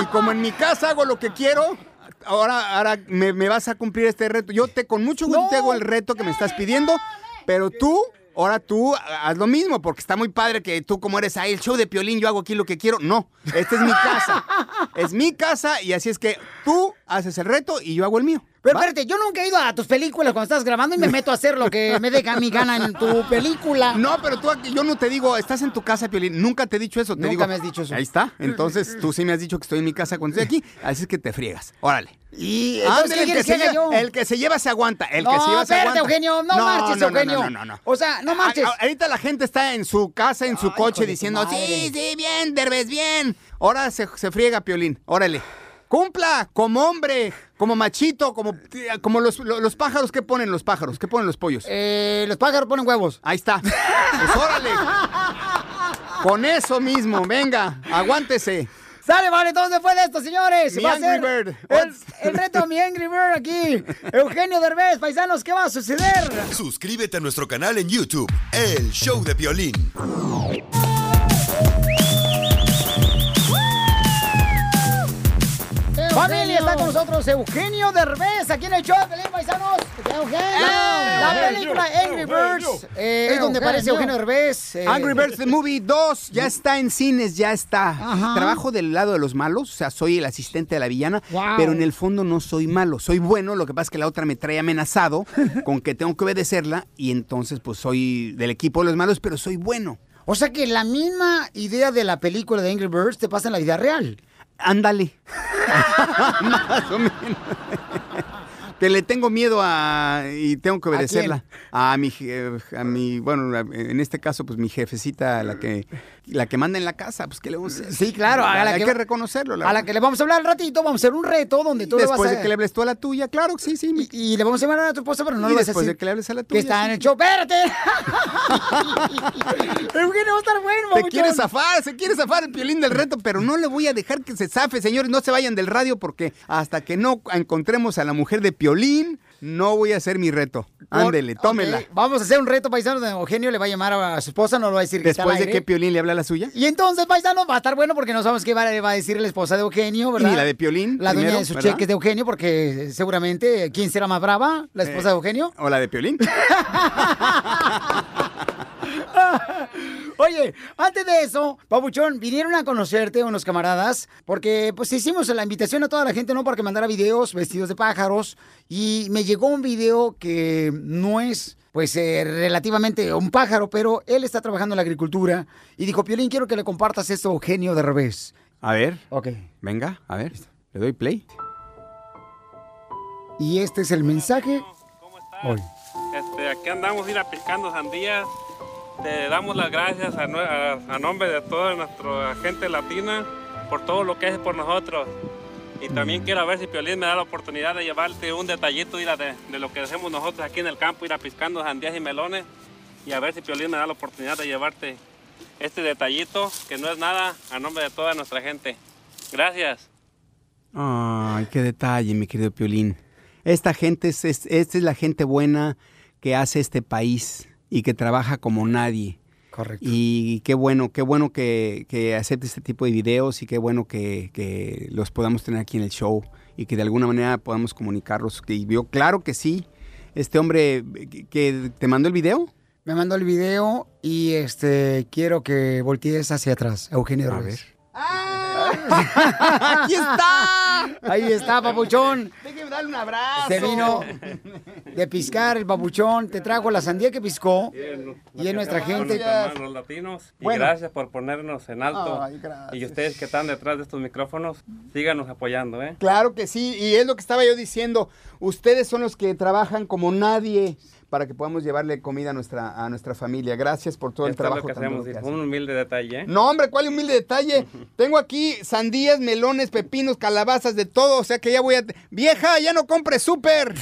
S12: y como en mi casa hago lo que quiero, ahora, ahora me, me vas a cumplir este reto. Yo te con mucho gusto te hago el reto que me estás pidiendo, pero tú, ahora tú haz lo mismo, porque está muy padre que tú como eres ahí el show de Piolín, yo hago aquí lo que quiero. No, esta es mi casa. es mi casa y así es que tú haces el reto y yo hago el mío.
S1: Pero espérate, yo nunca he ido a tus películas cuando estás grabando
S12: (laughs)
S1: y me meto a hacer lo que me deja mi gana en tu película.
S12: No, pero tú aquí- yo no te digo, estás en tu casa, Piolín. Nunca te he dicho eso. Te
S1: Nunca
S12: digo,
S1: me has dicho eso.
S12: Ahí está. Entonces tú sí me has dicho que estoy en mi casa cuando estoy aquí. Así es que te friegas. Órale.
S1: Y
S12: Ándale,
S1: entonces, ¿qué quieres
S12: se
S1: que haga
S12: lleva-
S1: yo?
S12: el que se lleva se aguanta. El
S1: no,
S12: que se lleva se aguanta.
S1: espérate, Eugenio, no, marches, Eugenio.
S12: No, no, no.
S1: O sea, no marches.
S12: A- a- ahorita la gente está en su casa, en su coche, diciendo, sí, sí, bien, Derbez, bien. Ahora se, se friega, Piolín. Órale. Cumpla, como hombre, como machito, como, como los, lo- los pájaros. ¿Qué ponen los pájaros? ¿Qué ponen los pollos?
S1: Eh, los pájaros ponen huevos.
S12: Ahí está. Pues
S1: (laughs)
S12: órale. Con eso mismo, venga, aguántese.
S1: Sale, vale, entonces fue de esto, señores.
S12: Mi
S1: va
S12: Angry
S1: a ser
S12: Bird.
S1: El, el reto de mi Angry Bird aquí. Eugenio Derbez, paisanos, ¿qué va a suceder?
S4: Suscríbete a nuestro canal en YouTube, El Show de Violín.
S1: Familia, está con nosotros Eugenio Derbez, aquí en el show, Pelín Paisanos. Eugenio. La película Angry Birds eh, es donde aparece Eugenio Derbez. eh,
S12: Angry Birds The Movie 2 ya está en cines, ya está. Trabajo del lado de los malos, o sea, soy el asistente de la villana,
S1: Wow.
S12: pero en el fondo no soy malo, soy bueno, lo que pasa es que la otra me trae
S1: (laughs)
S12: amenazado con que tengo que obedecerla y entonces pues soy del equipo de los malos, pero soy bueno.
S1: O sea que la misma idea de la película de Angry Birds te pasa en la vida real.
S12: Ándale. (laughs) Más o menos. Que le tengo miedo a y tengo que
S1: ¿A
S12: obedecerla. ¿A, mi je- a mi bueno, a- en este caso pues mi jefecita, la que la que manda en la casa, pues que le vamos a hacer?
S1: Sí, claro, a la
S12: Hay
S1: que-
S12: que reconocerlo.
S1: A la que le vamos a hablar al ratito, vamos a hacer un reto donde tú le
S12: Después
S1: vas a...
S12: de que le hables tú a la tuya, claro, sí, sí.
S1: Y, y le vamos a llamar a tu esposa, pero no
S12: Y
S1: le vas a
S12: después
S1: decir...
S12: de que le hables a la
S1: Que
S12: tuya,
S1: está
S12: sí.
S1: en el show, espérate. (laughs) Eugenio va a estar bueno,
S12: Se
S1: babuchón.
S12: quiere zafar, se quiere zafar el piolín del reto, pero no le voy a dejar que se zafe, señores. No se vayan del radio porque hasta que no encontremos a la mujer de piolín, no voy a hacer mi reto. Ándele,
S1: Ok,
S12: tómela.
S1: Vamos a hacer un reto paisano donde Eugenio le va a llamar a su esposa, no lo va a decir que está al
S12: Después de
S1: aire.
S12: que Piolín le habla a la suya.
S1: Y entonces, paisano, va a estar bueno porque no sabemos qué va va a decir la esposa de Eugenio, ¿verdad?
S12: Y la de Piolín.
S1: La dueña
S12: primero,
S1: de sus
S12: ¿verdad?
S1: cheques de Eugenio, porque eh, seguramente, ¿quién será más brava? ¿La esposa
S12: Eh,
S1: de Eugenio?
S12: O la de Piolín.
S1: (laughs) Oye, antes de eso, Pabuchón, vinieron a conocerte unos camaradas, porque pues hicimos la invitación a toda la gente, ¿no? Para que mandara videos vestidos de pájaros, y me llegó un video que no es, pues, eh, relativamente un pájaro, pero él está trabajando en la agricultura, y dijo, Piolín, quiero que le compartas esto a Eugenio de revés.
S12: A ver.
S1: Ok.
S12: Venga, a ver. Le doy play.
S1: Y este es el mensaje. Hoy.
S13: Este, aquí andamos ir a picando sandías. Te damos las gracias a, nue- a- a nombre de toda nuestra gente latina por todo lo que haces por nosotros. Y también quiero ver si Piolín me da la oportunidad de llevarte un detallito mira, de, de lo que hacemos nosotros aquí en el campo, ir a piscando sandías y melones. Y a ver si Piolín me da la oportunidad de llevarte este detallito, que no es nada, a nombre de toda nuestra gente. Gracias.
S12: Ay, qué detalle, mi querido Piolín. Esta gente es, es- esta es la gente buena que hace este país y que trabaja como nadie.
S1: Correcto.
S12: Y qué bueno, qué bueno que, que acepte este tipo de videos y qué bueno que, que los podamos tener aquí en el show y que de alguna manera podamos comunicarlos. Y yo, claro que sí. Este hombre que- que te mandó el
S1: (laughs)
S12: video. (laughs)
S1: Me mandó el video y este quiero que voltees hacia atrás, Eugenio
S12: A
S1: Reyes.
S12: ¡Aquí está!
S1: Ahí está, papuchón.
S12: Déjeme darle un abrazo.
S1: Se vino de piscar el papuchón, te trajo la sandía que piscó y es nuestra gente.
S13: Los latinos. Y
S1: Bueno.
S13: gracias por ponernos en alto.
S12: Ay,
S13: y ustedes que están detrás de estos micrófonos, síganos apoyando, ¿eh?
S12: Claro que sí, y es lo que estaba yo diciendo. Ustedes son los que trabajan como nadie para que podamos llevarle comida a nuestra, a nuestra familia. Gracias por todo el
S13: Esto es
S12: trabajo
S13: lo que
S12: tan duro
S13: hacemos,
S12: que
S13: y
S12: hacen.
S13: un humilde detalle, ¿eh?
S12: No, hombre, cuál humilde
S13: (laughs)
S12: detalle. Tengo aquí sandías, melones, pepinos, calabazas, de todo. O sea que ya voy a. ¡Vieja, ya no compres
S13: (laughs)
S12: súper!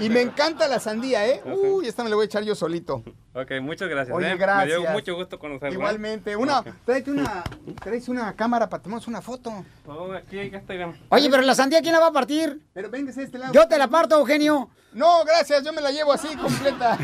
S12: y me encanta la sandía, ¿eh? Uy, esta me la voy a echar yo solito.
S13: Ok, muchas gracias.
S12: Oye,
S13: ¿eh?
S12: gracias.
S13: Me dio mucho gusto conocerlo. ¿eh?
S12: Igualmente. Una, tráete una, tráete una cámara para tomarnos una foto.
S13: Oh, aquí, aquí estoy, mira.
S1: Oye, pero la sandía quién la va a partir?
S12: Pero véngase a este lado.
S1: Yo te la parto, Eugenio.
S12: No, gracias, yo me la llevo así completa.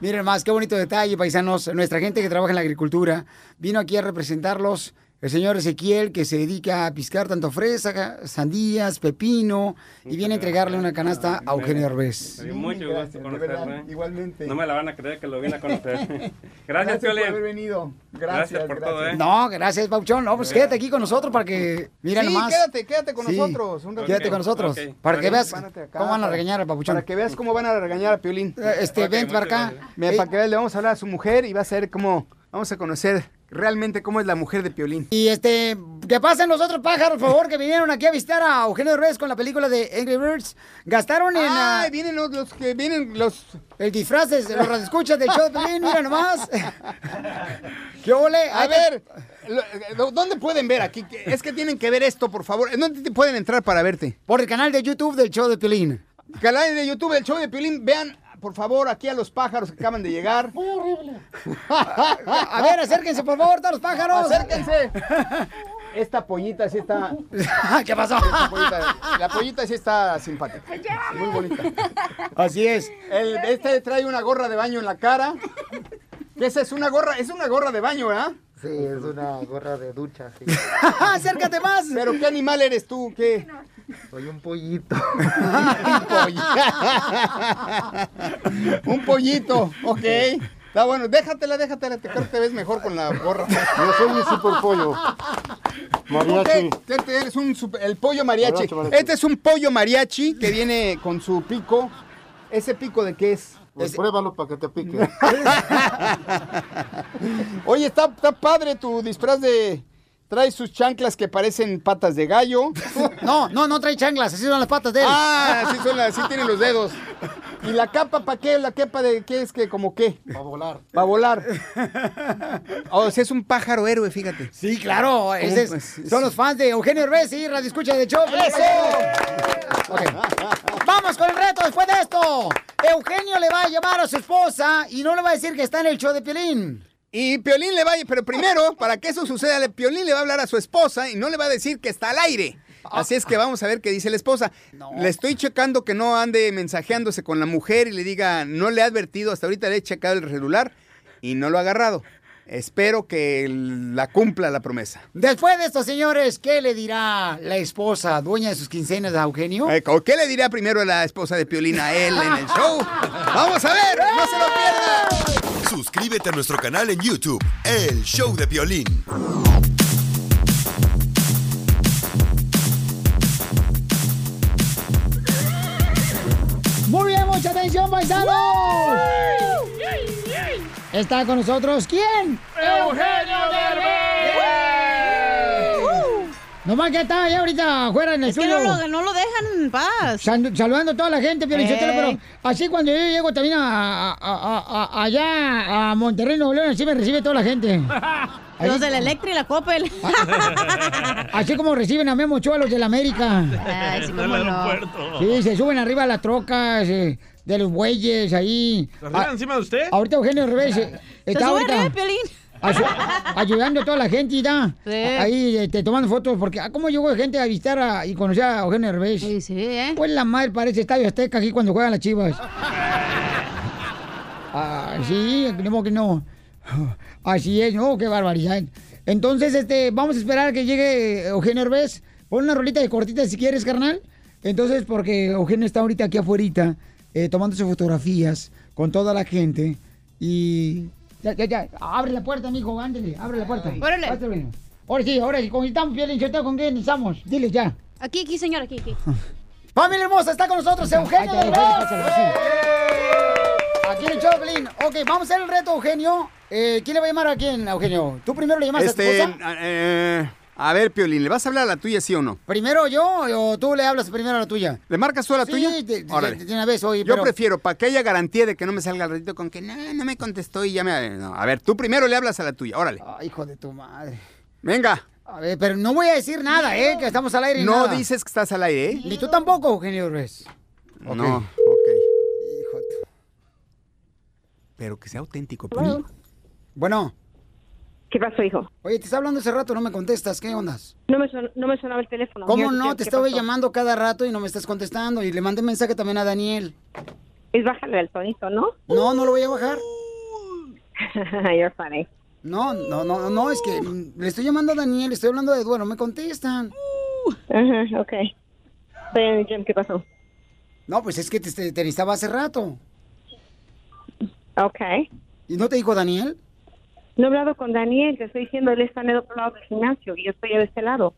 S1: Miren más, qué bonito detalle, paisanos. Nuestra gente que trabaja en la agricultura vino aquí a representarlos el señor Ezequiel que se dedica a piscar tanto fresas, sandías, pepino y viene a entregarle una canasta a Eugenio Derbez.
S13: Me dio mucho gusto conocerla.
S12: Igualmente.
S13: No me la van a creer que lo vine
S12: (laughs)
S13: a conocer. Gracias, Piolín.
S12: por haber venido.
S13: Gracias, por todo, ¿eh?
S1: No, gracias, Pauchón. No, pues quédate aquí con nosotros para que. (laughs) Mira
S12: Sí,
S1: nomás.
S12: quédate, quédate con
S1: Sí,
S12: nosotros un ratito.
S1: Quédate con nosotros.
S12: Ok.
S1: Para que
S12: Vale.
S1: veas
S12: Párate acá,
S1: cómo van a
S12: para-
S1: regañar al Papuchón.
S12: Para que veas cómo van a regañar a Piolín.
S1: Este, Ok, ven para muchas acá. gracias.
S12: Mira, para que veas, le vamos a hablar a su mujer y va a ser como. Vamos a conocer realmente cómo es la mujer de Piolín.
S1: Y este, que pasen los otros pájaros, por favor, que vinieron aquí a visitar a Eugenio Derbez con la película de Angry Birds. Gastaron en.
S12: Ay,
S1: vienen los, que vienen los. El disfraz, de- los radioescuchas del show de
S12: (laughs)
S1: Pelín, mira nomás. ¿Qué ole?
S12: A ver, lo- eh, ¿dónde pueden ver aquí? Que- Es que tienen que ver esto, por favor. ¿En ¿Dónde te pueden entrar para verte?
S1: Por el canal de YouTube del show de Piolín.
S12: Canal de YouTube del show de Piolín. Vean, por favor, aquí a los pájaros que acaban de llegar.
S1: horrible. (laughs) A ver, acérquense, por favor, todos los pájaros.
S12: Acérquense. Esta pollita sí está.
S1: (laughs) ¿Qué pasó?
S12: Esta pollita- la pollita sí está simpática. Muy bonita.
S1: Así es.
S12: El, este trae una gorra de baño en la cara. Esa es una gorra, es una gorra de baño, ¿verdad?
S3: Sí, es una gorra de ducha, sí.
S12: (laughs) Acércate más. Pero qué animal eres tú, qué.
S3: Soy un pollito.
S12: Un pollo. (laughs) Un pollito, ok. Está bueno, déjatela, déjatela, te creo que te ves mejor con la gorra.
S3: Yo soy un super pollo. Mariachi.
S12: Ok, este eres un super- el pollo mariachi.
S3: Mariachi, mariachi.
S12: Este es un pollo mariachi que viene con su pico. ¿Ese pico de qué es?
S3: Pues pruébalo para que te pique.
S12: (laughs) Oye, está, está padre tu disfraz de... Trae sus chanclas que parecen patas de gallo.
S1: No, no, no trae chanclas, así son las patas de él.
S12: Ah, así son las, así tienen los dedos. ¿Y la capa para qué? ¿La capa de qué es que como qué?
S3: Para volar.
S12: Va a
S1: (laughs)
S12: volar. O sea, es un pájaro héroe, fíjate.
S1: Sí, claro, ese es- son los fans de Eugenio Derbez y Radio Escucha de Show. Ok. Vamos con el reto después de esto. Eugenio le va a llamar a su esposa y no le va a decir que está en el show de Piolín.
S12: Y Piolín le va a... Pero
S1: (laughs)
S12: primero, para que eso suceda, le- Piolín le va a hablar a su esposa y no le va a decir que está al aire. Así es que vamos a ver qué dice la esposa. Le estoy checando que no ande mensajeándose con la mujer y le diga, no le he advertido, hasta ahorita le he checado el celular y no lo ha agarrado. Espero que el- la cumpla la promesa.
S1: Después de esto, señores, ¿qué le dirá la esposa, dueña de sus quincenas a Eugenio?
S12: Eh, ¿o ¿Qué le dirá primero la esposa de Piolín a él en el
S1: (laughs)
S12: show? ¡Vamos a ver! ¡No se lo pierdan!
S4: Suscríbete a nuestro canal en YouTube, El Show de Violín.
S1: Muy bien, mucha atención, paisanos. Está con nosotros, ¿quién?
S8: Eugenio Derbez.
S1: Nomás que está ya ahorita afuera en el
S5: que
S1: estudio.
S5: no lo-
S1: dejan en paz. saludando a toda la gente, Pio Lichotelo,
S5: Eh.
S1: pero así cuando yo llego también a, a- a- a- allá a Monterrey, Nuevo León, así me recibe toda la gente.
S5: (laughs) Los de la Electra y la
S1: (laughs)
S5: Coppel. (laughs)
S1: Así como reciben a Memo Ochoa los de la América.
S5: Ay, sí,
S2: (laughs)
S5: cómo
S2: Del
S5: no.
S2: aeropuerto.
S1: Sí, se suben arriba a las trocas, eh, de los bueyes, ahí.
S2: ¿Arriba
S1: Ah,
S2: encima de usted?
S1: Ahorita Eugenio Revés
S5: (laughs)
S1: eh, está
S5: sube
S1: ahorita
S5: arriba, Piolín.
S1: ayu- ayudando a toda la gente, ¿ya?
S5: Sí.
S1: Ahí este, tomando fotos, porque ah, ¿cómo llegó gente a visitar a- y conocer a Eugenio Revés? Sí, sí, ¿eh? Pues la madre parece Estadio Azteca aquí cuando juegan las (laughs) chivas. Ah, sí, tenemos que no. (sighs) Así es, no, qué barbaridad. Entonces, este, vamos a esperar a que llegue Eugenio Herbes. Pon una rolita de cortita si quieres, carnal. Entonces, porque Eugenio está ahorita aquí afuera, tomándose Eh, fotografías con toda la gente. Y. Ya, ya, ya. Abre la puerta, mijo, ándale, abre la puerta.
S5: Órale.
S1: Ándale. Ahora sí, ahora sí, ¿con quién estamos, Piolín? Sotelo? ¿Con quién estamos? Dile ya.
S5: Aquí, aquí, señor, aquí, aquí.
S1: ¡Familia hermosa! Está con nosotros Eugenio
S5: Ahí
S1: Derbez.
S5: está, Eugenio, pásale,
S1: Aquí en el Choplin. Ok, vamos a hacer el reto, Eugenio. Eh, ¿Quién le va a llamar a quién, Eugenio? ¿Tú primero le llamas
S12: Este,
S1: a tu esposa?
S12: a- eh, a ver, Piolín, ¿le vas a hablar a la tuya sí o no? Pues,
S1: ¿Primero yo o tú le hablas primero a la tuya?
S12: ¿Le marcas tú a la
S1: Sí,
S12: tuya?
S1: de- de-
S12: Órale.
S1: de- de una vez, oye,
S12: Yo
S1: pero-
S12: prefiero, para que haya garantía de que no me salga al ratito con que no, no me contestó y ya me... no, a ver, tú primero le hablas a la tuya, órale.
S1: Ay, hijo de tu madre.
S12: Venga.
S1: A ver, pero no voy a decir nada, ¿eh? Que estamos al aire. y
S12: No
S1: nada.
S12: dices que estás al aire, ¿eh?
S1: Ni tú tampoco, Eugenio Derbez.
S12: No, ok. Pero que sea auténtico, Piolín.
S1: Bueno.
S15: ¿Qué pasó, hijo?
S1: Oye, te está hablando hace rato, no me contestas. ¿Qué ondas?
S15: No me, son- no me sonaba el teléfono.
S1: ¿Cómo
S15: ¿Qué-
S1: no?
S15: qué-
S1: Te
S15: qué
S1: estaba
S15: pasó?
S1: llamando cada rato y no me estás contestando. Y le mandé mensaje también a Daniel.
S15: Es bajarle el tonito, ¿no? (laughs)
S1: No, no lo voy a bajar.
S15: You're funny.
S1: No, no, no, no, es que mm, le estoy llamando a Daniel, estoy hablando de Eduardo, me contestan.
S15: Ajá, ok. Estoy en el gym, ¿qué pasó?
S1: No, pues es que te, te necesitaba hace rato.
S15: Ok.
S1: ¿Y no te dijo Daniel?
S15: No he hablado con Daniel, te estoy diciendo, él está en el otro lado del gimnasio y yo estoy de este lado.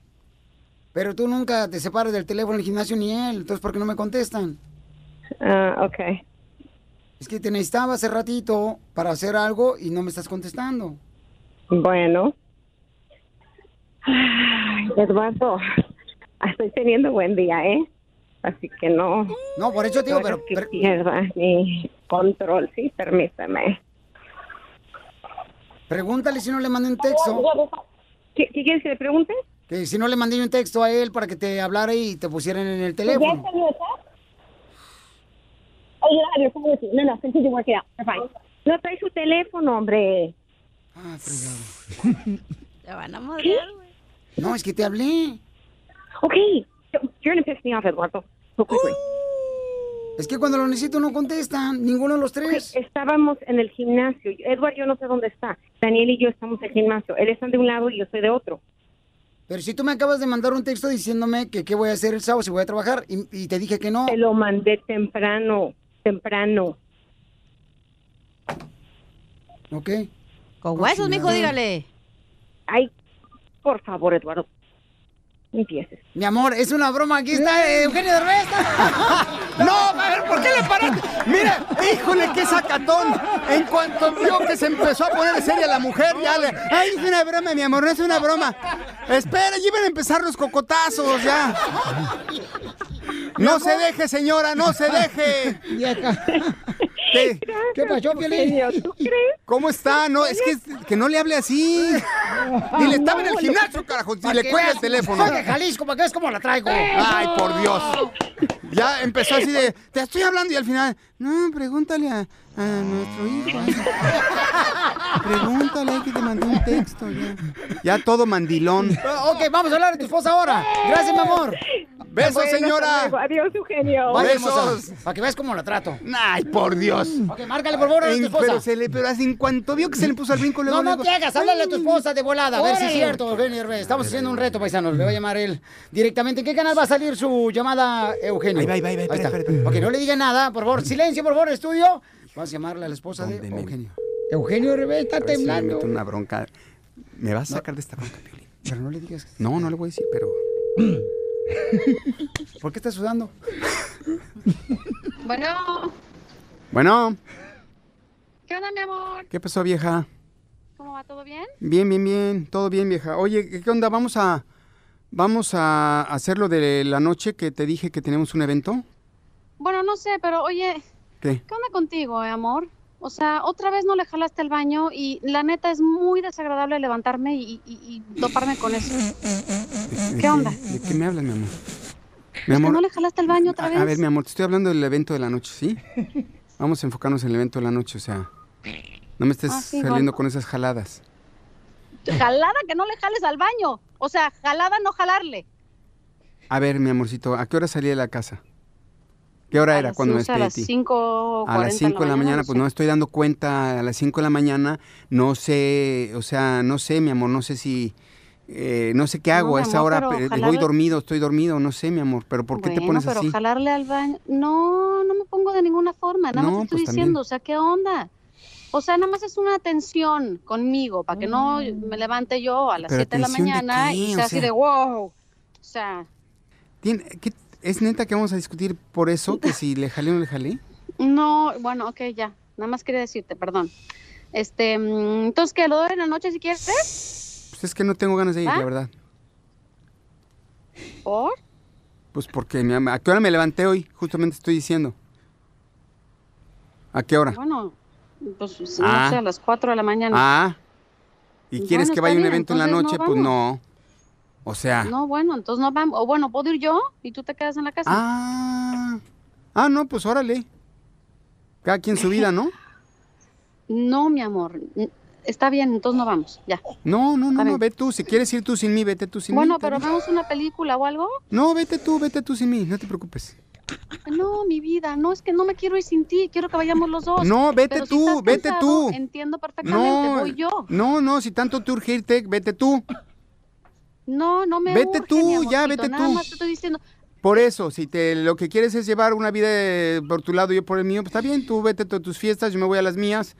S1: Pero tú nunca te separas del teléfono del gimnasio ni él, entonces ¿por qué no me contestan?
S15: Ah, ok.
S1: Es que te necesitaba hace ratito para hacer algo y no me estás contestando.
S15: Bueno. Ay, Eduardo, estoy teniendo buen día, ¿eh? Así que no.
S1: No, por eso te digo,
S15: no hagas
S1: pero-
S15: que
S1: pero-
S15: pierda mi control, sí, permíteme.
S1: Pregúntale si no le mandé un texto.
S15: ¿Qué, quieres que le pregunte?
S1: Que si no le mandé un texto a él para que te hablara y te pusieran en el teléfono.
S15: Yes, Anita. Oh, you don't have your phone with you. No, no, since you didn't work it out. You're fine. No trae su teléfono, hombre.
S1: Ah,
S5: Te van a madrear.
S1: (laughs) No, es que te hablé.
S15: Ok, you're gonna piss me off, Eduardo. So quickly.
S1: Es que cuando lo necesito no contestan, ninguno de los tres.
S15: Estábamos en el gimnasio. Eduardo, yo no sé dónde está. Daniel y yo estamos en el gimnasio. Él está de un lado y yo estoy de
S1: (laughs)
S15: otro.
S1: Pero si tú me acabas de mandar un texto diciéndome que qué voy a hacer el sábado, si voy a trabajar, y, y te dije que no. Te
S15: lo mandé temprano, temprano.
S1: ¿Ok? Pues
S5: Con huesos, mijo, dígale.
S15: Ay, por favor, Eduardo. Empieces.
S1: Mi amor, es una broma. Aquí está eh, Eugenio (laughs) Derbez.
S12: No, a ver, ¿por qué le paraste? Mira, híjole, qué sacatón. En cuanto vio que se empezó a poner seria la mujer, ya le. Ay, es una broma, mi amor, no es una broma. Espera, ya iban a empezar los cocotazos, ya. No se deje, señora, no se (laughs) deje. ¿Qué,
S1: ¿Qué pasó, Piolín?
S12: ¿Cómo está? No, es que, que no le hable así. Dile, estaba en el
S1: No,
S12: gimnasio, carajo.
S1: Para
S12: Dile,
S1: que
S12: cuelga el
S1: veas,
S12: teléfono.
S1: Soy de Jalisco, para que veas cómo la traigo.
S12: Ay, por Dios. Ya empezó así de, te estoy hablando y al final, no, pregúntale a, a nuestro hijo. Pregúntale que te mandó un texto. Ya. ya todo mandilón.
S1: Ah, Ok, vamos a hablar de tu esposa ahora. Gracias, mi amor.
S12: Besos, Bueno, señora. hasta luego.
S15: Adiós, Eugenio.
S1: Vaya,
S12: Besos.
S1: hermosa, Para que veas cómo la trato.
S12: Ay, por Dios.
S1: Ok, márcale, por favor, a tu
S12: Ey,
S1: esposa.
S12: Pero, se le, pero así en cuanto vio que se le puso al brinco, luego,
S1: No, no
S12: luego,
S1: te hagas, háblale a tu esposa de volada, a ver si es
S12: Órale.
S1: cierto, Eugenio Derbez. Estamos haciendo un reto, paisanos. Le voy a llamar él directamente. ¿En qué canal va a salir su llamada, Eugenio?
S12: Ahí va, ahí va, ahí va, espera,
S1: está.
S12: espera, espera.
S1: Ok, no le diga nada, por favor. Silencio, por favor, estudio. Vamos a llamarle a la esposa de Eugenio. Eugenio Derbez está
S12: A ver si me
S1: temblando.
S12: meto una bronca. Me vas a sacar de esta bronca, Piolín.
S1: Pero no le digas. que-
S12: No, no le voy a decir, pero...
S1: (laughs) ¿Por qué estás sudando?
S16: Bueno,
S12: Bueno,
S16: ¿qué onda, mi amor?
S12: ¿qué pasó, vieja?
S16: ¿Cómo va? ¿Todo bien?
S12: Bien, bien, bien, todo bien, vieja. Oye, ¿qué- ¿qué onda? Vamos a vamos a hacer lo de la noche que te dije que tenemos un evento.
S16: Bueno, no sé, pero oye,
S12: ¿Qué?
S16: ¿qué onda contigo, eh, amor? O sea, otra vez no le jalaste el baño y la neta es muy desagradable levantarme y, y- y toparme con eso. ¿Qué onda?
S12: ¿De qué me hablas, mi amor? Mi
S16: Es que no
S12: amor,
S16: le jalaste el baño otra vez.
S12: a, a ver, mi amor, te estoy hablando del evento de la noche,
S16: (laughs)
S12: ¿sí? Vamos a enfocarnos en el evento de la noche, o sea, no me estés
S16: Ah, sí,
S12: saliendo
S16: bueno.
S12: con esas jaladas.
S16: Jalada que no le jales al baño. O sea, jalada no jalarle.
S12: A ver, mi amorcito, ¿a qué hora salí de la casa? ¿Qué hora era cuando me
S16: Sí, o sea, a
S12: despedí?
S16: las
S12: de ti?
S16: 5
S12: A las 5 de la mañana, pues no estoy dando cuenta, a las 5 de la mañana, no sé, o sea, no sé, mi amor, no sé si, eh, no sé qué
S16: No,
S12: hago, a
S16: mi
S12: esa
S16: amor,
S12: hora
S16: pero
S12: eh,
S16: ojalá
S12: voy
S16: lo-
S12: dormido, estoy dormido, no sé, mi amor, pero ¿por qué te pones
S16: pero
S12: así?
S16: jalarle al baño. No, no me pongo de ninguna forma. Nada
S12: No,
S16: más te estoy
S12: pues, también.
S16: diciendo, o sea, ¿qué onda? O sea, nada más es una tensión conmigo, para que no me levante yo a las
S12: Mm. Pero
S16: 7 de la
S12: ¿tensión de
S16: mañana
S12: qué?
S16: y sea,
S12: O
S16: así
S12: sea-
S16: de wow. O sea,
S12: Tien- ¿qué- ¿Es neta que vamos a discutir por eso, que si le jalé o no le jalé?
S16: no, bueno, ok, ya. Nada más quería decirte, perdón. Este, mm, entonces, que lo doy en la noche si quieres?
S12: Pues es que no tengo ganas de ir,
S16: ¿Ah?
S12: la verdad.
S16: ¿Por?
S12: Pues porque, mi amor, ¿a qué hora me levanté hoy? Justamente estoy diciendo. ¿A qué hora?
S16: Bueno, pues no
S12: Ah.
S16: sé, a las 4 de la mañana.
S12: Ah, ¿y
S16: Pues
S12: quieres
S16: Bueno,
S12: que
S16: está
S12: vaya a un
S16: bien,
S12: evento en la
S16: entonces
S12: noche?
S16: no
S12: pues
S16: vamos.
S12: no. O sea...
S16: No, bueno, entonces no vamos. O bueno, ¿puedo ir yo y tú te quedas en la casa?
S12: Ah, ah, no, pues órale. Cada quien su
S16: (laughs)
S12: vida, ¿no?
S16: No, mi amor. n- Está bien, entonces no vamos, ya.
S12: No, no, no, no, ve tú. Si quieres ir tú sin mí, vete tú sin
S16: bueno,
S12: mí. está
S16: pero
S12: bien.
S16: vemos una película o algo.
S12: No, vete tú, vete tú sin mí, no te preocupes.
S16: no, mi vida, no, es que no me quiero ir sin ti, quiero que vayamos los dos.
S12: No, vete
S16: Pero si
S12: tú,
S16: estás
S12: vete
S16: cansado,
S12: tú.
S16: Entiendo perfectamente,
S12: No,
S16: voy yo.
S12: no, no, si tanto te urge irte, vete tú.
S16: No, no me
S12: Vete
S16: urge,
S12: tú,
S16: mi
S12: ya,
S16: amorcito,
S12: vete
S16: nada
S12: tú.
S16: más te estoy diciendo,
S12: Por eso, si te lo que quieres es llevar una vida eh, por tu lado y yo por el mío, pues está bien, tú vete a tus fiestas, yo me voy a las mías.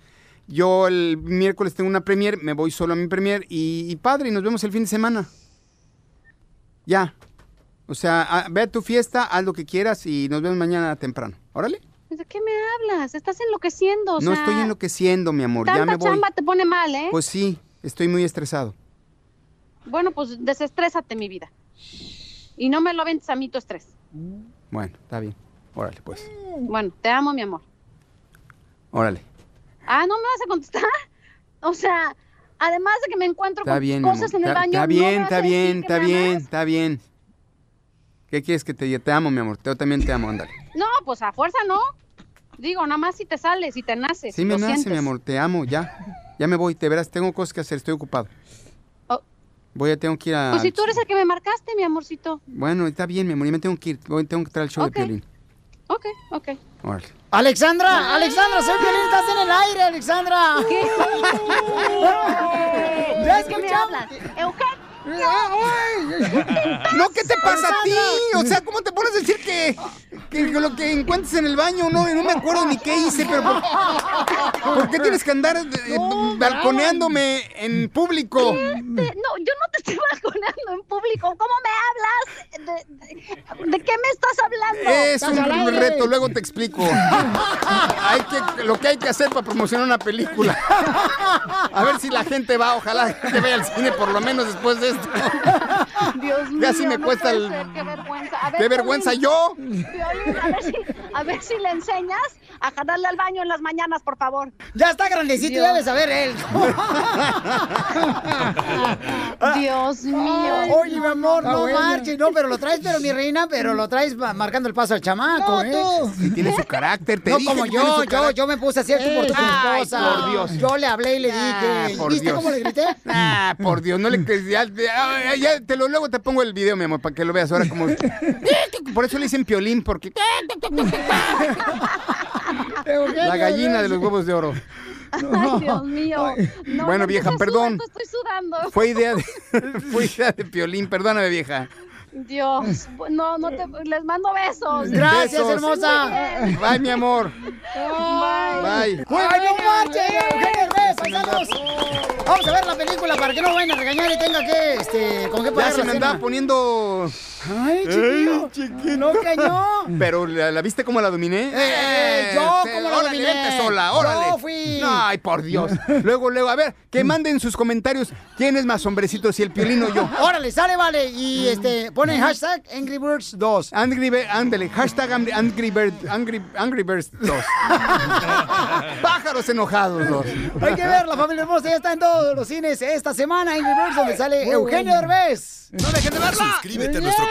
S12: Yo el miércoles tengo una premier, me voy solo a mi premier y, y padre, y nos vemos el fin de semana. Ya. O sea, a- ve a tu fiesta, haz lo que quieras y nos vemos mañana temprano. Órale.
S16: ¿de qué me hablas? Estás enloqueciendo, o
S12: no
S16: sea,
S12: estoy enloqueciendo, mi amor, ya
S16: tanta
S12: me voy.
S16: chamba te pone mal, ¿eh?
S12: Pues sí, estoy muy estresado.
S16: Bueno, pues desestrésate, mi vida. Y no me lo ventes a mí tu estrés.
S12: Bueno, está bien. Órale, pues.
S16: Bueno, te amo, mi amor.
S12: Órale.
S16: Ah, no me vas a contestar. (laughs) O sea, además de que me encuentro
S12: Está
S16: con
S12: bien, mi amor.
S16: cosas en el
S12: Está-
S16: baño.
S12: Está
S16: ¿no me
S12: bien,
S16: vas
S12: está
S16: a decir
S12: bien,
S16: que
S12: está
S16: me
S12: bien,
S16: amas?
S12: está bien. ¿Qué quieres que te diga? Te amo, mi amor. Yo también te amo, ándale.
S16: No, pues a fuerza no. Digo, nada más si te sales, si te naces.
S12: Sí,
S16: lo
S12: me nace,
S16: sientes.
S12: mi amor. Te amo, ya. Ya me voy, te verás. Tengo cosas que hacer, estoy ocupado.
S16: Oh.
S12: Voy, a- tengo que ir a.
S16: Pues si tú eres el que me marcaste, mi amorcito.
S12: Bueno, está bien, mi amor. Ya me tengo que ir. Voy, tengo que traer el show
S16: Ok.
S12: de violín.
S16: Ok, ok.
S12: Órale.
S1: Alexandra, Alexandra, soy Piolín, estás en el aire, Alexandra.
S16: ¿De
S1: (laughs) ya
S16: qué me
S1: escuchamos.
S16: hablas? Eugenio.
S12: No, ¿qué te pasa a ti? O sea, ¿cómo te pones a decir que, que lo que encuentres en el baño? No, no me acuerdo ni qué hice, pero ¿por, por qué tienes que andar eh, balconeándome en público?
S16: Te- no, yo no te estoy (laughs) balconeando en público. ¿Cómo me hablas? ¿De, de- de qué me estás hablando?
S12: Es un reto, luego te explico. Hay que, lo que hay que hacer para promocionar una película. A ver si la gente va, ojalá que vea al cine por lo menos después de esto.
S16: Dios mío.
S12: Casi me
S16: no
S12: cuesta
S16: puede
S12: el-
S16: ser, Qué vergüenza. A
S12: ¡Qué vergüenza
S16: Piolín,
S12: yo!
S16: Piolín, a, ver si, a ver si le enseñas a jalarle al baño en las mañanas, por favor.
S1: Ya está grandecito, ya de saber él.
S16: Dios mío.
S1: Ah. Oye, mi amor,
S16: Está
S1: no
S16: bueno.
S1: marches, no, pero lo traes, pero mi reina, pero lo traes ma- marcando el paso al chamaco, ¿eh?
S12: Y tiene su carácter, te
S1: no,
S12: dije
S1: como
S12: que tiene
S1: yo,
S12: su
S1: yo,
S12: carácter.
S1: yo me puse así como tu
S12: Ay,
S1: esposa.
S12: por Dios.
S1: Yo le hablé y le
S12: Ah,
S1: dije.
S12: por
S1: ¿Viste
S12: Dios.
S1: cómo
S12: (laughs)
S1: le grité?
S12: Ah, por Dios, no le crees. Ya, ya- ya te lo, luego te pongo el video, mi amor, para que lo veas ahora como. Por eso le dicen piolín, porque. La gallina de los huevos de
S1: (laughs)
S12: oro.
S16: Ay, Dios mío. No,
S12: Bueno,
S16: no
S12: vieja,
S16: empieces
S12: perdón.
S16: sudando, estoy sudando.
S12: Fue idea
S1: (laughs)
S12: de, (laughs) fue idea de piolín, perdóname, vieja.
S16: Dios, no, no te, les mando besos.
S12: Gracias, Besos.
S1: hermosa.
S16: Muy bien.
S12: Bye, mi amor.
S16: Bye.
S12: Bye.
S1: ¡Ay, no marches! Eugenio Derbez, paisanos! Vamos a ver la película para que no vayan a regañar y tenga que, este, con qué
S12: Ya
S1: pagar
S12: se
S1: la
S12: me
S1: cena.
S12: andaba poniendo.
S1: Ay, chiquillo. No, cañón.
S12: Pero ¿la, la viste cómo la dominé?
S1: eh, yo
S12: te-
S1: cómo la
S12: órale,
S1: dominé.
S12: vente sola,
S1: Yo
S12: órale.
S1: fui. Mm.
S12: No, ay, por Dios. Luego, luego, a ver, que manden sus comentarios quién es más hombrecito, si el piolín o yo.
S1: (laughs) Órale, sale, vale. Y este, ponen hashtag Angry Birds 2.
S12: Angry Birds, ándale, hashtag Angry, Angry Bird, Angry, Angry Birds
S1: (laughs)
S12: 2. Pájaros enojados 2.
S1: Hay que ver, la familia hermosa ya está en todos los cines esta semana. Angry Birds, donde sale Eugenio Derbez. ¡No dejen de verla!
S4: Suscríbete a nuestro